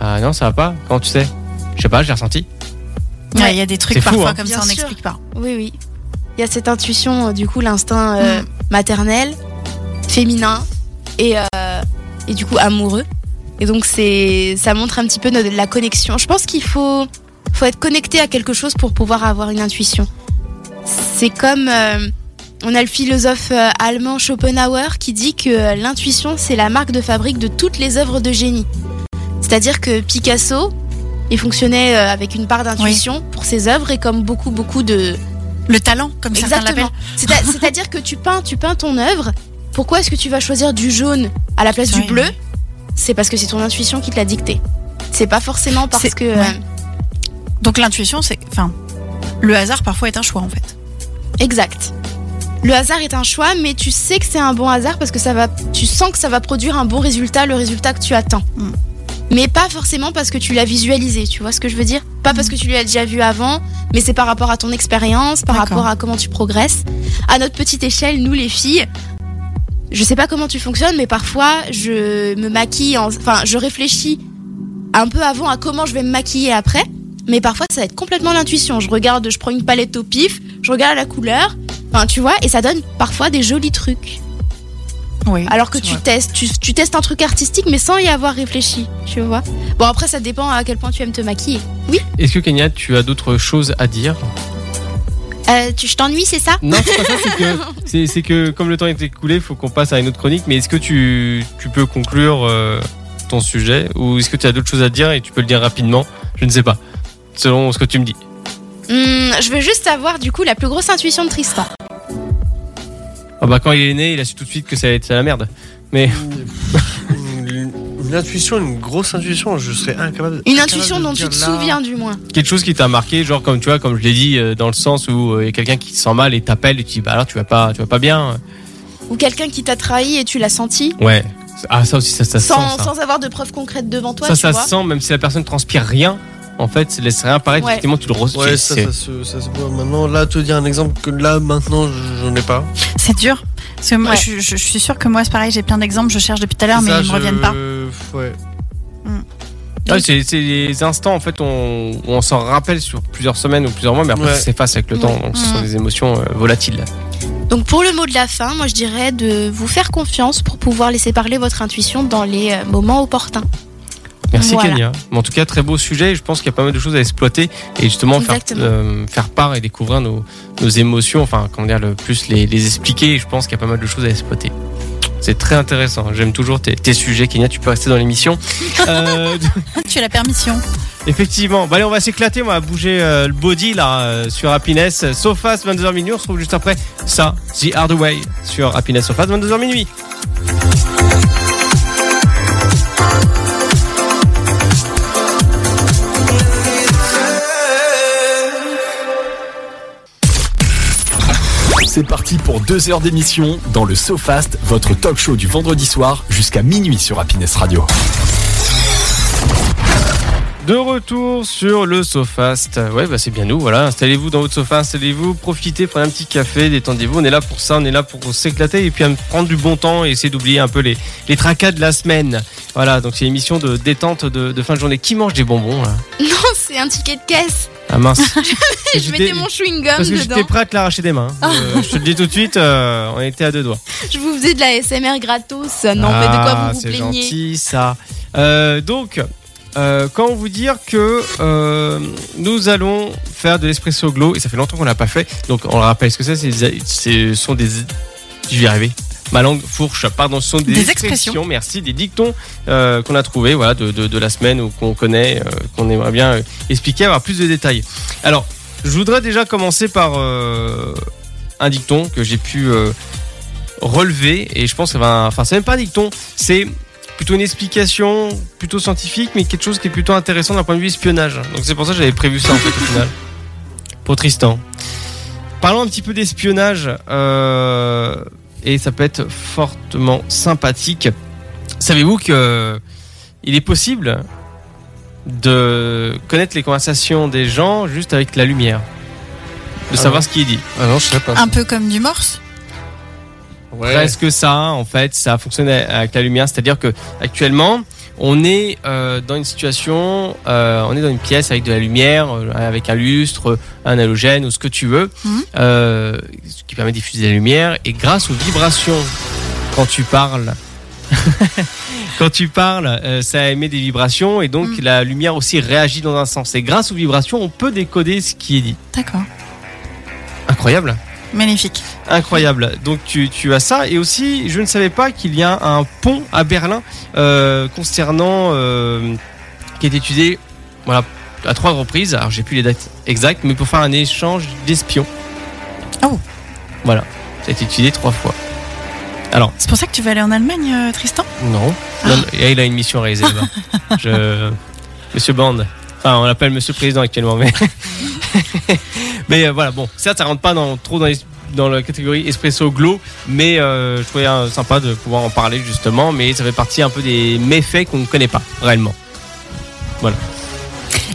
Speaker 2: Ah non, ça va pas, quand tu sais Je sais pas, j'ai ressenti.
Speaker 4: Ouais, Il y a des trucs
Speaker 2: C'est fou,
Speaker 4: parfois
Speaker 2: hein.
Speaker 4: comme
Speaker 5: Bien
Speaker 4: ça, on
Speaker 5: sûr.
Speaker 4: n'explique pas.
Speaker 5: Oui, oui. Il y a cette intuition, euh, du coup, l'instinct euh, maternel, féminin et, euh, et du coup amoureux. Et donc, c'est, ça montre un petit peu notre- la connexion. Je pense qu'il faut, faut être connecté à quelque chose pour pouvoir avoir une intuition. C'est comme. euh, on a le philosophe euh, allemand Schopenhauer qui dit que euh, l'intuition, c'est la marque de fabrique de toutes les œuvres de génie. C'est-à-dire que Picasso, il fonctionnait euh, avec une part d'intuition pour ses œuvres et comme beaucoup, beaucoup de,
Speaker 4: Le talent, comme certains l'appellent.
Speaker 5: Exactement. C'est à- C'est-à-dire que tu peins, tu peins ton œuvre. Pourquoi est-ce que tu vas choisir du jaune à la place du
Speaker 4: Oui.
Speaker 5: bleu C'est parce que c'est ton intuition qui te l'a dicté. C'est pas forcément parce
Speaker 4: C'est-
Speaker 5: que.
Speaker 4: ouais.
Speaker 5: euh,
Speaker 4: Donc l'intuition, c'est. Enfin, le hasard parfois est un choix en fait.
Speaker 5: exact. Le hasard est un choix, mais tu sais que c'est un bon hasard parce que ça va, tu sens que ça va produire un bon résultat, le résultat que tu attends.
Speaker 4: Mm.
Speaker 5: Mais pas forcément parce que tu l'as visualisé, tu vois ce que je veux dire Pas
Speaker 4: Mm.
Speaker 5: parce que tu l'as déjà vu avant, mais c'est par rapport à ton expérience, par
Speaker 4: D'accord.
Speaker 5: rapport à comment tu progresses. À notre petite échelle, nous les filles, je sais pas comment tu fonctionnes, mais parfois je me maquille, en- enfin je réfléchis un peu avant à comment je vais me maquiller après. Mais parfois ça va être complètement l'intuition. Je regarde, je prends une palette au pif, je regarde la couleur, enfin tu vois, et ça donne parfois des jolis trucs.
Speaker 4: Oui.
Speaker 5: Alors que
Speaker 4: c'est
Speaker 5: tu
Speaker 4: vrai.
Speaker 5: testes, tu, tu testes un truc artistique mais sans y avoir réfléchi, tu vois. Bon après ça dépend à quel point tu aimes te maquiller.
Speaker 2: Est-ce que Kenya, tu as d'autres choses à dire
Speaker 5: Euh, tu, je t'ennuie, c'est ça
Speaker 2: Non, c'est pas ça, c'est que, c'est, c'est que comme le temps est écoulé, il faut qu'on passe à une autre chronique. Mais est-ce que tu, tu peux conclure euh, ton sujet Ou est-ce que tu as d'autres choses à dire et tu peux le dire rapidement Je ne sais pas. Selon ce que tu me dis.
Speaker 5: Hum, Je veux juste savoir du coup la plus grosse intuition de Tristan.
Speaker 2: Ah bah, quand il est né, il a su tout de suite que ça allait être à la merde.
Speaker 3: Une une intuition, une grosse intuition, je serais incapable.
Speaker 5: Une
Speaker 3: incapable
Speaker 5: intuition
Speaker 3: de
Speaker 5: dont
Speaker 3: dire
Speaker 5: tu te
Speaker 3: là.
Speaker 5: souviens du moins.
Speaker 2: Quelque chose qui t'a marqué, genre comme tu vois, comme je l'ai dit, euh, dans le sens où euh, il y a quelqu'un qui te sent mal et t'appelle et tu dis bah alors tu vas pas, tu vas pas bien.
Speaker 5: Ou quelqu'un qui t'a trahi et tu l'as senti
Speaker 2: Ouais. Ah ça aussi ça, ça se
Speaker 5: sans,
Speaker 2: sent. Ça,
Speaker 5: sans avoir de preuves concrètes devant toi,
Speaker 2: ça,
Speaker 5: tu
Speaker 2: ça
Speaker 5: vois.
Speaker 2: se sent même si la personne transpire rien. En fait, ça laisse rien paraître.
Speaker 5: Ouais.
Speaker 2: Effectivement, tu le ressens.
Speaker 3: Ouais,
Speaker 2: tu-
Speaker 3: ça,
Speaker 2: c'est-
Speaker 3: ça, se, ça se voit maintenant. Là, te dire un exemple que là, maintenant, je- j'en ai pas.
Speaker 4: C'est dur. Parce que moi,
Speaker 5: Ouais.
Speaker 4: je, je- je suis sûre que moi, c'est pareil, j'ai plein d'exemples, je cherche depuis tout à l'heure, mais
Speaker 3: Ça,
Speaker 4: ils me
Speaker 3: je-
Speaker 4: reviennent pas.
Speaker 3: Euh, Ouais.
Speaker 2: Ah, c'est c'est les instants en fait on, on s'en rappelle sur plusieurs semaines ou plusieurs mois mais après
Speaker 3: Ouais.
Speaker 2: ça s'efface avec le
Speaker 5: Ouais.
Speaker 2: temps donc ce sont
Speaker 4: Mhm.
Speaker 2: des émotions euh, volatiles.
Speaker 5: Donc pour le mot de la fin, moi je dirais de vous faire confiance pour pouvoir laisser parler votre intuition dans les euh, moments opportuns.
Speaker 2: Merci
Speaker 5: Voilà.
Speaker 2: Kenya. Mais en tout cas très beau sujet et je pense qu'il y a pas mal de choses à exploiter et justement faire,
Speaker 5: Exactement.
Speaker 2: euh, faire part et découvrir nos, nos émotions enfin comment dire le plus les, les expliquer et je pense qu'il y a pas mal de choses à exploiter. C'est très intéressant. J'aime toujours tes, tes sujets Kenya, tu peux rester dans l'émission. Euh,
Speaker 4: tu as la permission.
Speaker 2: Effectivement. Bah allez, on va s'éclater, on va bouger euh, le body là euh, sur Happiness. Sofast 22h minuit, on se retrouve juste après ça, The Hard Way sur Happiness Sofast 22h minuit.
Speaker 1: C'est parti pour deux heures d'émission dans le SoFast, votre talk show du vendredi soir jusqu'à minuit sur Happiness Radio.
Speaker 2: De retour sur le Sofast. Ouais, bah c'est bien nous, voilà. Installez-vous dans votre sofa, installez-vous, profitez, prenez un petit café, détendez-vous. On est là pour ça, on est là pour s'éclater et puis à prendre du bon temps et essayer d'oublier un peu les, les tracas de la semaine. Voilà, donc c'est une émission de détente de, de fin de journée. Qui mange des bonbons là
Speaker 5: Non, c'est un ticket de caisse.
Speaker 2: Ah mince.
Speaker 5: je mettais mon chewing-gum
Speaker 2: Parce que j'étais
Speaker 5: dedans.
Speaker 2: prêt à te l'arracher des mains.
Speaker 5: Ah.
Speaker 2: hein. Euh, je te le dis tout de suite, euh, on était à deux doigts.
Speaker 5: Je vous faisais de la SMR gratos. Non, mais de quoi
Speaker 2: Ah,
Speaker 5: vous vous
Speaker 2: c'est
Speaker 5: plaignez
Speaker 2: gentil ça. Euh, donc, euh, quand vous dire que euh, nous allons faire de l'espresso glow, et ça fait longtemps qu'on l'a pas fait, donc on le rappelle ce que c'est, c'est des- c'est- ce sont des... Je vais y arriver. Ma langue fourche, pardon, ce sont des,
Speaker 4: Des
Speaker 2: expressions,
Speaker 4: expressions.
Speaker 2: merci, des dictons euh, qu'on a trouvés voilà, de, de- de la semaine ou qu'on connaît, euh, qu'on aimerait bien euh, expliquer, avoir plus de détails. Alors, je voudrais déjà commencer par euh, un dicton que j'ai pu euh, relever et je pense que ça va. Enfin, c'est même pas un dicton, c'est plutôt une explication plutôt scientifique, mais quelque chose qui est plutôt intéressant d'un point de vue espionnage. Donc c'est pour ça que j'avais prévu ça en fait au final pour Tristan. Parlons un petit peu d'espionnage euh, et ça peut être fortement sympathique. Savez-vous que euh, il est possible de connaître les conversations des gens juste avec la lumière, de
Speaker 3: Ah
Speaker 2: savoir
Speaker 3: ouais.
Speaker 2: ce qui est dit.
Speaker 3: Ah non, je sais pas.
Speaker 4: Un peu comme du morse.
Speaker 3: Ouais.
Speaker 2: presque ça en fait ça fonctionne avec la lumière c'est à dire que actuellement on est euh, dans une situation euh, on est dans une pièce avec de la lumière euh, avec un lustre euh, un halogène ou ce que tu veux
Speaker 4: Mhm.
Speaker 2: euh, ce qui permet de diffuser la lumière et grâce aux vibrations quand tu parles quand tu parles euh, ça émet des vibrations et donc la lumière aussi réagit dans un sens et grâce aux vibrations on peut décoder ce qui est dit
Speaker 4: D'accord.
Speaker 2: incroyable
Speaker 4: Magnifique.
Speaker 2: Incroyable. Donc tu, tu as ça. Et aussi, je ne savais pas qu'il y a un pont à Berlin euh, concernant... euh, qui est étudié voilà, à trois reprises. Alors j'ai plus les dates exactes, mais pour faire un échange d'espions.
Speaker 4: Oh.
Speaker 2: Voilà. Ça a été étudié trois fois. Alors,
Speaker 4: C'est pour ça que tu vas aller en Allemagne, euh, Tristan
Speaker 2: non. Non, non, et il a une mission réalisée là-bas. Je... Monsieur Band. Enfin, on l'appelle Monsieur le Président actuellement, mais. mais euh, voilà, bon, certes, ça rentre pas dans, trop dans, les- dans la catégorie espresso glow, mais euh, je trouvais euh, sympa de pouvoir en parler justement, mais ça fait partie un peu des méfaits qu'on ne connaît pas réellement.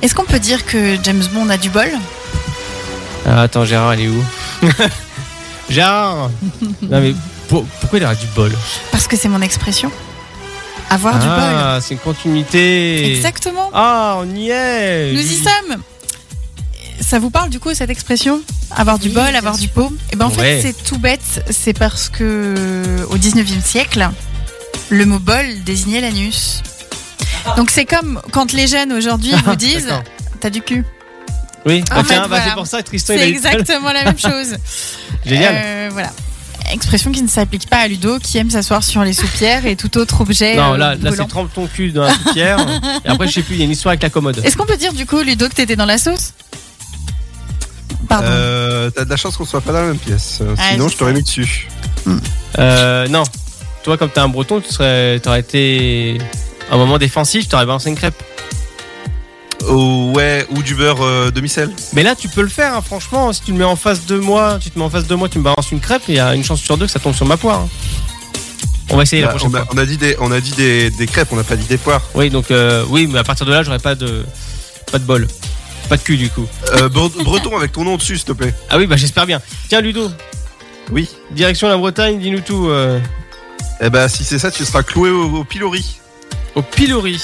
Speaker 4: Est-ce qu'on peut dire que James Bond a du bol
Speaker 2: Ah, attends, Gérard, elle est où Gérard Non, mais pour- pourquoi il a du bol
Speaker 4: Parce que c'est mon expression. Avoir du bol.
Speaker 2: Ah, c'est une continuité.
Speaker 4: Exactement.
Speaker 2: Ah, on y est
Speaker 4: Nous y sommes. Ça vous parle du coup cette expression Avoir du bol, avoir du pot Et ben en
Speaker 2: Ouais.
Speaker 4: fait c'est tout bête, c'est parce que euh, au 19e siècle, le mot bol désignait l'anus. Donc c'est comme quand les jeunes aujourd'hui vous disent
Speaker 2: D'accord.
Speaker 4: t'as du cul.
Speaker 2: Oui,
Speaker 4: En
Speaker 2: bah,
Speaker 4: fait,
Speaker 2: tiens, bah,
Speaker 4: voilà.
Speaker 2: c'est pour ça que Tristan il a
Speaker 4: C'est
Speaker 2: eu le bol.
Speaker 4: exactement la même chose.
Speaker 2: Génial.
Speaker 4: Euh, voilà. Expression qui ne s'applique pas à Ludo qui aime s'asseoir sur les soupières et tout autre objet.
Speaker 2: non,
Speaker 4: euh,
Speaker 2: là, là
Speaker 4: volant.
Speaker 2: c'est trempe ton cul dans la pierre. et après, je sais plus, il y a une histoire avec la commode.
Speaker 4: Est-ce qu'on peut dire du coup Ludo que t'étais dans la sauce Pardon.
Speaker 6: Euh, T'as de la chance qu'on soit pas dans la même pièce. Euh,
Speaker 2: Ah,
Speaker 4: Ouais,
Speaker 6: Sinon,
Speaker 4: c'est
Speaker 6: je t'aurais mis dessus.
Speaker 2: Euh, non. Toi, comme t'es un breton, tu serais, t'aurais été à un moment défensif, t'aurais balancé une crêpe.
Speaker 6: Oh, ouais, ou du beurre euh, demi-sel.
Speaker 2: Mais là, tu peux le faire, hein, franchement. Si tu me mets en face de moi, tu te mets en face de moi, tu me balances une crêpe, il y a une chance sur deux que ça tombe sur ma poire. hein. On va essayer la
Speaker 6: Bah,
Speaker 2: prochaine
Speaker 6: on, a,
Speaker 2: fois.
Speaker 6: on a dit des, on a dit des, des crêpes, on n'a pas dit des poires.
Speaker 2: Oui, donc, euh, oui, mais à partir de là, j'aurais pas de, pas de bol. Pas de cul, du coup.
Speaker 6: Euh, Bre- breton avec ton nom dessus, s'il te plaît.
Speaker 2: Ah oui, bah, j'espère bien. Tiens, Ludo,
Speaker 6: Oui.
Speaker 2: direction la Bretagne, dis-nous tout. euh,
Speaker 6: Eh ben, si c'est ça, tu seras cloué au, au pilori.
Speaker 2: au pilori.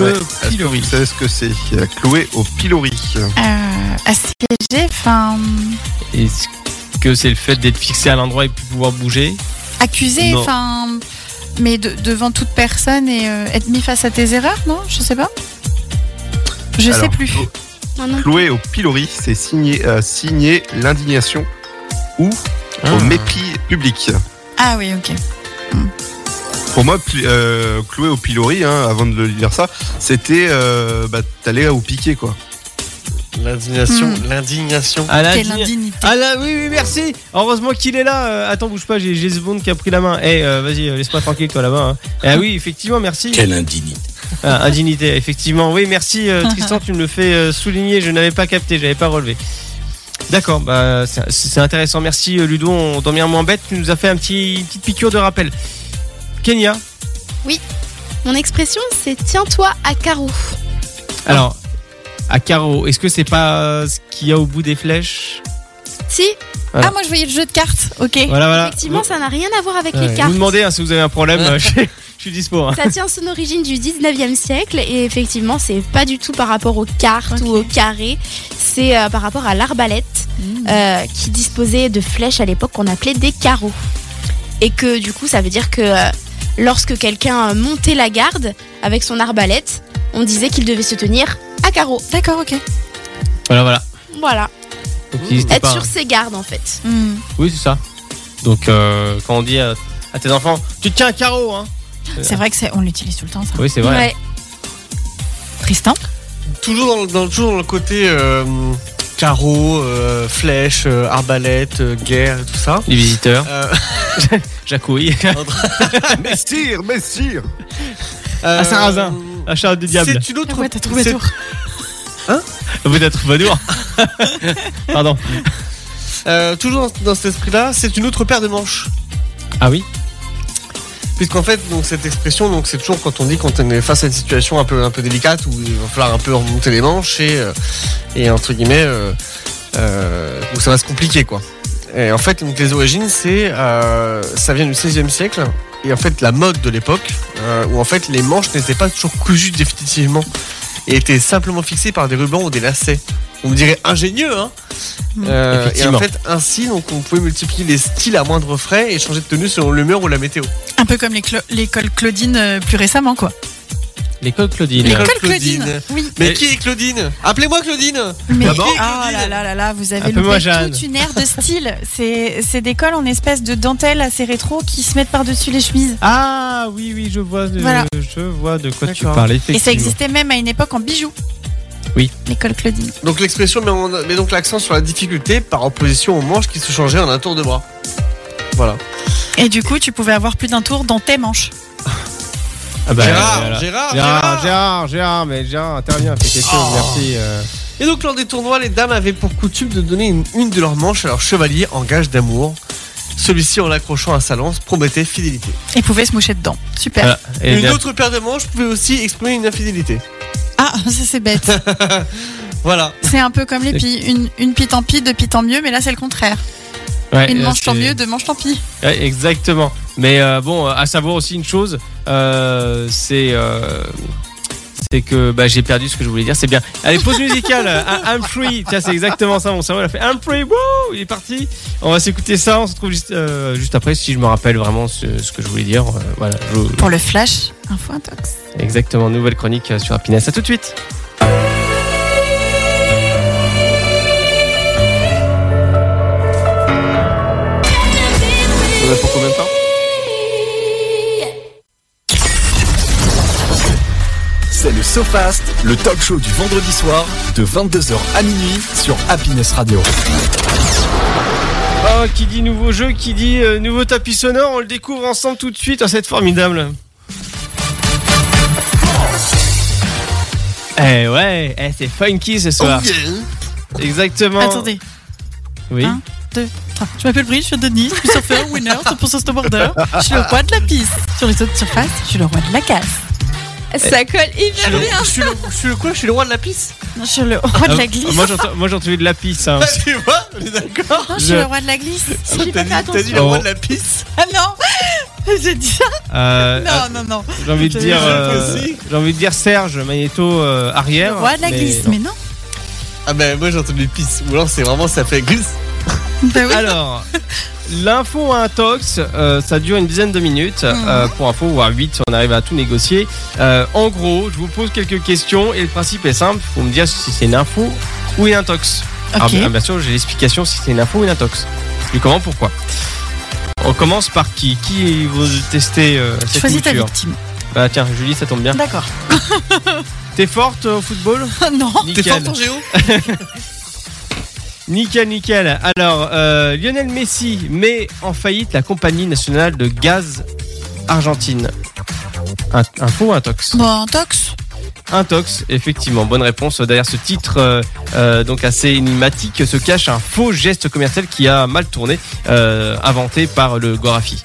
Speaker 6: Ouais.
Speaker 2: Au pilori.
Speaker 6: Vous savez ce que c'est euh, Cloué au pilori.
Speaker 4: Euh, assiégé, enfin
Speaker 2: Est-ce que c'est le fait d'être fixé à l'endroit et plus pouvoir bouger
Speaker 4: accusé,
Speaker 2: Non.
Speaker 4: enfin mais de- devant toute personne et euh, être mis face à tes erreurs, non Je sais pas. Je sais
Speaker 6: Alors,
Speaker 4: plus.
Speaker 6: clou-
Speaker 5: Non, non.
Speaker 6: Cloué au pilori, c'est signer, euh, signer l'indignation ou au mépris public.
Speaker 4: Ah oui, ok.
Speaker 6: Pour moi, pli- euh, cloué au pilori, hein, avant de le lire ça, c'était euh, bah, t'allais au piqué quoi.
Speaker 3: L'indignation,
Speaker 4: Hmm.
Speaker 3: l'indignation.
Speaker 2: À la
Speaker 4: Quelle
Speaker 2: dîner-
Speaker 4: indignité.
Speaker 2: Ah là, oui, oui, merci. Heureusement qu'il est là. Euh, attends, bouge pas, j'ai j'ai Zbond qui a pris la main. Eh, euh, vas-y, euh, laisse-moi tranquille, toi, là-bas. hein. Ah oui, effectivement, merci.
Speaker 1: Quelle indignité.
Speaker 2: Ah, indignité, effectivement. Oui, merci, euh, Tristan, tu me le fais euh, souligner. Je n'avais pas capté, j'avais pas relevé. D'accord, bah, c'est- c'est intéressant. Merci, euh, Ludo. On dormir moins bête. Tu nous as fait un petit, une petite piqûre de rappel. Kenya,
Speaker 5: Mon expression, c'est tiens-toi à carreau.
Speaker 2: Ah. alors, à carreau, est-ce que c'est pas euh, ce qu'il y a au bout des flèches
Speaker 5: Si,
Speaker 2: Voilà.
Speaker 4: Ah, moi je voyais le jeu de cartes, ok.
Speaker 2: Ah, Voilà, voilà.
Speaker 5: effectivement, ça n'a rien à voir avec
Speaker 2: Ouais,
Speaker 5: les cartes.
Speaker 2: Vous demandez hein, si vous avez un problème euh, chez, je suis dispo. hein.
Speaker 5: Ça tient son origine du 19e siècle et effectivement, c'est pas du tout par rapport aux cartes
Speaker 4: Ok.
Speaker 5: ou aux carrés, c'est euh, par rapport à l'arbalète euh, qui disposait de flèches à l'époque qu'on appelait des carreaux. Et que du coup, ça veut dire que euh, lorsque quelqu'un euh, montait la garde avec son arbalète, on disait qu'il devait se tenir à carreau.
Speaker 4: D'accord, ok.
Speaker 2: Voilà, voilà.
Speaker 5: Voilà,
Speaker 2: Donc, n'hésitez
Speaker 5: être
Speaker 2: pas. hein.
Speaker 5: sur ses gardes en fait.
Speaker 4: Hmm.
Speaker 2: Oui, c'est ça. Donc, euh, quand on dit à, à tes enfants, tu tiens un carreau, hein
Speaker 4: C'est vrai que c'est, on l'utilise tout le temps, ça.
Speaker 2: Oui, c'est vrai.
Speaker 5: Ouais.
Speaker 4: Tristan
Speaker 3: Toujours dans, le- dans- toujours dans le côté euh, carreau, euh, flèche, euh, arbalète, euh, guerre et tout ça.
Speaker 2: Les visiteurs,
Speaker 3: Euh,
Speaker 2: Jacouille,
Speaker 3: Ah,
Speaker 6: Messire, messire
Speaker 3: euh,
Speaker 2: Sarrazin. la charge du diable.
Speaker 3: C'est une autre.
Speaker 4: Ah Ouais, t'as trouvé
Speaker 3: c'est-
Speaker 4: tour.
Speaker 2: Vous êtes troubadour. Pardon.
Speaker 3: euh, toujours dans, dans cet esprit-là, c'est une autre paire de manches.
Speaker 2: Ah oui
Speaker 3: Puisqu'en fait, donc, cette expression, donc, c'est toujours quand on dit quand on est face à une situation un peu, un peu délicate où il va falloir un peu remonter les manches et, euh, et entre guillemets, euh, euh, où ça va se compliquer quoi. Et en fait, donc, les origines, c'est euh, ça vient du 16e siècle et en fait la mode de l'époque euh, où en fait les manches n'étaient pas toujours cousues définitivement et étaient simplement fixées par des rubans ou des lacets. On me dirait ingénieux, hein Euh, Et
Speaker 2: Effectivement.
Speaker 3: en fait, ainsi, donc, on pouvait multiplier les styles à moindre frais et changer de tenue selon l'humeur ou la météo.
Speaker 4: Un peu comme les clo- l'école Claudine euh, plus récemment, quoi.
Speaker 2: L'école Claudine.
Speaker 3: L'école
Speaker 4: L'école Claudine.
Speaker 3: Claudine.
Speaker 4: Oui.
Speaker 3: Mais
Speaker 2: Et-
Speaker 3: qui est Claudine Appelez-moi Claudine
Speaker 4: Mais
Speaker 3: D'abord,
Speaker 4: oh là là là là, vous avez
Speaker 2: Appelle-moi
Speaker 4: loupé
Speaker 2: Jeanne.
Speaker 4: toute une ère de style. C'est c'est des cols en espèce de dentelle assez rétro qui se mettent par-dessus les chemises.
Speaker 2: Ah oui, oui, je vois, de-
Speaker 4: Voilà.
Speaker 2: je vois de quoi tu
Speaker 3: D'accord.
Speaker 2: parles.
Speaker 4: Et ça
Speaker 2: effectivement.
Speaker 4: existait même à une époque en bijoux.
Speaker 2: Oui.
Speaker 4: L'école Claudine.
Speaker 3: Donc l'expression met, en- met donc l'accent sur la difficulté par opposition aux manches qui se changeaient en un tour de bras. Voilà.
Speaker 4: Et du coup, tu pouvais avoir plus d'un tour dans tes manches.
Speaker 2: Ah bah,
Speaker 3: Gérard,
Speaker 2: voilà. Gérard,
Speaker 3: Gérard,
Speaker 4: Ah.
Speaker 3: Gérard
Speaker 2: Gérard, Gérard, mais Gérard, interviens, fais quelque chose,
Speaker 3: Oh.
Speaker 2: merci. euh.
Speaker 3: Et donc lors des tournois, les dames avaient pour coutume de donner une, une de leurs manches à leur chevalier en gage d'amour. Celui-ci, en l'accrochant à sa lance, promettait fidélité.
Speaker 4: Et pouvait se moucher dedans. Super.
Speaker 2: Voilà. Et
Speaker 3: une
Speaker 2: Eh bien-
Speaker 3: autre paire de manches pouvait aussi exprimer une infidélité.
Speaker 4: Ah, ça c'est bête.
Speaker 3: Voilà.
Speaker 4: c'est un peu comme les pies. Une, une pie tant pis, deux pies tant mieux, mais là c'est le contraire.
Speaker 2: ouais,
Speaker 4: Une
Speaker 2: là,
Speaker 4: manche tant
Speaker 2: c'est-
Speaker 4: mieux, deux manches tant pis.
Speaker 2: Ouais, exactement. Mais euh, bon, euh, à savoir aussi une chose, euh, c'est euh, c'est que bah, j'ai perdu ce que je voulais dire. C'est bien. Allez, pause musicale. à I'm free. Tiens, c'est exactement ça. Mon cerveau il a fait I'm free. Wouh, il est parti. On va s'écouter ça. On se retrouve juste euh, juste après si je me rappelle vraiment ce, ce que je voulais dire. Euh, voilà. je-
Speaker 4: Pour le flash, info intox.
Speaker 2: exactement. Nouvelle chronique euh, sur Happiness. À tout de suite.
Speaker 6: On a pour combien de temps
Speaker 1: C'est le SoFast, le talk show du vendredi soir de 22h à minuit sur Happiness Radio.
Speaker 2: Ah, qui dit nouveau jeu, qui dit euh, nouveau tapis sonore, on le découvre ensemble tout de suite. Ah, c'est formidable. Eh ouais, eh, c'est funky ce soir. Exactement.
Speaker 4: Attendez,
Speaker 2: Oui.
Speaker 4: Hein Attends, je m'appelle Brice, je suis de Nice, je suis surfeur, winner, 100% snowboarder. Je suis le roi de la piste. Sur les autres surfaces, je suis le roi de la casse.
Speaker 2: Eh.
Speaker 5: Ça colle hyper
Speaker 3: Je suis le, je suis le quoi Je suis le roi de la piste
Speaker 4: Non, je suis le roi de la glisse.
Speaker 2: Ah, moi, j'entends- moi j'ai entendu de la pisse. hein.
Speaker 3: Bah, Tu vois On est d'accord
Speaker 4: Non, je suis
Speaker 2: je-
Speaker 4: le roi de la glisse.
Speaker 5: J'ai
Speaker 3: T'as
Speaker 5: pas
Speaker 3: dit,
Speaker 5: fait
Speaker 3: t'as dit
Speaker 5: attention.
Speaker 3: le roi
Speaker 2: Oh.
Speaker 3: de la piste
Speaker 4: Ah non J'ai dit ça
Speaker 2: Euh, ah,
Speaker 4: Non, non, non.
Speaker 2: j'ai envie de
Speaker 4: je-
Speaker 2: dire,
Speaker 4: je-
Speaker 2: euh,
Speaker 3: aussi.
Speaker 2: j'ai envie de dire Serge Magneto euh,
Speaker 4: Le
Speaker 2: arrière.
Speaker 4: roi de la
Speaker 2: mais
Speaker 4: glisse,
Speaker 2: non.
Speaker 4: mais non.
Speaker 3: Ah bah moi j'ai entendu piste. Ou alors c'est vraiment ça fait glisse.
Speaker 4: Bah oui.
Speaker 2: Alors, l'info intox, euh, ça dure une dizaine de minutes.
Speaker 4: Hmm.
Speaker 2: Euh, pour info, voire 8 si on arrive à tout négocier. Euh, en gros, je vous pose quelques questions et le principe est simple. Vous me dire si c'est une info ou une intox. Alors,
Speaker 4: Ok.
Speaker 2: bien, bien sûr, j'ai l'explication si c'est une info ou une intox. Du comment, pourquoi. On commence par qui Qui vous tester euh, cette
Speaker 4: Choisis ta
Speaker 2: culture
Speaker 4: victime.
Speaker 2: Bah tiens, Julie, ça tombe bien.
Speaker 4: D'accord.
Speaker 2: T'es forte au football
Speaker 4: Ah non
Speaker 3: T'es
Speaker 2: Nickel.
Speaker 3: fort en géo
Speaker 2: Nickel, nickel. Alors, euh, Lionel Messi met en faillite la compagnie nationale de gaz argentine. Un, un faux ou un tox
Speaker 4: Bon, en tox
Speaker 2: Un tox, effectivement. Bonne réponse. Derrière ce titre, euh, euh, donc assez énigmatique, se cache un faux geste commercial qui a mal tourné, euh, inventé par le Gorafi.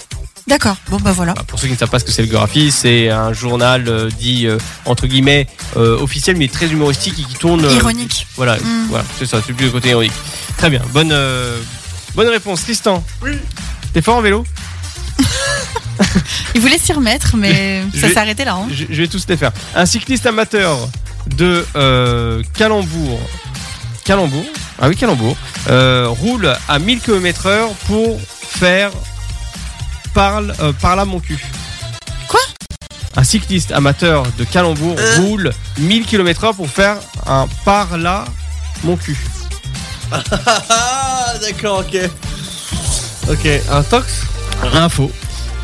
Speaker 4: D'accord. Bon, bah voilà.
Speaker 2: Bah, pour ceux qui ne savent pas ce que c'est le Gorafi, c'est un journal euh, dit, euh, entre guillemets, euh, officiel, mais très humoristique et qui tourne... euh,
Speaker 4: Ironique.
Speaker 2: voilà,
Speaker 4: Mm.
Speaker 2: voilà, c'est ça, c'est plus le côté héroïque. Très bien, bonne, euh, bonne réponse. Tristan Oui T'es fort en vélo
Speaker 4: Il voulait s'y remettre, mais
Speaker 2: Je
Speaker 4: ça
Speaker 2: vais-
Speaker 4: s'est arrêté là. hein.
Speaker 2: Je, je vais tous les faire. Un cycliste amateur de euh, Calembourg. Calembourg Ah oui, Calembourg. euh, roule à 1000 km/h pour faire. Parle, euh, par là mon cul.
Speaker 4: Quoi
Speaker 2: Un cycliste amateur de Calembourg roule 1000 km/h pour faire un par là mon cul.
Speaker 3: Ah, d'accord, ok. Ok, un tox
Speaker 2: Info.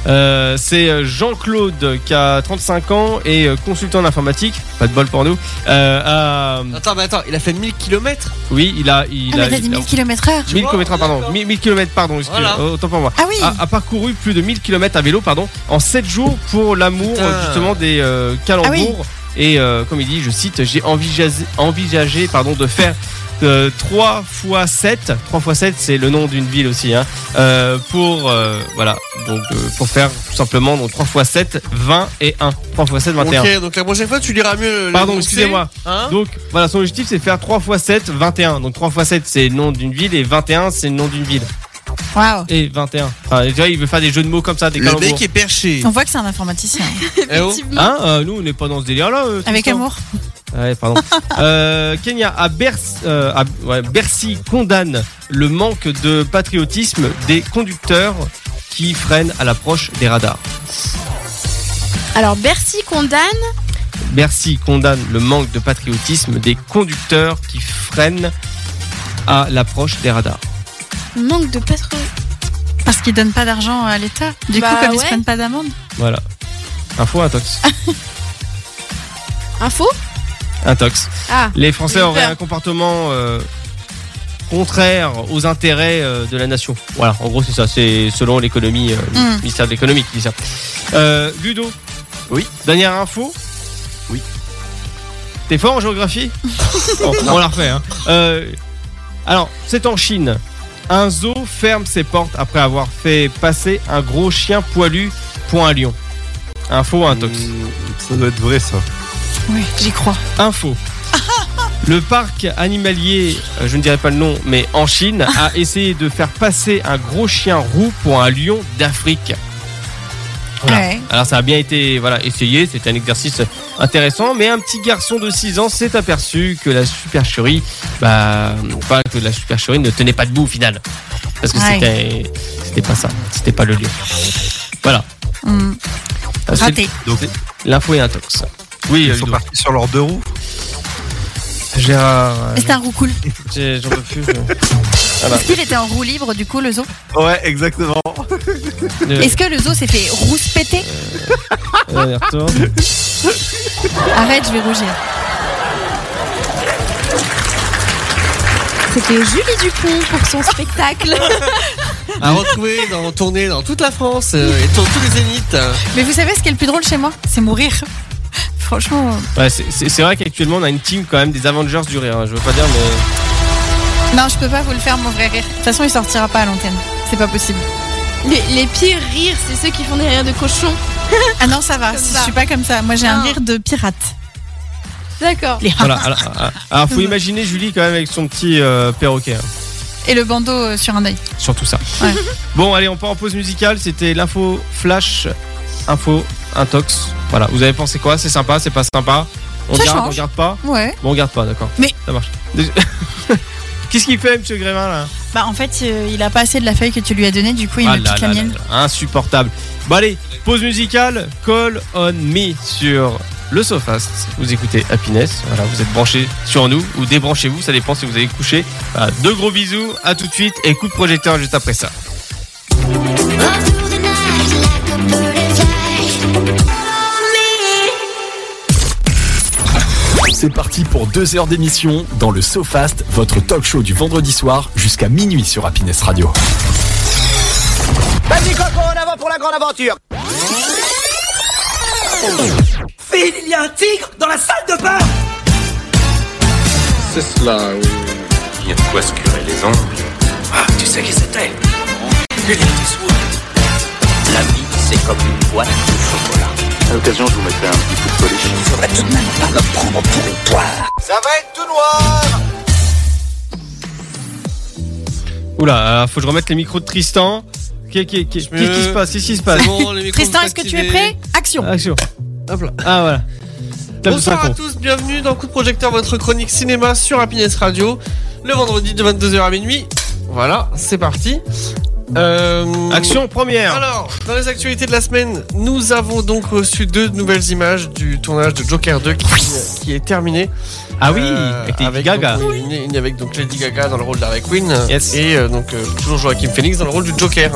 Speaker 2: Euh, c'est Jean-Claude qui a 35 ans et euh, consultant en informatique, pas de bol pour nous. Euh, à-
Speaker 3: Attends, mais attends, il a fait 1000 km
Speaker 2: oui, il a, il
Speaker 4: Ah,
Speaker 2: a,
Speaker 4: mais t'as dit
Speaker 2: il a-
Speaker 4: 1000 km/h
Speaker 2: 1000 km, pardon,
Speaker 3: D'accord.
Speaker 2: 1000 1000 km, pardon, excuse,
Speaker 3: Voilà.
Speaker 2: euh, autant pour moi.
Speaker 4: Ah oui
Speaker 2: A, a parcouru plus de 1000 km à vélo, pardon, en 7 jours pour l'amour
Speaker 3: Putain.
Speaker 2: euh, justement des euh, calembours.
Speaker 4: Ah oui.
Speaker 2: Et euh, comme il dit, je cite, j'ai envisagé, envisagé pardon, de faire euh, 3 x 7. 3 x 7, c'est le nom d'une ville aussi. Hein, euh, pour, euh, voilà, donc, euh, pour faire tout simplement donc, 3 x 7, 20 et 1. 3 x 7, 21.
Speaker 3: Ok, donc la prochaine fois, tu liras mieux le.
Speaker 2: Pardon,
Speaker 3: le-
Speaker 2: excusez-moi.
Speaker 3: Hein
Speaker 2: Donc voilà, son objectif c'est de faire 3 x 7, 21. Donc 3 x 7 c'est le nom d'une ville et 21 c'est le nom d'une ville.
Speaker 4: Waouh
Speaker 2: Et 21. Enfin, tu vois, il veut faire des jeux de mots comme ça, des
Speaker 3: Le
Speaker 2: calembours.
Speaker 3: mec est perché.
Speaker 4: On voit que c'est un informaticien.
Speaker 3: Eh oh.
Speaker 5: Effectivement.
Speaker 2: Hein euh, Nous, on n'est pas dans ce délire-là. euh,
Speaker 4: Avec
Speaker 2: Tristan.
Speaker 4: amour.
Speaker 2: Ouais, pardon. Euh, Kenya, à Bercy, euh, à- ouais, Bercy condamne le manque de patriotisme des conducteurs qui freinent à l'approche des radars.
Speaker 5: Alors Bercy condamne.
Speaker 2: Bercy condamne le manque de patriotisme des conducteurs qui freinent à l'approche des radars.
Speaker 5: Manque de patron.
Speaker 4: Parce qu'ils donnent pas d'argent à l'État. Du
Speaker 5: Bah
Speaker 4: coup, comme ils se
Speaker 5: ouais.
Speaker 4: prennent pas d'amende.
Speaker 2: Voilà. Info, hein, intox.
Speaker 5: Info
Speaker 2: Intox.
Speaker 5: Ah.
Speaker 2: Les Français
Speaker 5: J'ai
Speaker 2: auraient
Speaker 5: peur.
Speaker 2: un comportement euh, contraire aux intérêts euh, de la nation. Voilà, en gros c'est ça, c'est selon l'économie, euh, le
Speaker 5: Mm.
Speaker 4: Hmm.
Speaker 2: ministère de l'économie qui dit ça. Euh, Ludo
Speaker 6: Oui.
Speaker 2: Dernière info
Speaker 6: Oui. Oh,
Speaker 2: T'es fort en géographie Bon, On la refait. hein. Euh, alors, c'est en Chine. Un zoo ferme ses portes après avoir fait passer un gros chien poilu pour un lion. Info, intox.
Speaker 6: Mmh, Ça doit être vrai, ça.
Speaker 4: Oui, j'y crois.
Speaker 2: Info. Le parc animalier, euh, je ne dirai pas le nom, mais en Chine, a essayé de faire passer un gros chien roux pour un lion d'Afrique. Voilà.
Speaker 4: Ouais.
Speaker 2: Alors ça a bien été voilà, essayé, c'était un exercice intéressant, mais un petit garçon de 6 ans s'est aperçu que la supercherie, bah, pas que la supercherie ne tenait pas debout au final. Parce que
Speaker 4: Ouais.
Speaker 2: c'était, c'était pas ça, c'était pas le lion. Voilà.
Speaker 4: Hmm.
Speaker 2: Ah Parce que
Speaker 4: Raté.
Speaker 6: Donc,
Speaker 2: L'info est intox. Oui,
Speaker 6: ils
Speaker 2: euh,
Speaker 6: sont
Speaker 2: Ludo.
Speaker 6: partis sur leurs deux roues.
Speaker 2: Gérard, euh,
Speaker 4: Mais c'était un roux cool.
Speaker 2: j'ai- j'en peux plus. je- Voilà.
Speaker 4: Est-ce qu'il était en roue libre, du coup, le zoo
Speaker 6: Ouais, exactement.
Speaker 2: Euh,
Speaker 4: Est-ce que le zoo s'est fait rouspéter
Speaker 2: on y retourne.
Speaker 4: Arrête, je vais rougir.
Speaker 5: C'était Julie Dupont pour son spectacle.
Speaker 3: À retrouver dans tournée dans toute la France euh, et dans tous les zéniths.
Speaker 4: Mais vous savez ce qui est le plus drôle chez moi C'est mourir. Franchement.
Speaker 2: Ouais, c'est- c'est c'est vrai qu'actuellement on a une team quand même des Avengers du rire. hein. Je veux pas dire, mais
Speaker 4: Non, je peux pas vous le faire, mon vrai rire. De toute façon, il sortira pas à l'antenne. C'est pas possible.
Speaker 5: les, les pires rires, c'est ceux qui font des rires de cochon.
Speaker 4: Ah non, ça va.
Speaker 5: Comme
Speaker 4: Je
Speaker 5: ça.
Speaker 4: suis pas comme ça. Moi, j'ai un
Speaker 5: Non.
Speaker 4: rire de pirate.
Speaker 5: D'accord.
Speaker 4: Les
Speaker 2: voilà. Alors, alors, alors, faut imaginer Julie quand même avec son petit euh, perroquet. hein.
Speaker 4: Et le bandeau euh, sur un œil.
Speaker 2: Surtout ça.
Speaker 4: Ouais.
Speaker 2: Bon, allez, on part en pause musicale. C'était l'info flash, info intox. Voilà. Vous avez pensé quoi C'est sympa, c'est pas sympa On
Speaker 4: Ça
Speaker 2: garde,
Speaker 4: change.
Speaker 2: on garde pas.
Speaker 4: Ouais.
Speaker 2: Bon, on garde pas, d'accord.
Speaker 4: Mais-
Speaker 2: ça marche. Déjà- Qu'est-ce qu'il fait, Monsieur Grévin là
Speaker 4: Bah, en fait, euh, il a pas assez de la feuille que tu lui as donnée. Du coup, il
Speaker 2: Ah
Speaker 4: me
Speaker 2: là
Speaker 4: pique
Speaker 2: là
Speaker 4: la
Speaker 2: là
Speaker 4: mienne.
Speaker 2: là, Insupportable. Bon allez, pause musicale, Call on Me sur le Sofast. Vous écoutez Happiness, voilà, vous êtes branchés sur nous ou débranchez-vous, ça dépend si vous allez coucher. Voilà, deux gros bisous, à tout de suite et coup de projecteur juste après ça.
Speaker 7: All through the night, like a bird in flight. Follow me.
Speaker 1: C'est parti pour deux heures d'émission dans le SoFast, votre talk show du vendredi soir jusqu'à minuit sur Happiness Radio.
Speaker 2: euh, Oula, alors, faut que je remette les micros de Tristan. Qu'est- qu'est- qu'est- Qu'est-ce
Speaker 3: Je me-
Speaker 2: qui se passe Qu'est-ce qui se passe
Speaker 3: C'est bon, les micros
Speaker 4: Tristan,
Speaker 3: sont
Speaker 4: est-ce que tu es
Speaker 3: activés.
Speaker 4: prêt Action
Speaker 2: Action.
Speaker 3: Hop là.
Speaker 2: Ah voilà. Tape
Speaker 3: Bonsoir
Speaker 2: cinq
Speaker 3: à
Speaker 2: ans.
Speaker 3: tous, bienvenue dans Coup de Projecteur, votre chronique cinéma sur Happiness Radio, le vendredi de 22h à minuit. Voilà, c'est parti. Euh,
Speaker 2: Action première.
Speaker 3: Alors, dans les actualités de la semaine, nous avons donc reçu deux nouvelles images du tournage de Joker 2 qui, qui est terminé.
Speaker 2: Ah oui,
Speaker 3: Euh,
Speaker 2: avec Lady Gaga.
Speaker 3: donc, une, une avec donc Lady Gaga dans le rôle d'Harley Quinn
Speaker 2: Yes.
Speaker 3: et euh, donc euh, toujours Joaquin Phoenix dans le rôle du Joker.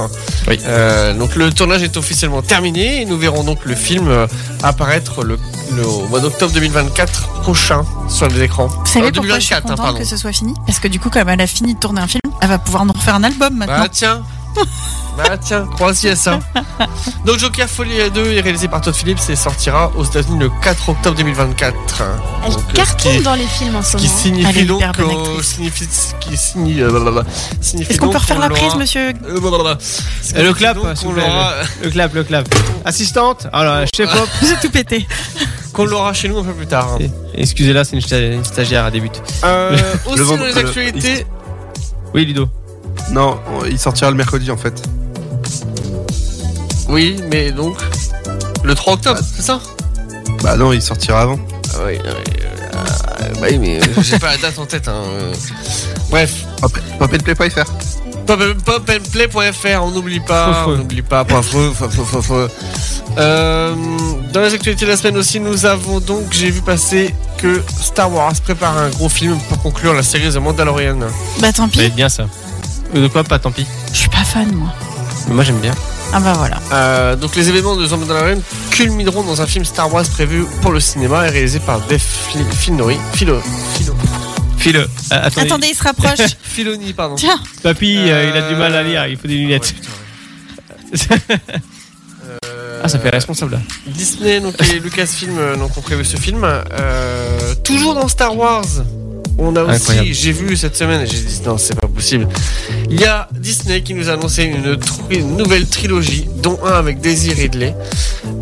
Speaker 2: Oui.
Speaker 3: Euh, donc le tournage est officiellement terminé et nous verrons donc le film euh, apparaître le, le- au mois d'octobre 2024 prochain sur les écrans.
Speaker 4: Vous savez
Speaker 3: Euh,
Speaker 4: pourquoi je suis
Speaker 3: 2024, hein,
Speaker 4: contente
Speaker 3: pardon.
Speaker 4: que ce soit fini Parce que du coup, comme elle a fini de tourner un film, elle va pouvoir nous refaire un album maintenant.
Speaker 3: Bah tiens Bah tiens, crois-y à ça Donc Joker Folie à 2 est réalisé par Todd Phillips et sortira aux États-Unis le 4 octobre 2024.
Speaker 5: Elle
Speaker 3: Donc, euh, ce
Speaker 5: cartonne
Speaker 3: qui-
Speaker 5: dans les films en
Speaker 3: Ce
Speaker 5: ce
Speaker 3: qui
Speaker 5: moment.
Speaker 4: Elle est
Speaker 3: signifie donc
Speaker 4: hyper bonne
Speaker 3: qu'on-
Speaker 4: actrice.
Speaker 3: signifie, ce qui signifie, euh, blablabla. Signifie
Speaker 4: Est-ce qu'on
Speaker 3: donc
Speaker 4: peut refaire
Speaker 3: qu'on
Speaker 4: la prise,
Speaker 3: l'aura-
Speaker 4: monsieur
Speaker 3: Euh, blablabla. Ce qui
Speaker 2: Et le
Speaker 3: signifie
Speaker 2: clap,
Speaker 3: donc
Speaker 2: s'il
Speaker 3: qu'on
Speaker 2: vous plaît.
Speaker 3: l'aura,
Speaker 2: Le clap, le clap. Assistante. Alors, chef hop.
Speaker 4: J'ai tout pété.
Speaker 3: qu'on l'aura chez nous un peu plus tard. hein.
Speaker 2: Excusez-la, c'est une sta- une stagiaire à débute.
Speaker 3: Euh, aussi
Speaker 6: Le
Speaker 3: dans
Speaker 6: vendre-
Speaker 3: les
Speaker 6: le-
Speaker 3: actualités,
Speaker 2: Oui, Ludo.
Speaker 6: Non, on- il sortira le mercredi en fait.
Speaker 3: oui, mais donc le 3 octobre, c'est ça
Speaker 6: Bah non, il sortira avant.
Speaker 3: Ah oui, ah oui, euh, ah, bah oui, mais euh, j'ai pas la date en tête. hein, euh. Bref.
Speaker 6: Pop- Pop and Play pas y faire.
Speaker 3: Pop- popandplay.fr, on n'oublie pas,
Speaker 2: Fofo.
Speaker 3: on n'oublie pas, point fo- fo- fo- fo- fo. Euh, dans les actualités de la semaine aussi, nous avons donc, j'ai vu passer que Star Wars prépare un gros film pour conclure la série The Mandalorian.
Speaker 4: Bah tant
Speaker 2: Ça va
Speaker 4: pis,
Speaker 2: être bien ça. Euh, De quoi pas, tant pis.
Speaker 4: je suis pas fan moi.
Speaker 2: Moi j'aime bien.
Speaker 4: Ah bah voilà.
Speaker 3: Euh, donc les événements de The Mandalorian culmineront dans un film Star Wars prévu pour le cinéma et réalisé par Dave Fil- Filoni, Filo, Filo-
Speaker 2: File. euh, attendez.
Speaker 4: Attendez, il se rapproche.
Speaker 3: Filoni, pardon.
Speaker 4: Tiens,
Speaker 2: Papy, euh,
Speaker 3: Euh, ah
Speaker 2: il a du mal à lire, il faut des lunettes.
Speaker 3: Euh,
Speaker 2: ah, ça fait responsable là.
Speaker 3: Disney donc, et Lucasfilm euh, donc, ont prévu ce film. Euh, toujours dans Star Wars, on a
Speaker 2: Incroyable.
Speaker 3: aussi, j'ai vu cette semaine, et j'ai dit non, c'est pas possible. Il y a Disney qui nous a annoncé une, tri- une nouvelle trilogie, dont un avec Daisy Ridley.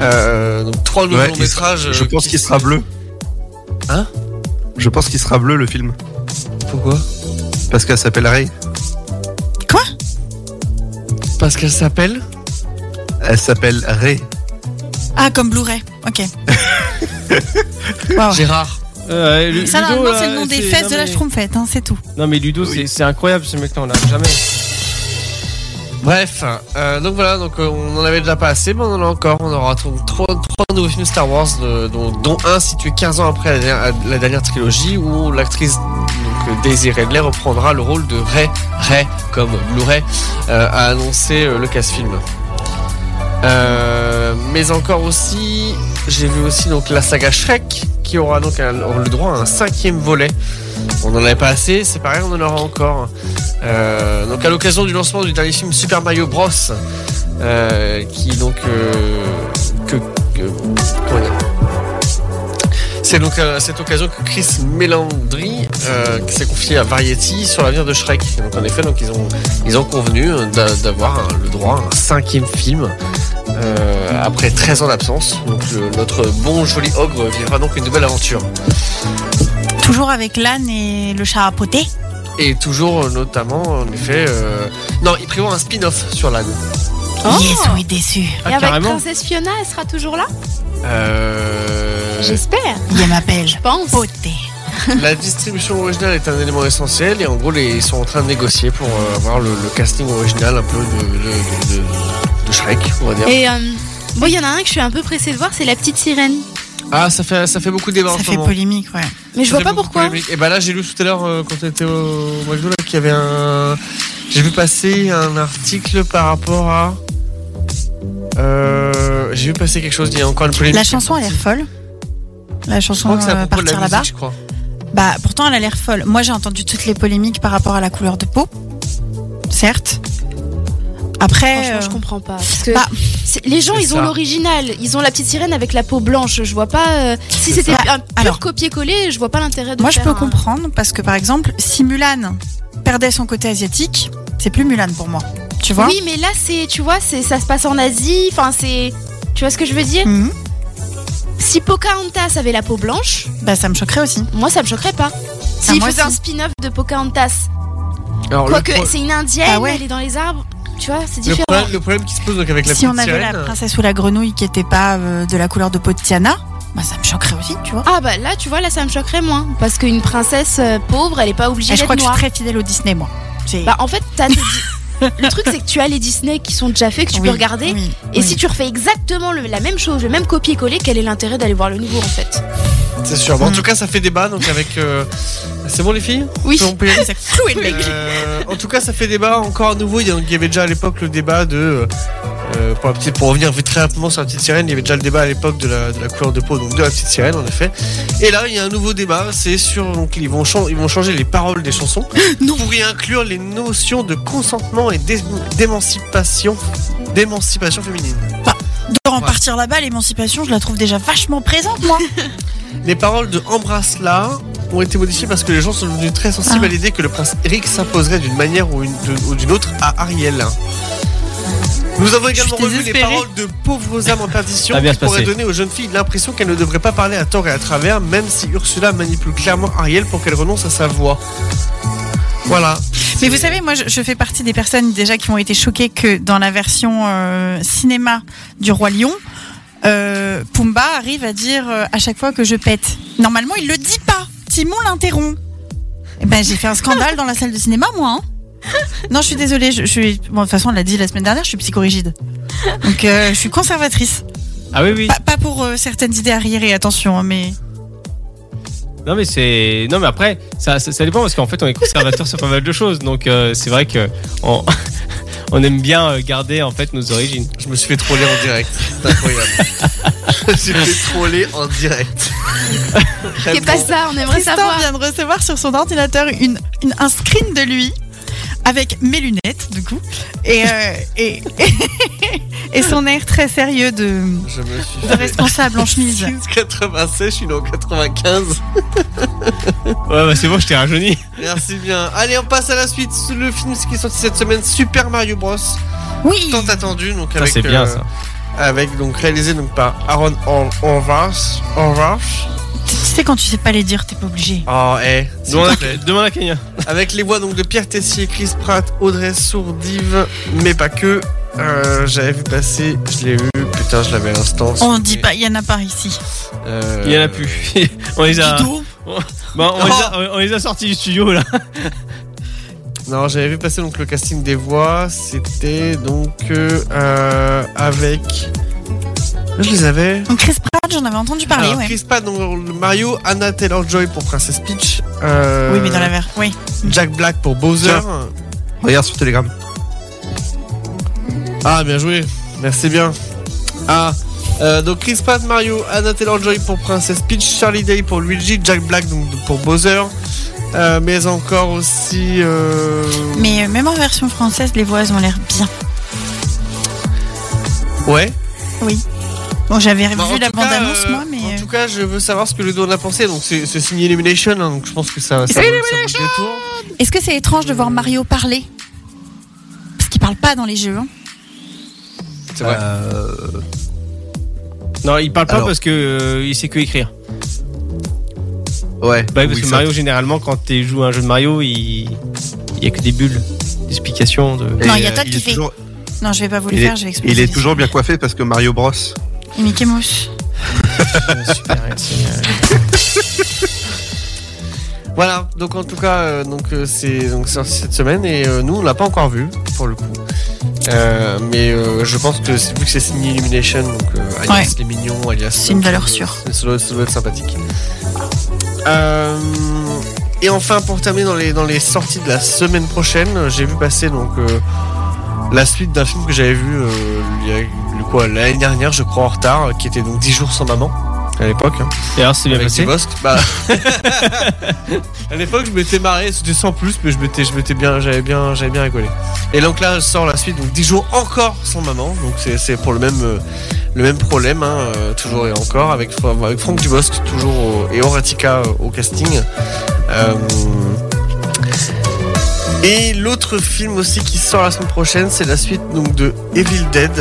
Speaker 3: Euh, donc trois nouveaux
Speaker 6: Ouais, il sera-
Speaker 3: métrages. euh,
Speaker 6: Je pense qu'il sera bleu.
Speaker 3: Hein
Speaker 6: Je pense qu'il sera bleu le film.
Speaker 3: Pourquoi
Speaker 6: Parce qu'elle s'appelle Ray.
Speaker 3: Parce qu'elle s'appelle
Speaker 6: Elle s'appelle Ray.
Speaker 4: ah comme Blu-ray, ok. Waouh.
Speaker 3: Gérard.
Speaker 2: Euh, Lu-
Speaker 4: Ça
Speaker 2: Ludo,
Speaker 4: normalement
Speaker 2: là,
Speaker 4: c'est le nom des fesses
Speaker 2: non,
Speaker 4: de la
Speaker 2: mais-
Speaker 4: Schtroumpfette, hein, c'est tout.
Speaker 2: Non mais Ludo, c'est- c'est incroyable ce mec-là, on l'a jamais.
Speaker 3: Bref, euh, donc voilà, donc euh, on en avait déjà pas assez, mais on en a encore. On aura donc trois, trois nouveaux films Star Wars, de- dont, dont un situé 15 ans après la dernière, euh, la dernière trilogie, où l'actrice donc, euh, Daisy Ridley reprendra le rôle de Ray, Ray comme Blu-ray, euh, a annoncé euh, le casse-film. Euh, mais encore aussi, j'ai vu aussi donc la saga Shrek qui aura donc un- le droit à un cinquième volet. On n'en avait pas assez, c'est pareil, on en aura encore. Euh, donc à l'occasion du lancement du dernier film Super Mario Bros, euh, qui donc euh, que, que- comment dire c'est donc à cette occasion que Chris Melandry euh, qui s'est confié à Variety sur l'avenir de Shrek. Et Donc en effet, donc ils ont ils ont convenu euh, d'a- d'avoir un- le droit à un cinquième film euh, après 13 ans d'absence. Donc le- notre bon joli ogre vivra donc une nouvelle aventure.
Speaker 4: Toujours avec l'âne et le chat à poter.
Speaker 3: Et toujours euh, notamment en effet, euh, non, il prévoit un spin-off sur l'âne.
Speaker 5: Oh.
Speaker 4: Ils sont déçus.
Speaker 5: Et
Speaker 2: Ah,
Speaker 5: avec
Speaker 2: carrément.
Speaker 5: Princesse Fiona, elle sera toujours là
Speaker 3: Euh,
Speaker 5: J'espère.
Speaker 4: Il m'appelle.
Speaker 5: Je pense.
Speaker 4: Poté.
Speaker 3: La distribution originale est un élément essentiel et en gros les- ils sont en train de négocier pour euh, avoir le, le casting original un peu de, de, de- de- de Shrek, on va dire.
Speaker 5: Et euh, bon, il y en a un que je suis un peu pressée de voir, c'est la petite sirène.
Speaker 3: Ah ça fait ça fait beaucoup de débats en
Speaker 4: Ça
Speaker 3: ce
Speaker 4: fait
Speaker 3: moment.
Speaker 4: polémique, ouais.
Speaker 5: Mais je
Speaker 3: Ça
Speaker 5: vois
Speaker 3: fait
Speaker 5: pas
Speaker 3: beaucoup
Speaker 5: pourquoi.
Speaker 3: polémique. Et bah là j'ai lu tout à l'heure euh, quand on était au McDo là, qu'il y avait un j'ai vu passer un article par rapport à euh, j'ai vu passer quelque chose il y a encore une polémique.
Speaker 4: La chanson a l'air folle. La
Speaker 3: Je
Speaker 4: chanson
Speaker 3: crois que c'est à
Speaker 4: euh,
Speaker 3: propos de
Speaker 4: Partir
Speaker 3: la
Speaker 4: là-bas.
Speaker 3: musique, je crois.
Speaker 4: Bah pourtant elle a l'air folle. Moi j'ai entendu toutes les polémiques par rapport à la couleur de peau. Certes. Après.
Speaker 5: Franchement,
Speaker 4: euh,
Speaker 5: je comprends pas. Eh, Parce que
Speaker 4: bah,
Speaker 5: c'est- les gens,
Speaker 3: c'est
Speaker 5: ils ont
Speaker 3: ça.
Speaker 5: l'original. Ils ont la petite sirène avec la peau blanche. Je vois pas. euh, si c'était
Speaker 4: ça.
Speaker 5: un pur
Speaker 4: Alors.
Speaker 5: copier-coller, je vois pas l'intérêt de.
Speaker 4: Moi, je
Speaker 5: faire
Speaker 4: peux
Speaker 5: un-
Speaker 4: comprendre parce que, par exemple, si Mulan perdait son côté asiatique, c'est plus Mulan pour moi. Tu vois
Speaker 5: Oui, mais là, c'est, tu vois, c'est, ça se passe en Asie. Enfin, c'est, tu vois ce que je veux dire
Speaker 4: Mhm.
Speaker 5: Si Pocahontas avait la peau blanche,
Speaker 4: Bah, ça me choquerait aussi.
Speaker 5: moi, ça me choquerait pas. S'il
Speaker 4: moi
Speaker 5: faisait
Speaker 4: aussi.
Speaker 5: un spin-off de Pocahontas,
Speaker 3: Alors, le
Speaker 5: quoique
Speaker 3: pro-
Speaker 5: c'est une indienne,
Speaker 4: Ah ouais.
Speaker 5: elle est dans les arbres. tu vois, c'est
Speaker 3: Le
Speaker 5: différent.
Speaker 3: problème, le problème qui se pose donc avec la
Speaker 4: si on
Speaker 3: petite
Speaker 4: avait
Speaker 3: sirène,
Speaker 4: la princesse ou la grenouille qui n'était pas euh, de la couleur de peau de Tiana, bah, ça me choquerait aussi, tu vois.
Speaker 5: Ah bah là, tu vois, là, ça me choquerait moins. Parce qu'une princesse euh, pauvre, elle est pas obligée
Speaker 4: Et Eh, je crois
Speaker 5: d'être
Speaker 4: que je suis
Speaker 5: noire.
Speaker 4: très fidèle au Disney, moi. J'ai-
Speaker 5: Bah en fait, t'as tes di- le truc, c'est que tu as les Disney qui sont déjà faits, que tu
Speaker 4: Oui,
Speaker 5: peux regarder.
Speaker 4: oui,
Speaker 5: Et
Speaker 4: oui.
Speaker 5: si tu refais exactement le- la même chose, le même copier-coller, quel est l'intérêt d'aller voir le nouveau en fait
Speaker 3: c'est sûr. Bon, en tout cas, ça fait débat donc avec. euh, C'est bon les filles
Speaker 5: Oui.
Speaker 3: On peut y aller
Speaker 4: Ça clouait le bec.
Speaker 3: Euh, en tout cas, ça fait débat encore à nouveau. Il y a- il y avait déjà à l'époque le débat de. euh, pour, la petite- pour revenir vite très rapidement sur la petite sirène, il y avait déjà le débat à l'époque de la, de la couleur de peau, donc de la petite sirène en effet. Et là, il y a un nouveau débat, c'est sur. Donc, ils, vont chan- ils vont changer les paroles des chansons pour y inclure les notions de consentement et d'é- d'émancipation d'émancipation féminine.
Speaker 4: D'en
Speaker 3: Ouais.
Speaker 4: partir là-bas, l'émancipation, je la trouve déjà vachement présente, moi.
Speaker 3: Les paroles de Embrasse-la ont été modifiées parce que les gens sont devenus très sensibles
Speaker 4: Ah.
Speaker 3: à l'idée que le prince Eric s'imposerait d'une manière ou, une- de- ou d'une autre à Ariel. Nous avons également
Speaker 4: suis
Speaker 3: revu les
Speaker 4: désespérée.
Speaker 3: paroles de pauvres âmes en perdition
Speaker 2: Ça va Ah, bien
Speaker 3: qui
Speaker 2: se passer.
Speaker 3: pourraient donner aux jeunes filles l'impression qu'elles ne devraient pas parler à tort et à travers, même si Ursula manipule clairement Ariel pour qu'elle renonce à sa voix. Voilà.
Speaker 4: Mais vous savez, moi, je, je fais partie des personnes déjà qui ont été choquées que dans la version euh, cinéma du Roi Lion, euh, Pumba arrive à dire euh, à chaque fois que je pète. Normalement, il le dit pas. Timon l'interrompt. Eh ben, j'ai fait un scandale dans la salle de cinéma, moi. hein. Non, je suis désolée. Je, je suis... bon, de toute façon, on l'a dit la semaine dernière, je suis psychorigide. Donc, euh, je suis conservatrice.
Speaker 2: Ah oui, oui.
Speaker 4: Pas, pas pour euh, certaines idées arriérées, attention, hein, mais.
Speaker 2: Non, mais c'est. Non, mais après, ça, ça, ça dépend parce qu'en fait, on est conservateur sur pas mal de choses. Donc, euh, c'est vrai que on... on aime bien euh, garder en fait nos origines.
Speaker 3: Je me suis fait troller en direct. C'est incroyable. je me suis fait troller en direct.
Speaker 5: C'est pas ça, on aimerait
Speaker 4: Tristan
Speaker 5: savoir.
Speaker 4: vient de recevoir sur son ordinateur une, une- un screen de lui avec mes lunettes, du coup, et, euh, et, et son air très sérieux de,
Speaker 3: Je me suis
Speaker 4: de responsable en chemise.
Speaker 3: 96, je suis né en 95.
Speaker 2: Ouais, bah c'est bon, je t'ai rajeuni.
Speaker 3: Merci bien. Allez, on passe à la suite. Le film qui est sorti cette semaine, Super Mario Bros.
Speaker 4: Oui,
Speaker 3: Tant attendu, donc
Speaker 2: Ça,
Speaker 3: avec,
Speaker 2: c'est bien
Speaker 3: euh,
Speaker 2: ça.
Speaker 3: avec donc réalisé donc par Aaron Hor- Horvath. Horvath.
Speaker 4: tu sais quand tu sais pas les dire, t'es pas obligé.
Speaker 3: Oh, eh.
Speaker 2: Demande à, demande à Kenya.
Speaker 3: Avec les voix donc de Pierre Tessier, Chris Pratt, Audrey Sourdive, mais pas que. Euh, j'avais vu passer, je l'ai vu. Putain, je l'avais à l'instant.
Speaker 4: On dit pas, il y en a pas ici.
Speaker 3: Euh,
Speaker 2: Il y en a plus. on les a. Bah, on, les a on les a sortis du studio là.
Speaker 3: Non, j'avais vu passer donc le casting des voix. C'était donc euh, euh, avec. Je les avais.
Speaker 4: Donc Chris Pratt, j'en avais entendu parler,
Speaker 3: Alors,
Speaker 4: ouais.
Speaker 3: Ah, Chris Pratt dans le Mario, Anna Taylor Joy pour Princess Peach. euh,
Speaker 4: Oui, mais dans la verre. Oui.
Speaker 3: Jack Black pour Bowser.
Speaker 6: Regarde sur Telegram.
Speaker 3: Ah, bien joué. Merci bien. Ah. euh, donc Chris Pratt, Mario, Anna Taylor Joy pour Princess Peach, Charlie Day pour Luigi, Jack Black donc pour Bowser, euh, mais encore aussi. euh,
Speaker 4: Mais euh, même en version française, les voix elles ont l'air bien.
Speaker 3: Ouais.
Speaker 4: Bon, j'avais vu
Speaker 3: Bah, en
Speaker 4: la
Speaker 3: tout cas,
Speaker 4: bande-annonce,
Speaker 3: euh,
Speaker 4: moi, mais.
Speaker 3: En
Speaker 4: euh,
Speaker 3: tout cas, je veux savoir ce que Ludo en a pensé. Donc, c'est c'est signé Illumination, hein, donc je pense que ça, ça, ça, vaut- ça vaut le détour.
Speaker 4: Est-ce que c'est étrange de voir Mario parler Parce qu'il parle pas dans les jeux. hein.
Speaker 3: C'est vrai.
Speaker 6: Euh,
Speaker 2: Non, il parle pas
Speaker 6: Alors.
Speaker 2: parce que euh, il sait que écrire.
Speaker 6: ouais.
Speaker 2: Bah, oui, parce
Speaker 6: Oui,
Speaker 2: que
Speaker 6: ça-
Speaker 2: Mario, généralement, quand tu joues à un jeu de Mario, il il y a que des bulles d'explications. De...
Speaker 4: Non,
Speaker 6: Et,
Speaker 4: il y a
Speaker 6: euh,
Speaker 4: toi qui
Speaker 6: est
Speaker 4: fais.
Speaker 6: toujours-
Speaker 4: Non, je vais pas vous le
Speaker 6: Il
Speaker 4: faire, je vais
Speaker 6: est,
Speaker 4: expliquer.
Speaker 6: il est toujours bien coiffé parce que Mario Bros.
Speaker 4: Et Mickey Mouse.
Speaker 3: euh, Voilà. Donc, en tout cas, euh, donc euh, c'est donc c'est sorti cette semaine et euh, nous, on l'a pas encore vu pour le coup. Euh, mais euh, je pense que c'est- vu que c'est signé Illumination, donc euh, alias
Speaker 4: Ouais.
Speaker 3: les mignons, alias euh,
Speaker 4: C'est une valeur sûre.
Speaker 3: Ça doit, ça doit être sympathique. Euh, et enfin, pour terminer dans les, dans les sorties de la semaine prochaine, euh, j'ai vu passer donc euh, la suite d'un film que j'avais vu euh, il y a eu quoi l'année dernière, je crois en retard, euh, qui était donc 10 jours sans maman à l'époque. hein,
Speaker 2: Et alors, c'est bien
Speaker 3: avec
Speaker 2: passé.
Speaker 3: Dubosc. Bah, à l'époque, je m'étais marré, c'était sans plus, mais je m'étais, je m'étais bien, j'avais bien, j'avais bien rigolé. Et donc là sort la suite, donc 10 jours encore sans maman, donc c'est, c'est pour le même. euh, le même problème, hein, euh, toujours et encore, avec, Fra- avec Franck Dubosc toujours au- et Horatica euh, au casting. Euh, et l'autre film aussi qui sort la semaine prochaine, c'est la suite donc, de Evil Dead.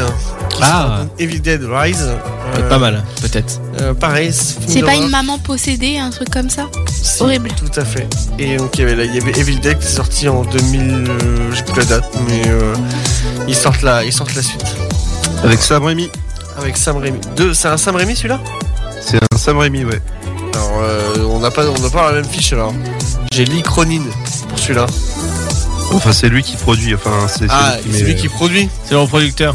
Speaker 3: qui
Speaker 2: Ah.
Speaker 3: sort, donc, Evil Dead Rise.
Speaker 2: Ça va être Pas mal, peut-être.
Speaker 3: Euh, pareil, ce film
Speaker 5: C'est pas
Speaker 3: d'horreur.
Speaker 5: une maman possédée, un truc comme ça
Speaker 3: Si,
Speaker 5: horrible.
Speaker 3: Tout à fait. Et donc il y avait, là, il y avait Evil Dead qui est sorti en 2000, euh, j'ai plus la date, mais euh, Ils sortent la, ils sortent la suite
Speaker 6: Avec Sam Raimi.
Speaker 3: avec Sam Raimi. Deux, c'est un Sam Raimi celui-là
Speaker 6: C'est un Sam Raimi, ouais.
Speaker 3: Alors, euh, on n'a pas, on n'a pas la même fiche là. J'ai Lee Cronin pour celui-là.
Speaker 6: Enfin, c'est lui qui produit. Enfin, c'est c'est
Speaker 3: Ah,
Speaker 6: lui,
Speaker 3: c'est
Speaker 6: qui met-
Speaker 3: lui qui produit.
Speaker 2: C'est leur producteur.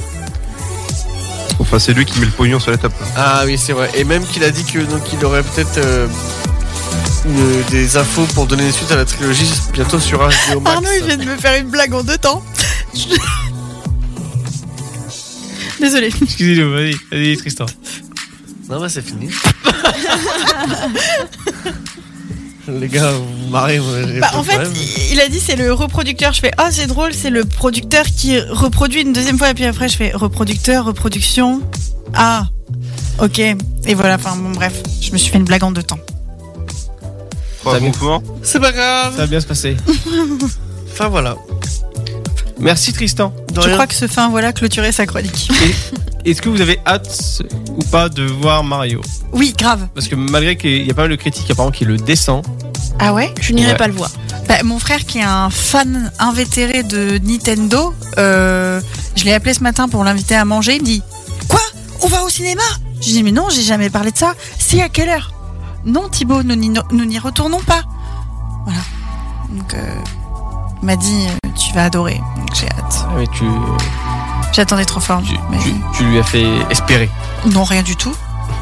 Speaker 6: enfin, c'est lui qui met le pognon sur la table.
Speaker 3: Ah oui, c'est vrai. Et même qu'il a dit que donc il aurait peut-être euh, une- des infos pour donner suite à la trilogie bientôt sur HBO Max.
Speaker 4: Arnaud, il vient de me faire une blague en deux temps. Désolée.
Speaker 2: Excusez-nous, vas-y, vas-y, Tristan.
Speaker 3: Non, bah c'est fini. Les gars, vous vous marrez. vous avez
Speaker 8: Bah,
Speaker 3: pas de
Speaker 8: en fait,
Speaker 3: problème.
Speaker 8: il- il a dit c'est le reproducteur. Je fais ah c'est drôle, c'est le producteur qui reproduit une deuxième fois et puis après je fais reproducteur, reproduction. Ah, ok. Et voilà. Enfin bon bref, je me suis fait une blague en deux temps.
Speaker 6: Trois Ah,
Speaker 2: T'as mis-
Speaker 6: mouvements.
Speaker 3: c'est pas grave.
Speaker 2: Ça va bien se passer.
Speaker 3: Enfin voilà.
Speaker 2: Merci Tristan.
Speaker 3: De
Speaker 8: je
Speaker 3: rien.
Speaker 8: crois que ce fin voilà clôturait sa chronique.
Speaker 2: Est-ce que vous avez hâte ou pas de voir Mario
Speaker 8: Oui, grave.
Speaker 2: Parce que malgré qu'il y a pas mal de critiques apparemment qui le descend.
Speaker 4: Ah ouais
Speaker 5: Je n'irai
Speaker 2: Ouais.
Speaker 5: pas le voir.
Speaker 4: Bah, Mon frère, qui est un fan invétéré de Nintendo, euh, je l'ai appelé ce matin pour l'inviter à manger. Il me dit Quoi On va au cinéma Je dis Mais non, j'ai jamais parlé de ça. Si, à quelle heure Non, Thibaut, nous n'y nous n'y retournons pas. Voilà. Donc, euh, il m'a dit euh, Tu vas adorer. Donc, j'ai hâte.
Speaker 2: Ah, mais tu,
Speaker 4: J'attendais trop fort.
Speaker 2: tu,
Speaker 4: mais-
Speaker 2: tu- tu lui as fait espérer.
Speaker 4: Non, rien du tout.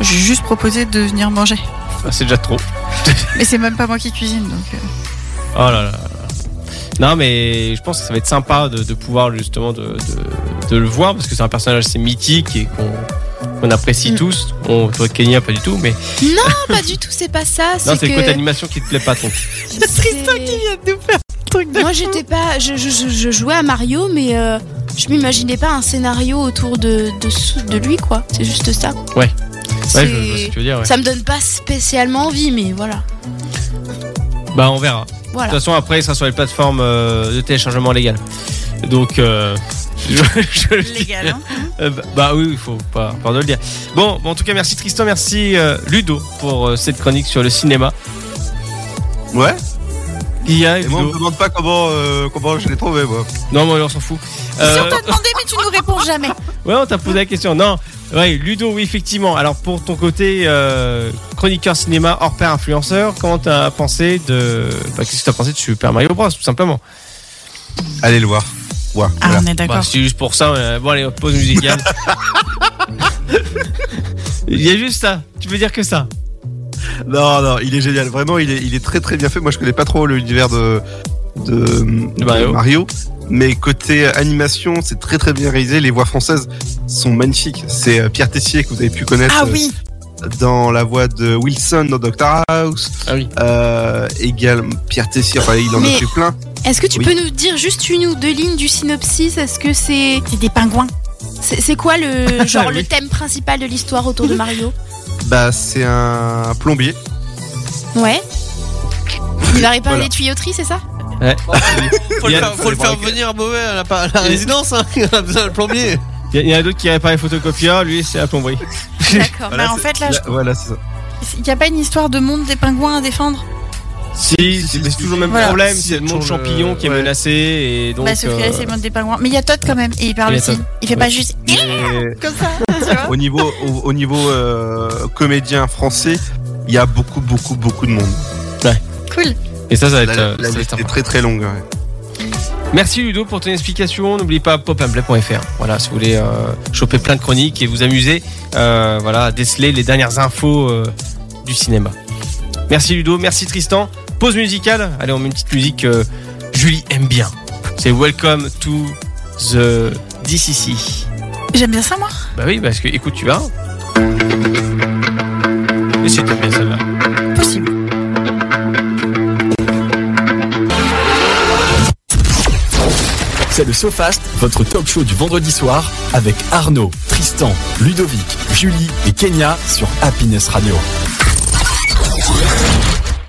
Speaker 4: J'ai juste proposé de venir manger.
Speaker 2: Ah, c'est déjà trop.
Speaker 4: Mais c'est même pas moi qui cuisine, donc. euh,
Speaker 2: Oh là là. là là. Non mais je pense que ça va être sympa de, de pouvoir justement de, de- de le voir parce que c'est un personnage assez mythique et qu'on qu'on apprécie
Speaker 5: Mm.
Speaker 2: tous. On, toi Kenya pas du tout mais
Speaker 5: Non, pas du tout, c'est pas ça.
Speaker 2: non
Speaker 5: C'est
Speaker 2: c'est le côté
Speaker 5: que.
Speaker 2: animation qui te plaît pas trop.
Speaker 5: Tristan qui vient de nous faire un truc de Moi, j'étais pas. Je, je- je- je jouais à Mario, mais euh, je m'imaginais pas un scénario autour de, de, sou- de lui, quoi. C'est juste ça.
Speaker 2: Ouais.
Speaker 5: C'est-
Speaker 2: Ouais, je, je vois ce que tu veux dire. ouais.
Speaker 5: Ça me donne pas spécialement envie, mais voilà.
Speaker 2: Bah on verra. De
Speaker 5: Voilà.
Speaker 2: toute façon, après, il sera sur les plateformes euh, de téléchargement légal. Donc, euh, je, je le dis.
Speaker 8: Légal. Hein
Speaker 2: Euh, bah- bah oui, il faut pas pardon de le dire. Bon, bon, en tout cas, merci Tristan, merci euh, Ludo pour euh, cette chronique sur le cinéma.
Speaker 6: Ouais.
Speaker 2: Il y a
Speaker 6: Et moi, on me
Speaker 2: Ludo.
Speaker 6: demande pas comment, euh, comment je l'ai trouvé, moi.
Speaker 2: Non, mais on s'en fout.
Speaker 4: Si
Speaker 2: Euh,
Speaker 4: on t'a demandé, mais tu nous
Speaker 5: Euh,
Speaker 4: réponds jamais.
Speaker 2: ouais, on t'a posé la question. Non, ouais, Ludo, oui, effectivement. Alors, pour ton côté euh, chroniqueur cinéma hors pair influenceur, comment t'as pensé de. Bah, qu'est-ce que t'as pensé de Super Mario Bros, tout simplement
Speaker 6: Allez le voir. Ouais,
Speaker 8: Ah
Speaker 6: voilà.
Speaker 8: on est d'accord.
Speaker 2: Bah, c'est juste pour ça. euh, bon, allez, pause musicale. Il y a juste ça. Tu veux dire que ça
Speaker 6: Non, non, il est génial. Vraiment, il est, il est très très bien fait. Moi, je connais pas trop l'univers de, de, de
Speaker 2: Mario.
Speaker 6: Mais côté animation, c'est très très bien réalisé. Les voix françaises sont magnifiques. C'est euh, Pierre Tessier que vous avez pu connaître
Speaker 8: Ah
Speaker 6: euh,
Speaker 8: oui.
Speaker 6: dans la voix de Wilson dans Doctor House.
Speaker 2: Ah oui.
Speaker 6: Euh, également Pierre Tessier, enfin, il en
Speaker 5: Mais-
Speaker 6: a fait plein.
Speaker 5: Est-ce que tu
Speaker 6: Oui.
Speaker 5: peux nous dire juste une ou deux lignes du synopsis Est-ce que c'est.
Speaker 8: C'est des pingouins.
Speaker 5: C'est c'est quoi le genre
Speaker 2: Oui.
Speaker 5: le thème principal de l'histoire autour de Mario
Speaker 6: Bah, c'est un plombier.
Speaker 5: Ouais. Il va réparer
Speaker 6: Voilà.
Speaker 5: les tuyauteries, c'est ça
Speaker 3: Faut le
Speaker 2: Yann,
Speaker 3: faire,
Speaker 2: faut
Speaker 3: faut le
Speaker 2: les
Speaker 3: faire
Speaker 2: braquer.
Speaker 3: venir à Beauvais à la, à la résidence, hein. il a besoin de plombier.
Speaker 2: Il y, a- il y en a d'autres qui réparent les photocopieurs, lui c'est la plomberie.
Speaker 8: D'accord.
Speaker 6: Voilà,
Speaker 8: Bah, en
Speaker 6: c'est-
Speaker 8: fait là, je-
Speaker 6: là, voilà, c'est ça.
Speaker 4: Il n'y a pas une histoire de monde des pingouins à défendre
Speaker 2: Si, c'est mais c'est toujours le même
Speaker 4: Voilà.
Speaker 2: problème,
Speaker 3: Si,
Speaker 2: c'est le monde
Speaker 3: toujours le-
Speaker 2: champignon qui est
Speaker 3: ouais.
Speaker 2: menacé et donc.
Speaker 4: Bah, sauf que là,
Speaker 2: euh,
Speaker 4: c'est le monde des pingouins. Mais il y a Todd quand même, et il parle
Speaker 2: Il y a
Speaker 4: aussi.
Speaker 2: Todd.
Speaker 4: Il fait pas juste.
Speaker 6: Et-
Speaker 4: Comme ça, tu vois
Speaker 6: au niveau au, au niveau euh, comédien français il y a beaucoup beaucoup beaucoup de monde
Speaker 4: Cool.
Speaker 2: Et ça, ça va
Speaker 6: la,
Speaker 2: être. euh,
Speaker 6: la
Speaker 2: ça va
Speaker 6: liste
Speaker 2: être
Speaker 6: est
Speaker 2: sympa.
Speaker 6: très très longue ouais.
Speaker 2: Merci Ludo pour ton explication. N'oublie pas popamplay.fr. Voilà, si vous voulez euh, choper plein de chroniques et vous amuser, euh, voilà, à déceler les dernières infos euh, du cinéma. Merci Ludo, merci Tristan. Pause musicale. Allez, on met une petite musique que Julie aime bien. C'est Welcome to the DCC.
Speaker 8: j'aime bien ça moi.
Speaker 2: Bah oui, parce que écoute, tu vas. Mais c'est bien celle-là.
Speaker 8: Possible.
Speaker 1: C'est le SoFast, votre talk show du vendredi soir avec Arnaud, Tristan, Ludovic, Julie et Kenya sur Happiness Radio.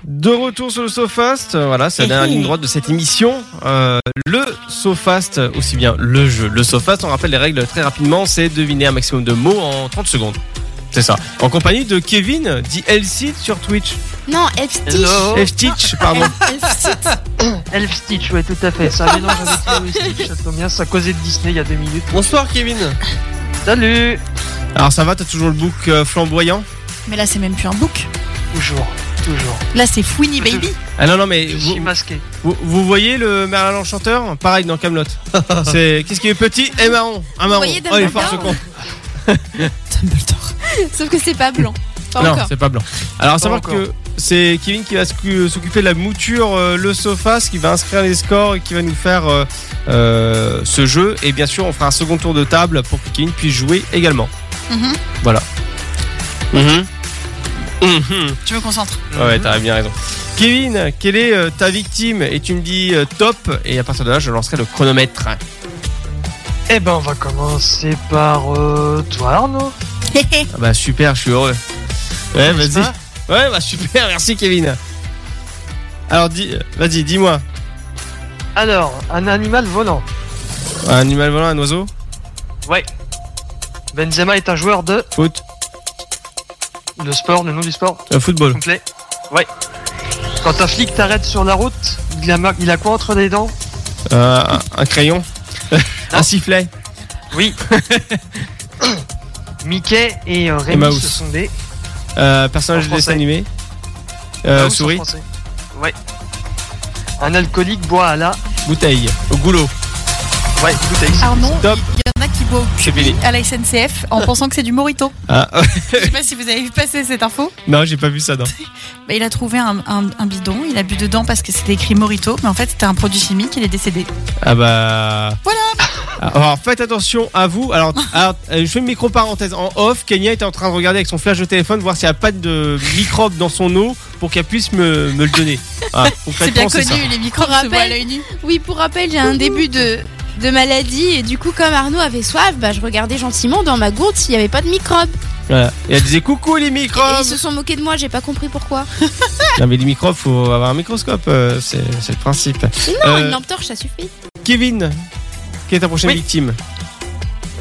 Speaker 2: De retour sur le SoFast, euh, voilà, c'est la dernière ligne droite de cette émission. Euh, le SoFast, aussi bien le jeu, le SoFast, on rappelle les règles très rapidement, c'est deviner un maximum de mots en 30 secondes. c'est ça. En compagnie de Kevin, dit Elcid sur Twitch.
Speaker 5: Non, F-Stitch.
Speaker 3: Hello.
Speaker 2: F-Teach, pardon.
Speaker 9: Elf Stitch, ouais, tout à fait. Ça mélange avec Lilo et Stitch, ça tombe bien. Ça causait de Disney il y a deux minutes.
Speaker 3: Bonsoir Kevin.
Speaker 9: Salut
Speaker 2: Alors ça va, t'as toujours le book euh, flamboyant
Speaker 4: Mais là, c'est même plus un book.
Speaker 9: Toujours, toujours.
Speaker 4: Là, c'est Fouini
Speaker 9: Je-
Speaker 4: Baby.
Speaker 2: Ah non, non, mais
Speaker 9: Je suis
Speaker 2: vous,
Speaker 9: masqué.
Speaker 2: vous, vous voyez le Merlin l'Enchanteur Pareil dans Camelot. C'est qu'est-ce qui est petit et marron Un marron.
Speaker 5: voyez
Speaker 2: Oh, il est
Speaker 5: Dumbledore
Speaker 2: fort ce con.
Speaker 5: Sauf que c'est pas blanc. Pas
Speaker 2: non,
Speaker 5: encore.
Speaker 2: c'est pas blanc. Alors, à savoir
Speaker 9: encore.
Speaker 2: que c'est Kevin qui va s'occu- s'occuper de la mouture, euh, le sofa, ce qui va inscrire les scores et qui va nous faire euh, euh, ce jeu. Et bien sûr, on fera un second tour de table pour que Kevin puisse jouer également.
Speaker 4: Mhm.
Speaker 2: Voilà. Mhm. Mhm.
Speaker 8: Je me concentre.
Speaker 2: Ouais, t'as bien raison. Kevin, quelle est euh, ta victime Et tu me dis euh, top, et à partir de là, je lancerai le chronomètre. Ah
Speaker 9: Eh ben, on va commencer par euh, toi, Arnaud.
Speaker 2: Ah bah super, je suis heureux. Ouais,
Speaker 9: N'est-ce
Speaker 2: Eh, vas-y. Ouais, bah super, merci Kevin. Alors, dis, euh, vas-y, dis-moi.
Speaker 9: Alors, un animal volant.
Speaker 2: Un animal volant, un oiseau
Speaker 9: Ouais. Benzema est un joueur de
Speaker 2: Foot
Speaker 9: le sport, le nom du sport
Speaker 2: Euh, Football.
Speaker 9: complet. Ouais. Quand un flic t'arrête sur la route, il a, mar- il a quoi entre les dents
Speaker 2: Euh, un- un crayon Un sifflet
Speaker 9: Oui. Mickey et euh, Rémi
Speaker 2: Mouse.
Speaker 9: se sont des
Speaker 2: Euh, Personnage de
Speaker 9: En
Speaker 2: dessin
Speaker 9: français.
Speaker 2: animé Euh,
Speaker 9: Mouse en
Speaker 2: Souris
Speaker 9: Ah français. Ouais. Un alcoolique boit à la
Speaker 2: Bouteille Au goulot
Speaker 9: ouais bouteille.
Speaker 5: Ah.
Speaker 4: Arnaud, il
Speaker 2: Top.
Speaker 4: y en a qui boivent
Speaker 2: C'est fini.
Speaker 4: à la SNCF en pensant que c'est du Morito.
Speaker 2: Ah,
Speaker 4: Je sais pas si vous avez vu passer cette info.
Speaker 2: Non, j'ai pas vu ça, non.
Speaker 4: Bah, il a trouvé un, un- un bidon, il a bu dedans parce que c'était écrit Morito, mais en fait c'était un produit chimique, il est décédé.
Speaker 2: Ah bah. Voilà Alors faites attention à vous. Alors, alors, euh, je fais une micro-parenthèse. En off, Kenya était en train de regarder avec son flash de téléphone voir s'il n'y a pas de microbes dans son eau pour qu'elle puisse me, me le donner. Ah,
Speaker 4: C'est bien
Speaker 2: concrètement,
Speaker 4: connu,
Speaker 2: ça.
Speaker 4: les microbes se
Speaker 5: Rappel.
Speaker 4: voient à l'œil nu.
Speaker 5: Oui, pour rappel, j'ai un début de, de maladie et du coup, comme Arnaud avait soif, bah, je regardais gentiment dans ma gourde s'il n'y avait pas de microbes.
Speaker 2: Voilà. Et elle disait coucou les
Speaker 5: Et
Speaker 2: microbes
Speaker 5: ils se sont moqués de moi, j'ai pas compris pourquoi.
Speaker 2: Non, mais les microbes, faut avoir un microscope. euh, c'est c'est le principe.
Speaker 5: Mais non,
Speaker 2: Euh,
Speaker 5: une lampe torche, ça suffit.
Speaker 2: Kevin, qui est ta prochaine
Speaker 9: Oui.
Speaker 2: victime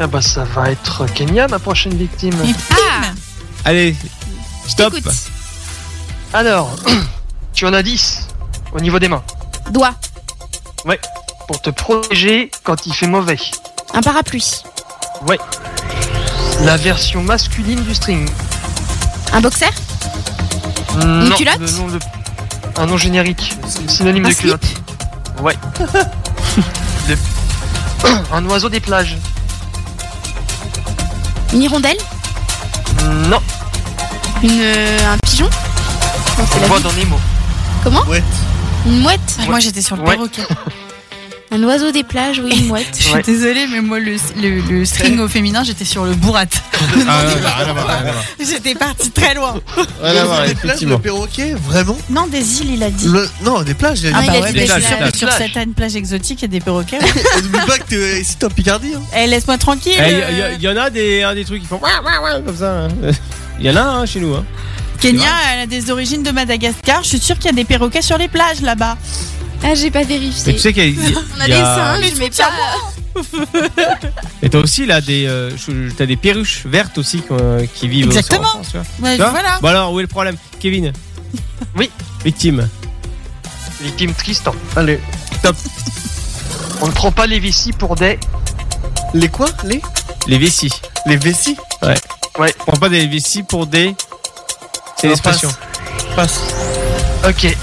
Speaker 9: Ah bah ça va être Kenya ma prochaine victime.
Speaker 5: Ah,
Speaker 2: Allez, stop
Speaker 5: écoute,
Speaker 9: Alors, tu en as 10 au niveau des mains
Speaker 5: doigt,
Speaker 9: pour te protéger quand il fait mauvais.
Speaker 5: un parapluie,
Speaker 9: La version masculine du string.
Speaker 5: un boxer,
Speaker 9: Une
Speaker 5: culotte
Speaker 9: Un nom générique, synonyme
Speaker 5: un
Speaker 9: de
Speaker 5: slip,
Speaker 9: culotte. Un oiseau des plages.
Speaker 5: une hirondelle,
Speaker 9: Non,
Speaker 5: une, euh, un pigeon. Non,
Speaker 9: on
Speaker 5: c'est
Speaker 9: le
Speaker 5: la
Speaker 9: voit
Speaker 5: vie.
Speaker 9: dans Nemo.
Speaker 5: Une mouette,
Speaker 4: Ah, Moi j'étais sur le
Speaker 9: Ouais.
Speaker 4: perroquet.
Speaker 5: un oiseau des plages, oui, une mouette.
Speaker 8: Je suis
Speaker 9: Ouais.
Speaker 8: désolée, mais moi, le, le, le string au féminin, j'étais sur le bourrat.
Speaker 2: Ah, non, bah, rien à voir, rien à voir.
Speaker 8: J'étais partie très loin.
Speaker 2: Rien à voir,
Speaker 3: Des plages de
Speaker 2: effectivement.
Speaker 3: perroquets, vraiment
Speaker 8: Non, des îles, il a dit.
Speaker 3: Le- Non, des plages. il y a
Speaker 5: Ah
Speaker 8: Ah,
Speaker 3: des-
Speaker 5: il
Speaker 8: bah
Speaker 5: a
Speaker 8: ouais,
Speaker 5: dit
Speaker 8: mais
Speaker 2: des
Speaker 8: je suis
Speaker 2: plages,
Speaker 8: sûre
Speaker 2: plages.
Speaker 8: que sur certaines plages exotiques, il y a des perroquets.
Speaker 3: On oublie pas que t'es- ici t'es en Picardie. hein.
Speaker 8: Eh, laisse-moi tranquille.
Speaker 2: Il
Speaker 8: euh,
Speaker 2: y, a- y en a des, un des trucs qui font ouah, ouah, ouah comme ça. hein. Il y en a un chez nous. Hein.
Speaker 8: Kenya, elle a des origines de Madagascar. Je suis sûre qu'il y a des perroquets sur les plages là-bas.
Speaker 5: Ah, j'ai pas
Speaker 2: Mais tu
Speaker 5: vérifié.
Speaker 2: sais qu'il y a.
Speaker 5: On a
Speaker 2: il y
Speaker 5: des
Speaker 2: a-
Speaker 5: singes, mais pas.
Speaker 2: Et t'as aussi là des, euh, je- t'as des perruches vertes aussi qui, euh, qui vivent. aussi en
Speaker 8: Exactement.
Speaker 2: France, tu vois.
Speaker 8: Ouais,
Speaker 2: Tu vois
Speaker 8: voilà.
Speaker 2: Bon alors où est le problème, Kevin
Speaker 9: Oui.
Speaker 2: Victime.
Speaker 9: Victime Tristan.
Speaker 3: Allez.
Speaker 9: hein. On ne prend pas les vicis pour des.
Speaker 3: Les quoi Les
Speaker 2: Les vessies.
Speaker 3: Les vessies
Speaker 2: On prend pas des vessies pour des. C'est
Speaker 3: Non,
Speaker 2: l'expression.
Speaker 3: Passe.
Speaker 9: Ok.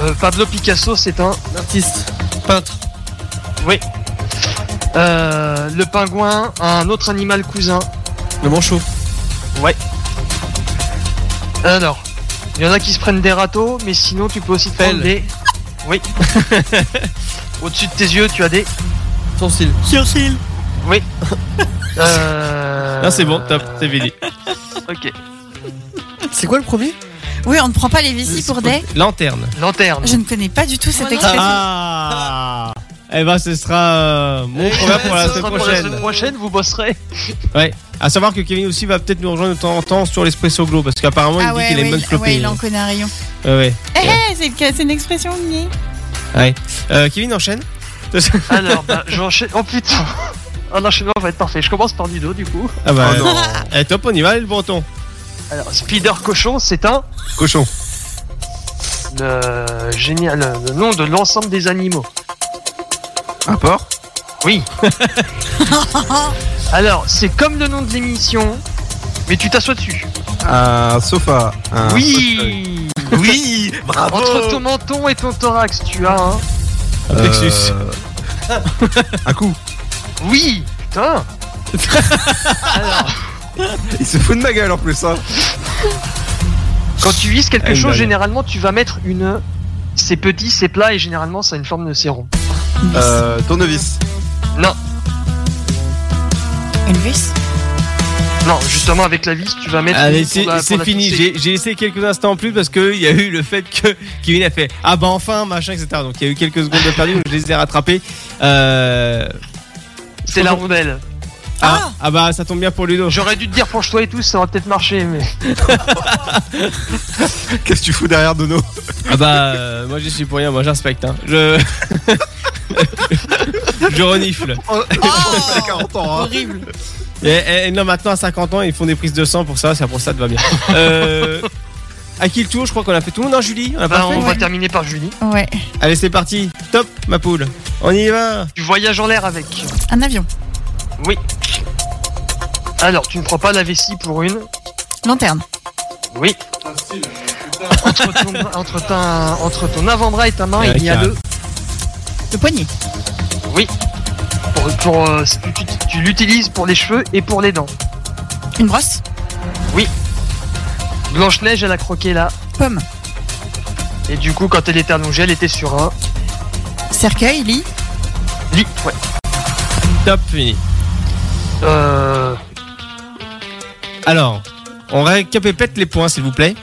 Speaker 9: Euh, Pablo Picasso, c'est un.
Speaker 3: Artiste. Peintre.
Speaker 9: Euh, le pingouin, un autre animal cousin.
Speaker 3: Le manchot.
Speaker 9: Alors, il y en a qui se prennent des râteaux, mais sinon tu peux aussi te prendre
Speaker 3: Pelle.
Speaker 9: des. Oui. Au-dessus de tes yeux, tu as des.
Speaker 3: Son style.
Speaker 8: Churchill.
Speaker 9: Euh...
Speaker 2: Non c'est bon, top, c'est fini.
Speaker 9: Ok.
Speaker 3: C'est quoi le premier
Speaker 8: Oui, on ne prend pas les vessies pour des.
Speaker 2: Lanterne.
Speaker 9: Lanterne.
Speaker 8: Je ne connais pas du tout cette
Speaker 5: Voilà.
Speaker 8: expression.
Speaker 2: Ah. Eh ben ce sera euh, mon programme pour la
Speaker 3: ça
Speaker 2: semaine
Speaker 3: sera
Speaker 9: Pour la semaine
Speaker 2: prochaine.
Speaker 9: prochaine, vous bosserez.
Speaker 2: À savoir que Kevin aussi va peut-être nous rejoindre de temps en temps sur l'espresso glow parce qu'apparemment il
Speaker 4: Ah
Speaker 2: dit
Speaker 4: ouais,
Speaker 2: qu'il aime bien
Speaker 4: ouais, il- ouais,
Speaker 2: flopper.
Speaker 4: il en connaît un rayon.
Speaker 2: Ouais, ouais.
Speaker 8: Eh, eh, c'est le- c'est une expression, oui.
Speaker 2: Euh, Kevin enchaîne.
Speaker 9: Alors, bah, j'enchaîne. Oh putain Un enchaînement va être parfait. Je commence par Ludo, du coup.
Speaker 2: Ah bah,
Speaker 3: Oh non.
Speaker 2: eh, top, on y va, le breton.
Speaker 9: Alors, Spider Cochon, c'est un
Speaker 6: Cochon.
Speaker 9: euh, génial, le nom de l'ensemble des animaux.
Speaker 6: Un porc.
Speaker 9: Oui. Alors, c'est comme le nom de l'émission, mais tu t'assois dessus.
Speaker 6: Un sofa. Un fauteuil.
Speaker 9: oui.
Speaker 3: Oui, bravo.
Speaker 9: Entre ton menton et ton thorax, tu as un.
Speaker 6: Euh,
Speaker 2: Plexus.
Speaker 6: un coup.
Speaker 9: Oui. Putain. Alors,
Speaker 6: Il se fout de ma gueule en plus. Hein.
Speaker 9: quand tu vises
Speaker 2: Ah,
Speaker 9: quelque
Speaker 2: une
Speaker 9: chose,
Speaker 2: balle.
Speaker 9: généralement, tu vas mettre une. C'est petit, c'est plat et généralement, ça a une forme de séron.
Speaker 6: Euh, tournevis.
Speaker 8: Elvis
Speaker 9: Non, justement, avec la vis, tu vas mettre.
Speaker 2: Allez,
Speaker 9: une
Speaker 2: Ah, c'est
Speaker 9: pour la-
Speaker 2: c'est
Speaker 9: pour la
Speaker 2: fini.
Speaker 9: fixer.
Speaker 2: J'ai j'ai essayé quelques instants en plus parce qu'il y a eu le fait que Kevin a fait Ah bah enfin, machin, etc. Donc il y a eu quelques secondes de perdu, donc je les ai rattrapées. Euh,
Speaker 9: C'est la rondelle.
Speaker 2: ah, ah bah ça tombe bien pour Ludo.
Speaker 9: J'aurais dû te dire penche-toi et tout, ça aurait peut-être marché, mais.
Speaker 6: Qu'est-ce que tu fous derrière Dono
Speaker 2: Ah bah euh, moi je suis pour rien, moi je respecte. Hein. Je... je renifle.
Speaker 6: À 40 Oh, ans. hein.
Speaker 8: Horrible.
Speaker 2: Et, et- et non, maintenant à 50 ans, ils font des prises de sang pour ça, c'est pour ça que va bien. Euh, à qui le tour Je crois qu'on a fait tout le monde, hein, Julie On a
Speaker 9: Bah,
Speaker 2: pas
Speaker 9: on
Speaker 2: fait
Speaker 9: va terminer par Julie.
Speaker 4: Ouais.
Speaker 2: Allez, c'est parti. Top, ma poule. On y va.
Speaker 9: Tu voyages en l'air avec.
Speaker 4: Un avion.
Speaker 9: Alors, tu ne prends pas la vessie pour une.
Speaker 4: Lanterne.
Speaker 9: Oui. Entre ton, entre ta- entre ton avant-bras et ta main,
Speaker 2: Ouais,
Speaker 9: il y a
Speaker 2: carré.
Speaker 9: deux.
Speaker 4: Le poignet.
Speaker 9: Pour, pour, euh, tu tu l'utilises pour les cheveux et pour les dents.
Speaker 4: Une brosse.
Speaker 9: Blanche-Neige, elle a croqué là.
Speaker 4: Pomme.
Speaker 9: Et du coup, quand elle était allongée, elle était sur un
Speaker 4: Cercueil. Lit.
Speaker 9: lit. Ouais.
Speaker 2: Top, fini.
Speaker 9: Euh,
Speaker 2: Alors, on récapépète les points, s'il vous plaît.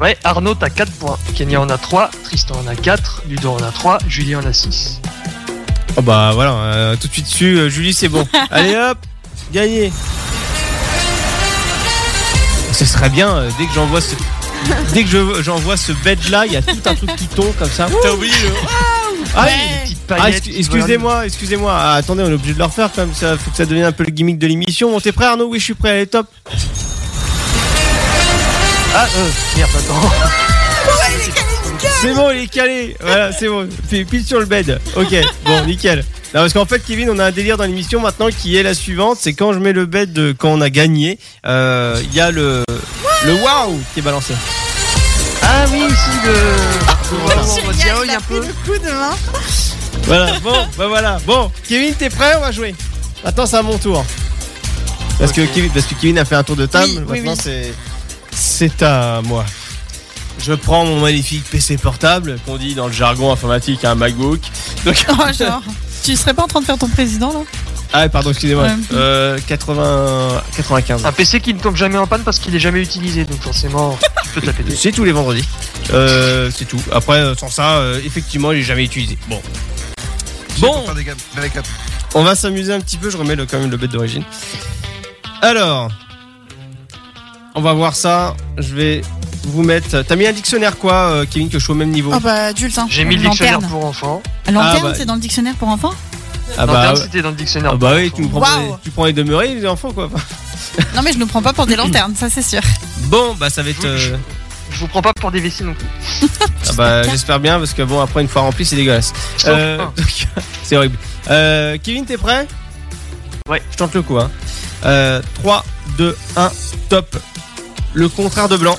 Speaker 9: ouais, Arnaud, t'as 4 points. Kenya en a 3. Tristan en a 4. Ludo en a 3. Julie en a 6.
Speaker 2: Oh bah voilà, euh, tout de suite dessus, euh, Julie, c'est bon. Allez hop, gagné. Ce serait bien euh, dès que j'envoie ce. Dès que je- j'envoie ce bed là, il y a tout un truc qui tombe comme ça.
Speaker 3: T'as oublié hein. le.
Speaker 2: Ah,
Speaker 9: Une
Speaker 2: oui.
Speaker 9: petite
Speaker 2: Ah,
Speaker 9: paillette
Speaker 2: excu-
Speaker 9: qui
Speaker 2: excusez-moi, excusez-moi. Ah, attendez, on est obligé de le refaire quand même. Ça, faut que ça devienne un peu le gimmick de l'émission. Bon, t'es prêt, Arnaud Oui, je suis prêt. Allez, top.
Speaker 9: vole. Ah, euh, merde, attends.
Speaker 2: C'est bon, il est calé. Voilà, c'est bon. Fais pile sur le bed. Ok, bon, nickel. Non, parce qu'en fait, Kevin, on a un délire dans l'émission maintenant qui est la suivante. C'est quand je mets le bed de- quand on a gagné, euh, il y a le le waouh qui est balancé.
Speaker 9: Ah oui, si, le.
Speaker 8: Oh,
Speaker 9: Voilà, on va
Speaker 8: génial,
Speaker 9: dire, oh, il
Speaker 8: il
Speaker 9: y a
Speaker 8: a
Speaker 9: un
Speaker 8: pris
Speaker 9: peu.
Speaker 8: le coup de main.
Speaker 2: Voilà. Bon, bah voilà. Bon, Kevin, t'es prêt On va jouer. Maintenant, c'est à mon tour. Parce que
Speaker 9: Ok.
Speaker 2: Kevin, parce que Kevin a fait un tour de table.
Speaker 8: Oui, oui,
Speaker 2: maintenant, c'est c'est à moi. Je prends mon magnifique PC portable, qu'on dit dans le jargon informatique un MacBook. Donc
Speaker 8: Oh, genre. Tu serais pas en train de faire ton président là
Speaker 2: Ah ouais, pardon, excusez-moi.
Speaker 8: Ouais.
Speaker 2: Euh, 80... 95.
Speaker 9: Un PC qui ne tombe jamais en panne parce qu'il est jamais utilisé, donc forcément, tu peux te la péter.
Speaker 2: C'est tous les vendredis. Euh, c'est tout. Après, euh, sans ça, euh, effectivement, il est jamais utilisé. Bon. Bon,
Speaker 6: Faire des gammes, faire des capes.
Speaker 2: on va s'amuser un petit peu. Je remets le, quand même le bête d'origine. Alors, on va voir ça. Je vais vous mettre. T'as mis un dictionnaire quoi, euh, Kevin, que je sois au même niveau
Speaker 8: Ah
Speaker 4: Oh bah adulte. hein.
Speaker 9: J'ai mis le dictionnaire
Speaker 4: Lanterne.
Speaker 9: pour enfants.
Speaker 2: Ah,
Speaker 4: Lanterne,
Speaker 2: bah.
Speaker 4: c'est dans le dictionnaire pour enfants
Speaker 2: Ah bah,
Speaker 9: Lanterne,
Speaker 2: ouais.
Speaker 9: c'était dans le dictionnaire.
Speaker 2: ah bah oui, tu, nous prends pour
Speaker 8: Waouh.
Speaker 2: des- tu prends les demeurés, les enfants quoi.
Speaker 8: Non, mais je ne prends pas pour des lanternes, ça c'est sûr.
Speaker 2: Bon, bah ça va être.
Speaker 9: Je-
Speaker 2: euh,
Speaker 9: Je vous prends pas pour des vessies non plus.
Speaker 2: Ah bah, j'espère bien parce que bon après une fois rempli c'est dégueulasse. Euh,
Speaker 9: un.
Speaker 2: donc, c'est horrible. Euh, Kevin t'es prêt
Speaker 9: Ouais.
Speaker 2: Je tente le coup hein. Euh, 3, 2, 1, top. Le contraire de blanc.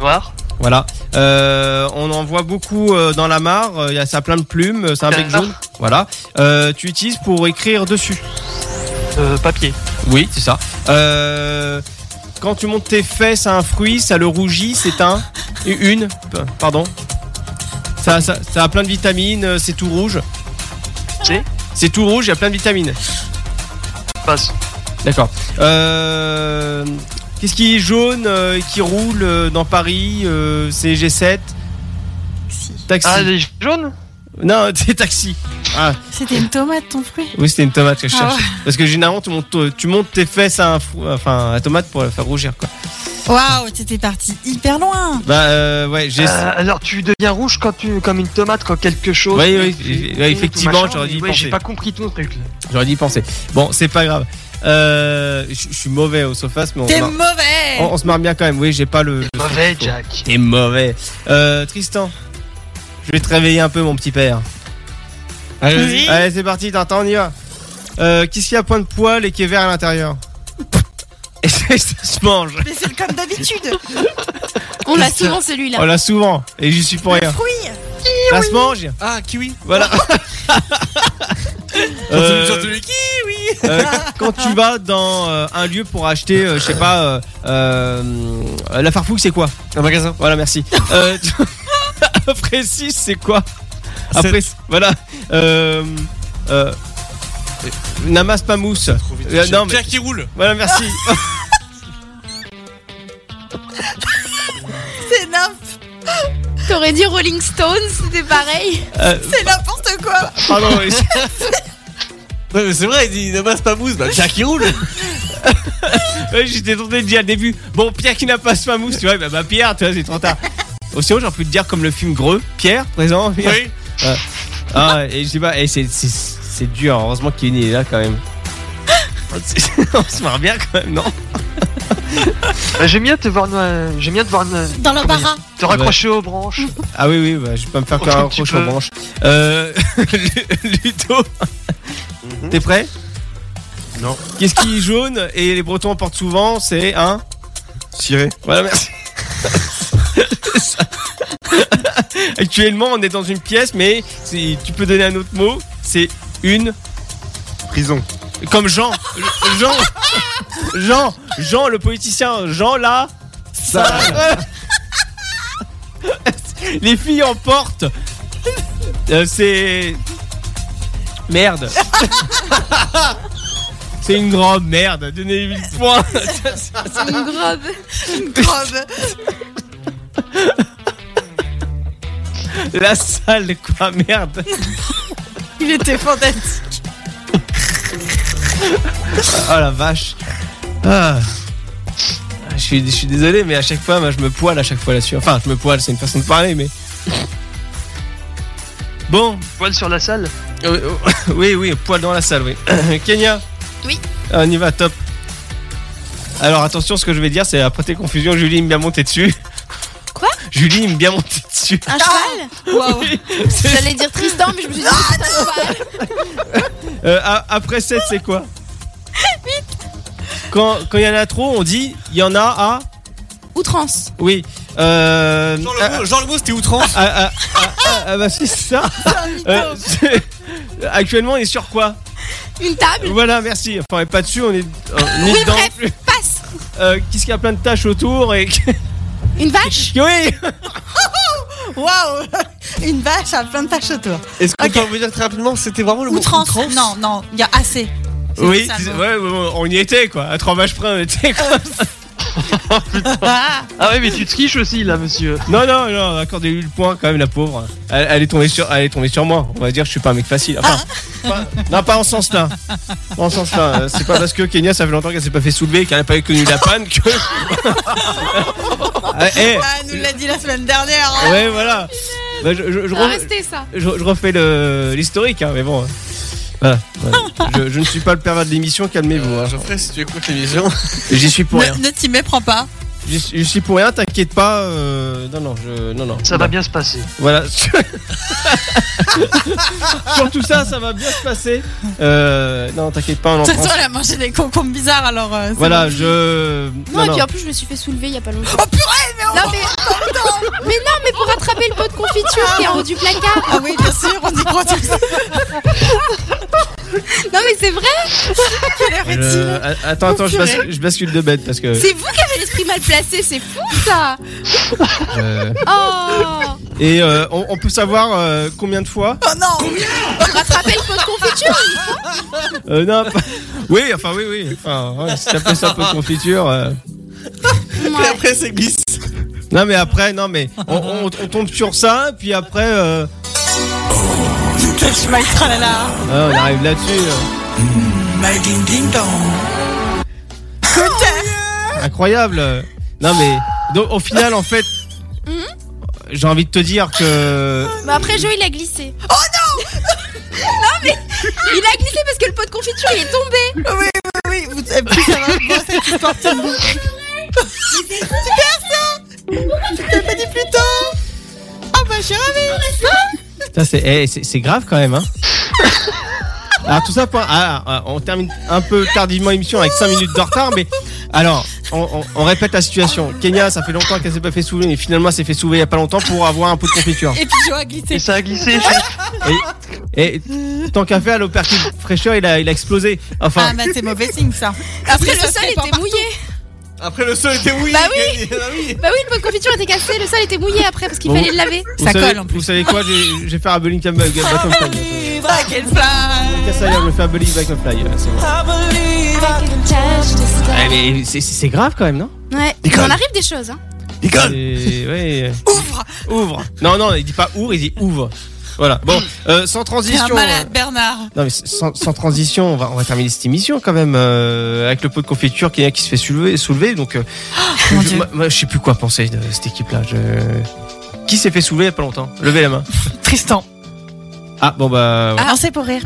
Speaker 9: Noir.
Speaker 2: Voilà. Euh, on en voit beaucoup euh, dans la mare. Euh, Il y a ça a plein de plumes. C'est un bec
Speaker 9: Canard.
Speaker 2: jaune. Voilà. Euh, tu utilises pour écrire dessus.
Speaker 9: Euh, papier.
Speaker 2: Oui, c'est ça. Euh, quand tu montes tes fesses à un fruit, ça le rougit, c'est un. Une, p- pardon. Ça, ça, ça a plein de vitamines, euh, c'est tout rouge.
Speaker 9: C'est
Speaker 2: C'est tout rouge, il y a plein de vitamines.
Speaker 9: Passe.
Speaker 2: D'accord. Euh, Qu'est-ce qui est jaune, euh, qui roule euh, dans Paris euh, C'est G7 Taxi.
Speaker 9: Ah, les jaunes
Speaker 2: non, c'est taxi.
Speaker 4: C'était une tomate ton fruit.
Speaker 2: Oui, c'était une tomate que je
Speaker 4: Ah
Speaker 2: cherchais. Parce que généralement, tu montes, euh, tu montes tes fesses à un fruit, enfin, à la tomate pour la faire rougir, quoi.
Speaker 8: Waouh, t'étais parti hyper loin.
Speaker 2: Bah, euh, ouais, G7.
Speaker 9: Euh, Alors tu deviens rouge quand tu, comme une tomate quand quelque chose.
Speaker 2: Oui, oui,
Speaker 9: Tu-
Speaker 2: oui, effectivement,
Speaker 9: machin,
Speaker 2: j'aurais dû y
Speaker 9: ouais,
Speaker 2: penser.
Speaker 9: J'ai pas compris ton truc. là.
Speaker 2: J'aurais dû y penser. Bon, c'est pas grave. Euh, je je suis mauvais au Sofast, mais on, Oh. se
Speaker 8: T'es
Speaker 2: marre-
Speaker 8: mauvais
Speaker 2: on, on se marre bien quand même. Oui, j'ai pas le. le-
Speaker 9: Mauvais Jack.
Speaker 2: T'es mauvais. Euh, Tristan, je vais te réveiller un peu, mon petit père. Allez,
Speaker 8: Oui.
Speaker 2: vas-y. Allez, c'est parti, Tintin, on y va. Euh, Qu'est-ce qui a point de poil et qui est vert à l'intérieur Et ça se mange.
Speaker 8: Mais c'est comme d'habitude.
Speaker 5: On l'a souvent celui-là.
Speaker 2: On l'a Oh, souvent, et j'y suis pour rien.
Speaker 8: Fruit.
Speaker 2: Ça se mange
Speaker 3: Ah, kiwi
Speaker 2: Voilà. Euh, euh, quand tu vas dans euh, un lieu pour acheter, euh, je sais pas, euh, euh, la farfouille, c'est quoi
Speaker 3: Un magasin.
Speaker 2: Voilà, merci. Euh, tu- Après 6, c'est quoi Après, voilà. Euh, euh, euh, Namas pas mousse. Euh, non, mais,
Speaker 3: Pierre qui roule.
Speaker 2: voilà, merci.
Speaker 8: C'est n'im-
Speaker 5: T'aurais dit Rolling Stones, c'était pareil.
Speaker 2: Euh,
Speaker 8: c'est n'importe quoi.
Speaker 2: pardon, oui.
Speaker 3: Non, mais c'est vrai, il dit ne masse pas mousse. Bah, Pierre qui roule.
Speaker 2: Ouais, j'étais tenté de dire au début. Bon, Pierre qui n'a pas ce mousse, tu vois, bah, bah, Pierre, tu vois, c'est trop tard. Au sinon, j'ai envie de dire comme le film Greux, Pierre, présent. Pierre.
Speaker 3: oui.
Speaker 2: Ah, et je sais pas, et c'est, c'est, c'est dur, heureusement qu'il est là quand même. On se marre bien quand même, non
Speaker 9: Bah, J'aime bien te voir, euh, j'aime bien te voir euh,
Speaker 5: Dans l'embarras.
Speaker 9: te raccrocher aux branches.
Speaker 2: Ah oui, oui, bah, je vais pas me faire
Speaker 9: Oh,
Speaker 2: faire un
Speaker 9: tu
Speaker 2: croche
Speaker 9: peux.
Speaker 2: en branche. Euh, Ludo, t'es prêt
Speaker 3: Mhm. Non.
Speaker 2: Qu'est-ce qui est jaune et les Bretons en portent souvent C'est hein? un.
Speaker 6: Ciré.
Speaker 2: Voilà, merci. Ça. Actuellement, on est dans une pièce, mais si tu peux donner un autre mot, c'est une.
Speaker 6: Prison.
Speaker 2: Comme Jean. Jean. Jean. Jean, le politicien. Jean, là. Ça. Les filles en portent. Euh, c'est. Merde. C'est une grande merde. Donnez 8 points.
Speaker 5: C'est une grobe.
Speaker 8: Grave.
Speaker 2: La salle, quoi. Merde.
Speaker 8: Il était fantastique.
Speaker 2: Oh la vache. Ah. Je suis, je suis désolé, mais à chaque fois, moi, je me poile à chaque fois là-dessus. Enfin, je me poile, c'est une façon de parler, mais. Bon,
Speaker 9: Poil sur la salle.
Speaker 2: Euh, euh, oui, oui, poil dans la salle, oui. Kenya
Speaker 5: Oui.
Speaker 2: Ah, On y va, top. Alors attention, ce que je vais dire, c'est après tes confusions, Julie aime bien monter dessus.
Speaker 5: Quoi Ah.
Speaker 2: Julie aime bien monter dessus.
Speaker 5: Un cheval
Speaker 2: Oui. C'est-
Speaker 5: J'allais dire Tristan, mais je me suis dit, c'est un cheval.
Speaker 2: Euh, a- après 7, c'est quoi Quand quand il y en a trop, on dit il y en a à.
Speaker 5: Outrance.
Speaker 2: Oui. Euh,
Speaker 3: Jean
Speaker 2: ah,
Speaker 3: Lebeau, Jean Lebeau, c'était outrance.
Speaker 2: ah, ah, ah, ah, ah, bah c'est ça. Euh, c'est- Actuellement, on est sur quoi
Speaker 5: Une table.
Speaker 2: Voilà, merci. Enfin, on est pas dessus, on est, on est
Speaker 5: Oui,
Speaker 2: dedans.
Speaker 5: bref, passe.
Speaker 2: Euh, Qu'est-ce qu'il y a plein de tâches autour et
Speaker 5: Une vache.
Speaker 2: oui.
Speaker 8: Waouh. Une vache à plein de taches autour.
Speaker 3: Est-ce qu'on peut vous dire très rapidement c'était vraiment le mot
Speaker 8: Outrance. Non, non, il y a assez. C'est
Speaker 2: Oui,
Speaker 8: ça,
Speaker 2: dis-
Speaker 8: le mot.
Speaker 2: ouais, bon, on y était quoi. À trois vaches près, on était quoi.
Speaker 8: Ah,
Speaker 9: Ah ouais, mais tu te quiches aussi là, monsieur.
Speaker 2: non, non, non, accordez-lui le point quand même, la pauvre. Elle, elle est tombée sur, elle est tombée sur moi. On va dire, je suis pas un mec facile. Enfin, pas- non, pas en sens là. Pas en sens là. Euh, C'est pas parce que Kenya, ça fait longtemps qu'elle s'est pas fait soulever et qu'elle a pas connu la panne que. Ah, eh,
Speaker 8: ah, elle nous l'a dit la semaine dernière. hein.
Speaker 2: ouais, voilà. Bah, je, je- je
Speaker 5: Ça va
Speaker 2: re-
Speaker 5: rester ça.
Speaker 2: je, je refais le- l'historique, hein, mais bon. euh, Voilà. voilà. Je, je ne suis pas le pervers de l'émission, calmez-vous. hein.
Speaker 3: Geoffrey, si tu écoutes l'émission.
Speaker 2: J'y suis pour rien.
Speaker 8: Ne, ne t'y méprends pas.
Speaker 2: Je, suis- je suis pour rien, t'inquiète pas. euh, non, non, je, non, non.
Speaker 9: Ça va bien se passer.
Speaker 2: Voilà. Sur tout ça, ça va bien se passer. Euh, non, t'inquiète pas, on en
Speaker 8: De toute
Speaker 2: prend.
Speaker 8: façon, elle a mangé des concombres bizarres alors. euh, c'est
Speaker 2: Voilà,
Speaker 8: bon.
Speaker 2: je.
Speaker 5: Non, et
Speaker 2: non,
Speaker 5: puis
Speaker 2: non.
Speaker 5: en plus, je me suis fait soulever il y a pas longtemps.
Speaker 8: Oh purée
Speaker 5: Non, mais. Mais non, mais pour attraper le pot de confiture qui est en haut du placard.
Speaker 8: Ah oui, bien sûr, on y croit tous.
Speaker 5: Non, mais c'est vrai.
Speaker 8: Quelle heure
Speaker 2: Je-
Speaker 8: est-il
Speaker 2: a- Attends, attends, je,
Speaker 8: Purée.
Speaker 2: bascule, je bascule de bête parce que.
Speaker 5: C'est vous qui avez l'esprit mal placé. C'est fou ça.
Speaker 2: euh,
Speaker 5: Oh.
Speaker 2: et euh, on, on peut savoir euh, combien de fois
Speaker 8: Oh non
Speaker 5: Rattraper le pot de confiture.
Speaker 2: Euh, Non. pas- Oui, enfin, oui, oui. Enfin, ouais, si t'appelles ça un peu de confiture. euh.
Speaker 3: Et
Speaker 5: Ouais.
Speaker 3: après, ça glisse.
Speaker 2: Non, mais après, non, mais on, on- on tombe sur ça, puis après, euh,
Speaker 8: Touch my tralala
Speaker 2: ouais, on arrive là-dessus. euh. Incroyable. Non mais donc au final en fait
Speaker 5: Mhm.
Speaker 2: j'ai envie de te dire que
Speaker 5: Mais après, Joe, il a glissé. Oh non Non, mais il a glissé parce que le pot de confiture, il est tombé.
Speaker 8: Oui, oui, oui, oui, vous savez plus savoir comment cette histoire tient debout. Super ça Tu t'as pas dit plus tôt Ah bah je suis ravie
Speaker 2: Putain, c'est eh, c'est- c'est grave quand même. Hein alors tout ça pour... ah, ah, on termine un peu tardivement l'émission avec 5 minutes de retard, mais alors on, on- on répète la situation. Kenya, ça fait longtemps qu'elle s'est pas fait soulever, mais finalement elle s'est fait soulever il y a pas longtemps pour avoir un pot de confiture.
Speaker 8: Et puis j'aurais glissé.
Speaker 9: Et ça a glissé.
Speaker 2: Et tant qu'à faire, l'opercule fraîcheur, il a, il a explosé. Enfin,
Speaker 8: Ah bah c'est mauvais signe ça. ça
Speaker 5: Après, le sol
Speaker 8: serait pas
Speaker 5: était mouillé.
Speaker 3: Après le sol était oui.
Speaker 5: Bah
Speaker 3: oui. oui.
Speaker 5: Bah oui, le pot de confiture était cassé, le sol était mouillé après parce qu'il
Speaker 2: Bon.
Speaker 5: fallait le laver.
Speaker 2: vous
Speaker 8: ça
Speaker 2: savez,
Speaker 8: colle, en plus.
Speaker 2: Vous savez quoi J'ai j'ai fait un bowling comme
Speaker 8: Ah,
Speaker 2: fly.
Speaker 8: Vivre à quel fly.
Speaker 2: Ça y est, je fais un bowling back and fly. ouais, c'est bon.
Speaker 8: I believe I can- Ah, bah.
Speaker 2: Eh, mais c'est- c'est c'est grave quand même, non
Speaker 5: Ouais, il en arrive des choses. Hein.
Speaker 2: C'est- ouais. Ouvre Ouvre Non, non, il dit pas ouvre, il dit ouvre. Voilà. Bon, euh,
Speaker 8: T'es
Speaker 2: sans
Speaker 8: un
Speaker 2: transition.
Speaker 8: malade Bernard.
Speaker 2: euh, Non, mais sans, sans transition, on va, on va terminer cette émission quand même euh, avec le pot de confiture qui, qui se fait soulever. soulever donc, euh,
Speaker 8: Oh, mon
Speaker 2: je,
Speaker 8: Dieu.
Speaker 2: moi, moi, je sais plus quoi penser de cette équipe-là. Je... Qui s'est fait soulever il y a pas longtemps Levez la main.
Speaker 8: Tristan.
Speaker 2: Ah, bon, bah. voilà.
Speaker 8: Ah, c'est pour rire.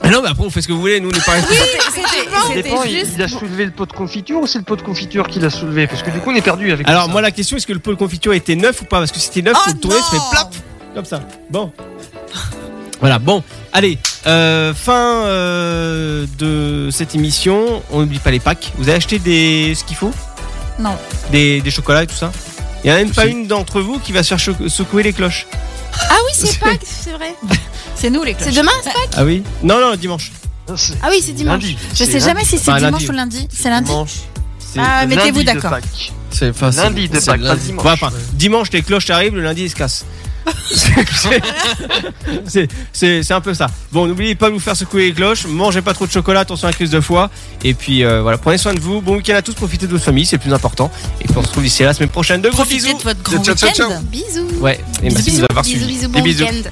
Speaker 2: Ah Non, mais après, on fait ce que vous voulez, nous, on est pas restés.
Speaker 9: Ça dépend, il, il a soulevé le pot de confiture ou c'est le pot de confiture qui l'a soulevé Parce que du coup, on est perdu avec
Speaker 2: Alors,
Speaker 9: ça.
Speaker 2: moi, la question, est-ce que le pot de confiture était neuf ou pas Parce que si c'était neuf,
Speaker 8: Oh
Speaker 2: vous le tournez, ça fait
Speaker 8: non
Speaker 2: plap Comme ça. Bon. Voilà, bon. Allez, euh, fin euh, de cette émission. On n'oublie pas les packs. Vous avez acheté des ce qu'il faut
Speaker 8: Non.
Speaker 2: Des, des chocolats et tout ça Il n'y en a même pas
Speaker 6: Si.
Speaker 2: une d'entre vous qui va se faire cho- secouer les cloches.
Speaker 5: Ah oui, c'est Pâques, c'est vrai.
Speaker 8: C'est nous les
Speaker 5: C'est
Speaker 8: cloches.
Speaker 5: demain
Speaker 2: Ah oui Non, non, dimanche.
Speaker 9: Non, c'est-
Speaker 5: Ah oui, c'est dimanche.
Speaker 9: lundi.
Speaker 4: Je
Speaker 9: C'est
Speaker 4: sais
Speaker 9: lundi.
Speaker 4: jamais si c'est
Speaker 2: Bah, lundi.
Speaker 4: dimanche ou lundi. C'est lundi.
Speaker 2: C'est
Speaker 8: Ah,
Speaker 9: Lundi
Speaker 8: mettez-vous
Speaker 9: de
Speaker 8: d'accord.
Speaker 9: Pâques.
Speaker 3: C'est
Speaker 9: Lundi de Pâques, pas dimanche.
Speaker 2: Ouais, enfin, Bah, dimanche, les cloches arrivent, le lundi, ils se cassent. C'est- c'est- C'est c'est un peu ça. Bon, n'oubliez pas de vous faire secouer les cloches, mangez pas trop de chocolat, attention à la crise de foie. Et puis euh, voilà, prenez soin de vous. Bon week-end à tous, profitez de votre famille, c'est le plus important. Et puis on se retrouve d'ici à la semaine prochaine. De gros
Speaker 4: Profitez
Speaker 2: bisous.
Speaker 4: de votre grand
Speaker 6: Ciao, ciao, ciao.
Speaker 4: week-end.
Speaker 5: Bisous.
Speaker 2: Ouais, et merci de nous
Speaker 5: bisous,
Speaker 2: avoir
Speaker 5: bisous,
Speaker 2: suivis.
Speaker 5: bisous,
Speaker 2: Des
Speaker 5: bon
Speaker 2: bisous.
Speaker 5: week-end.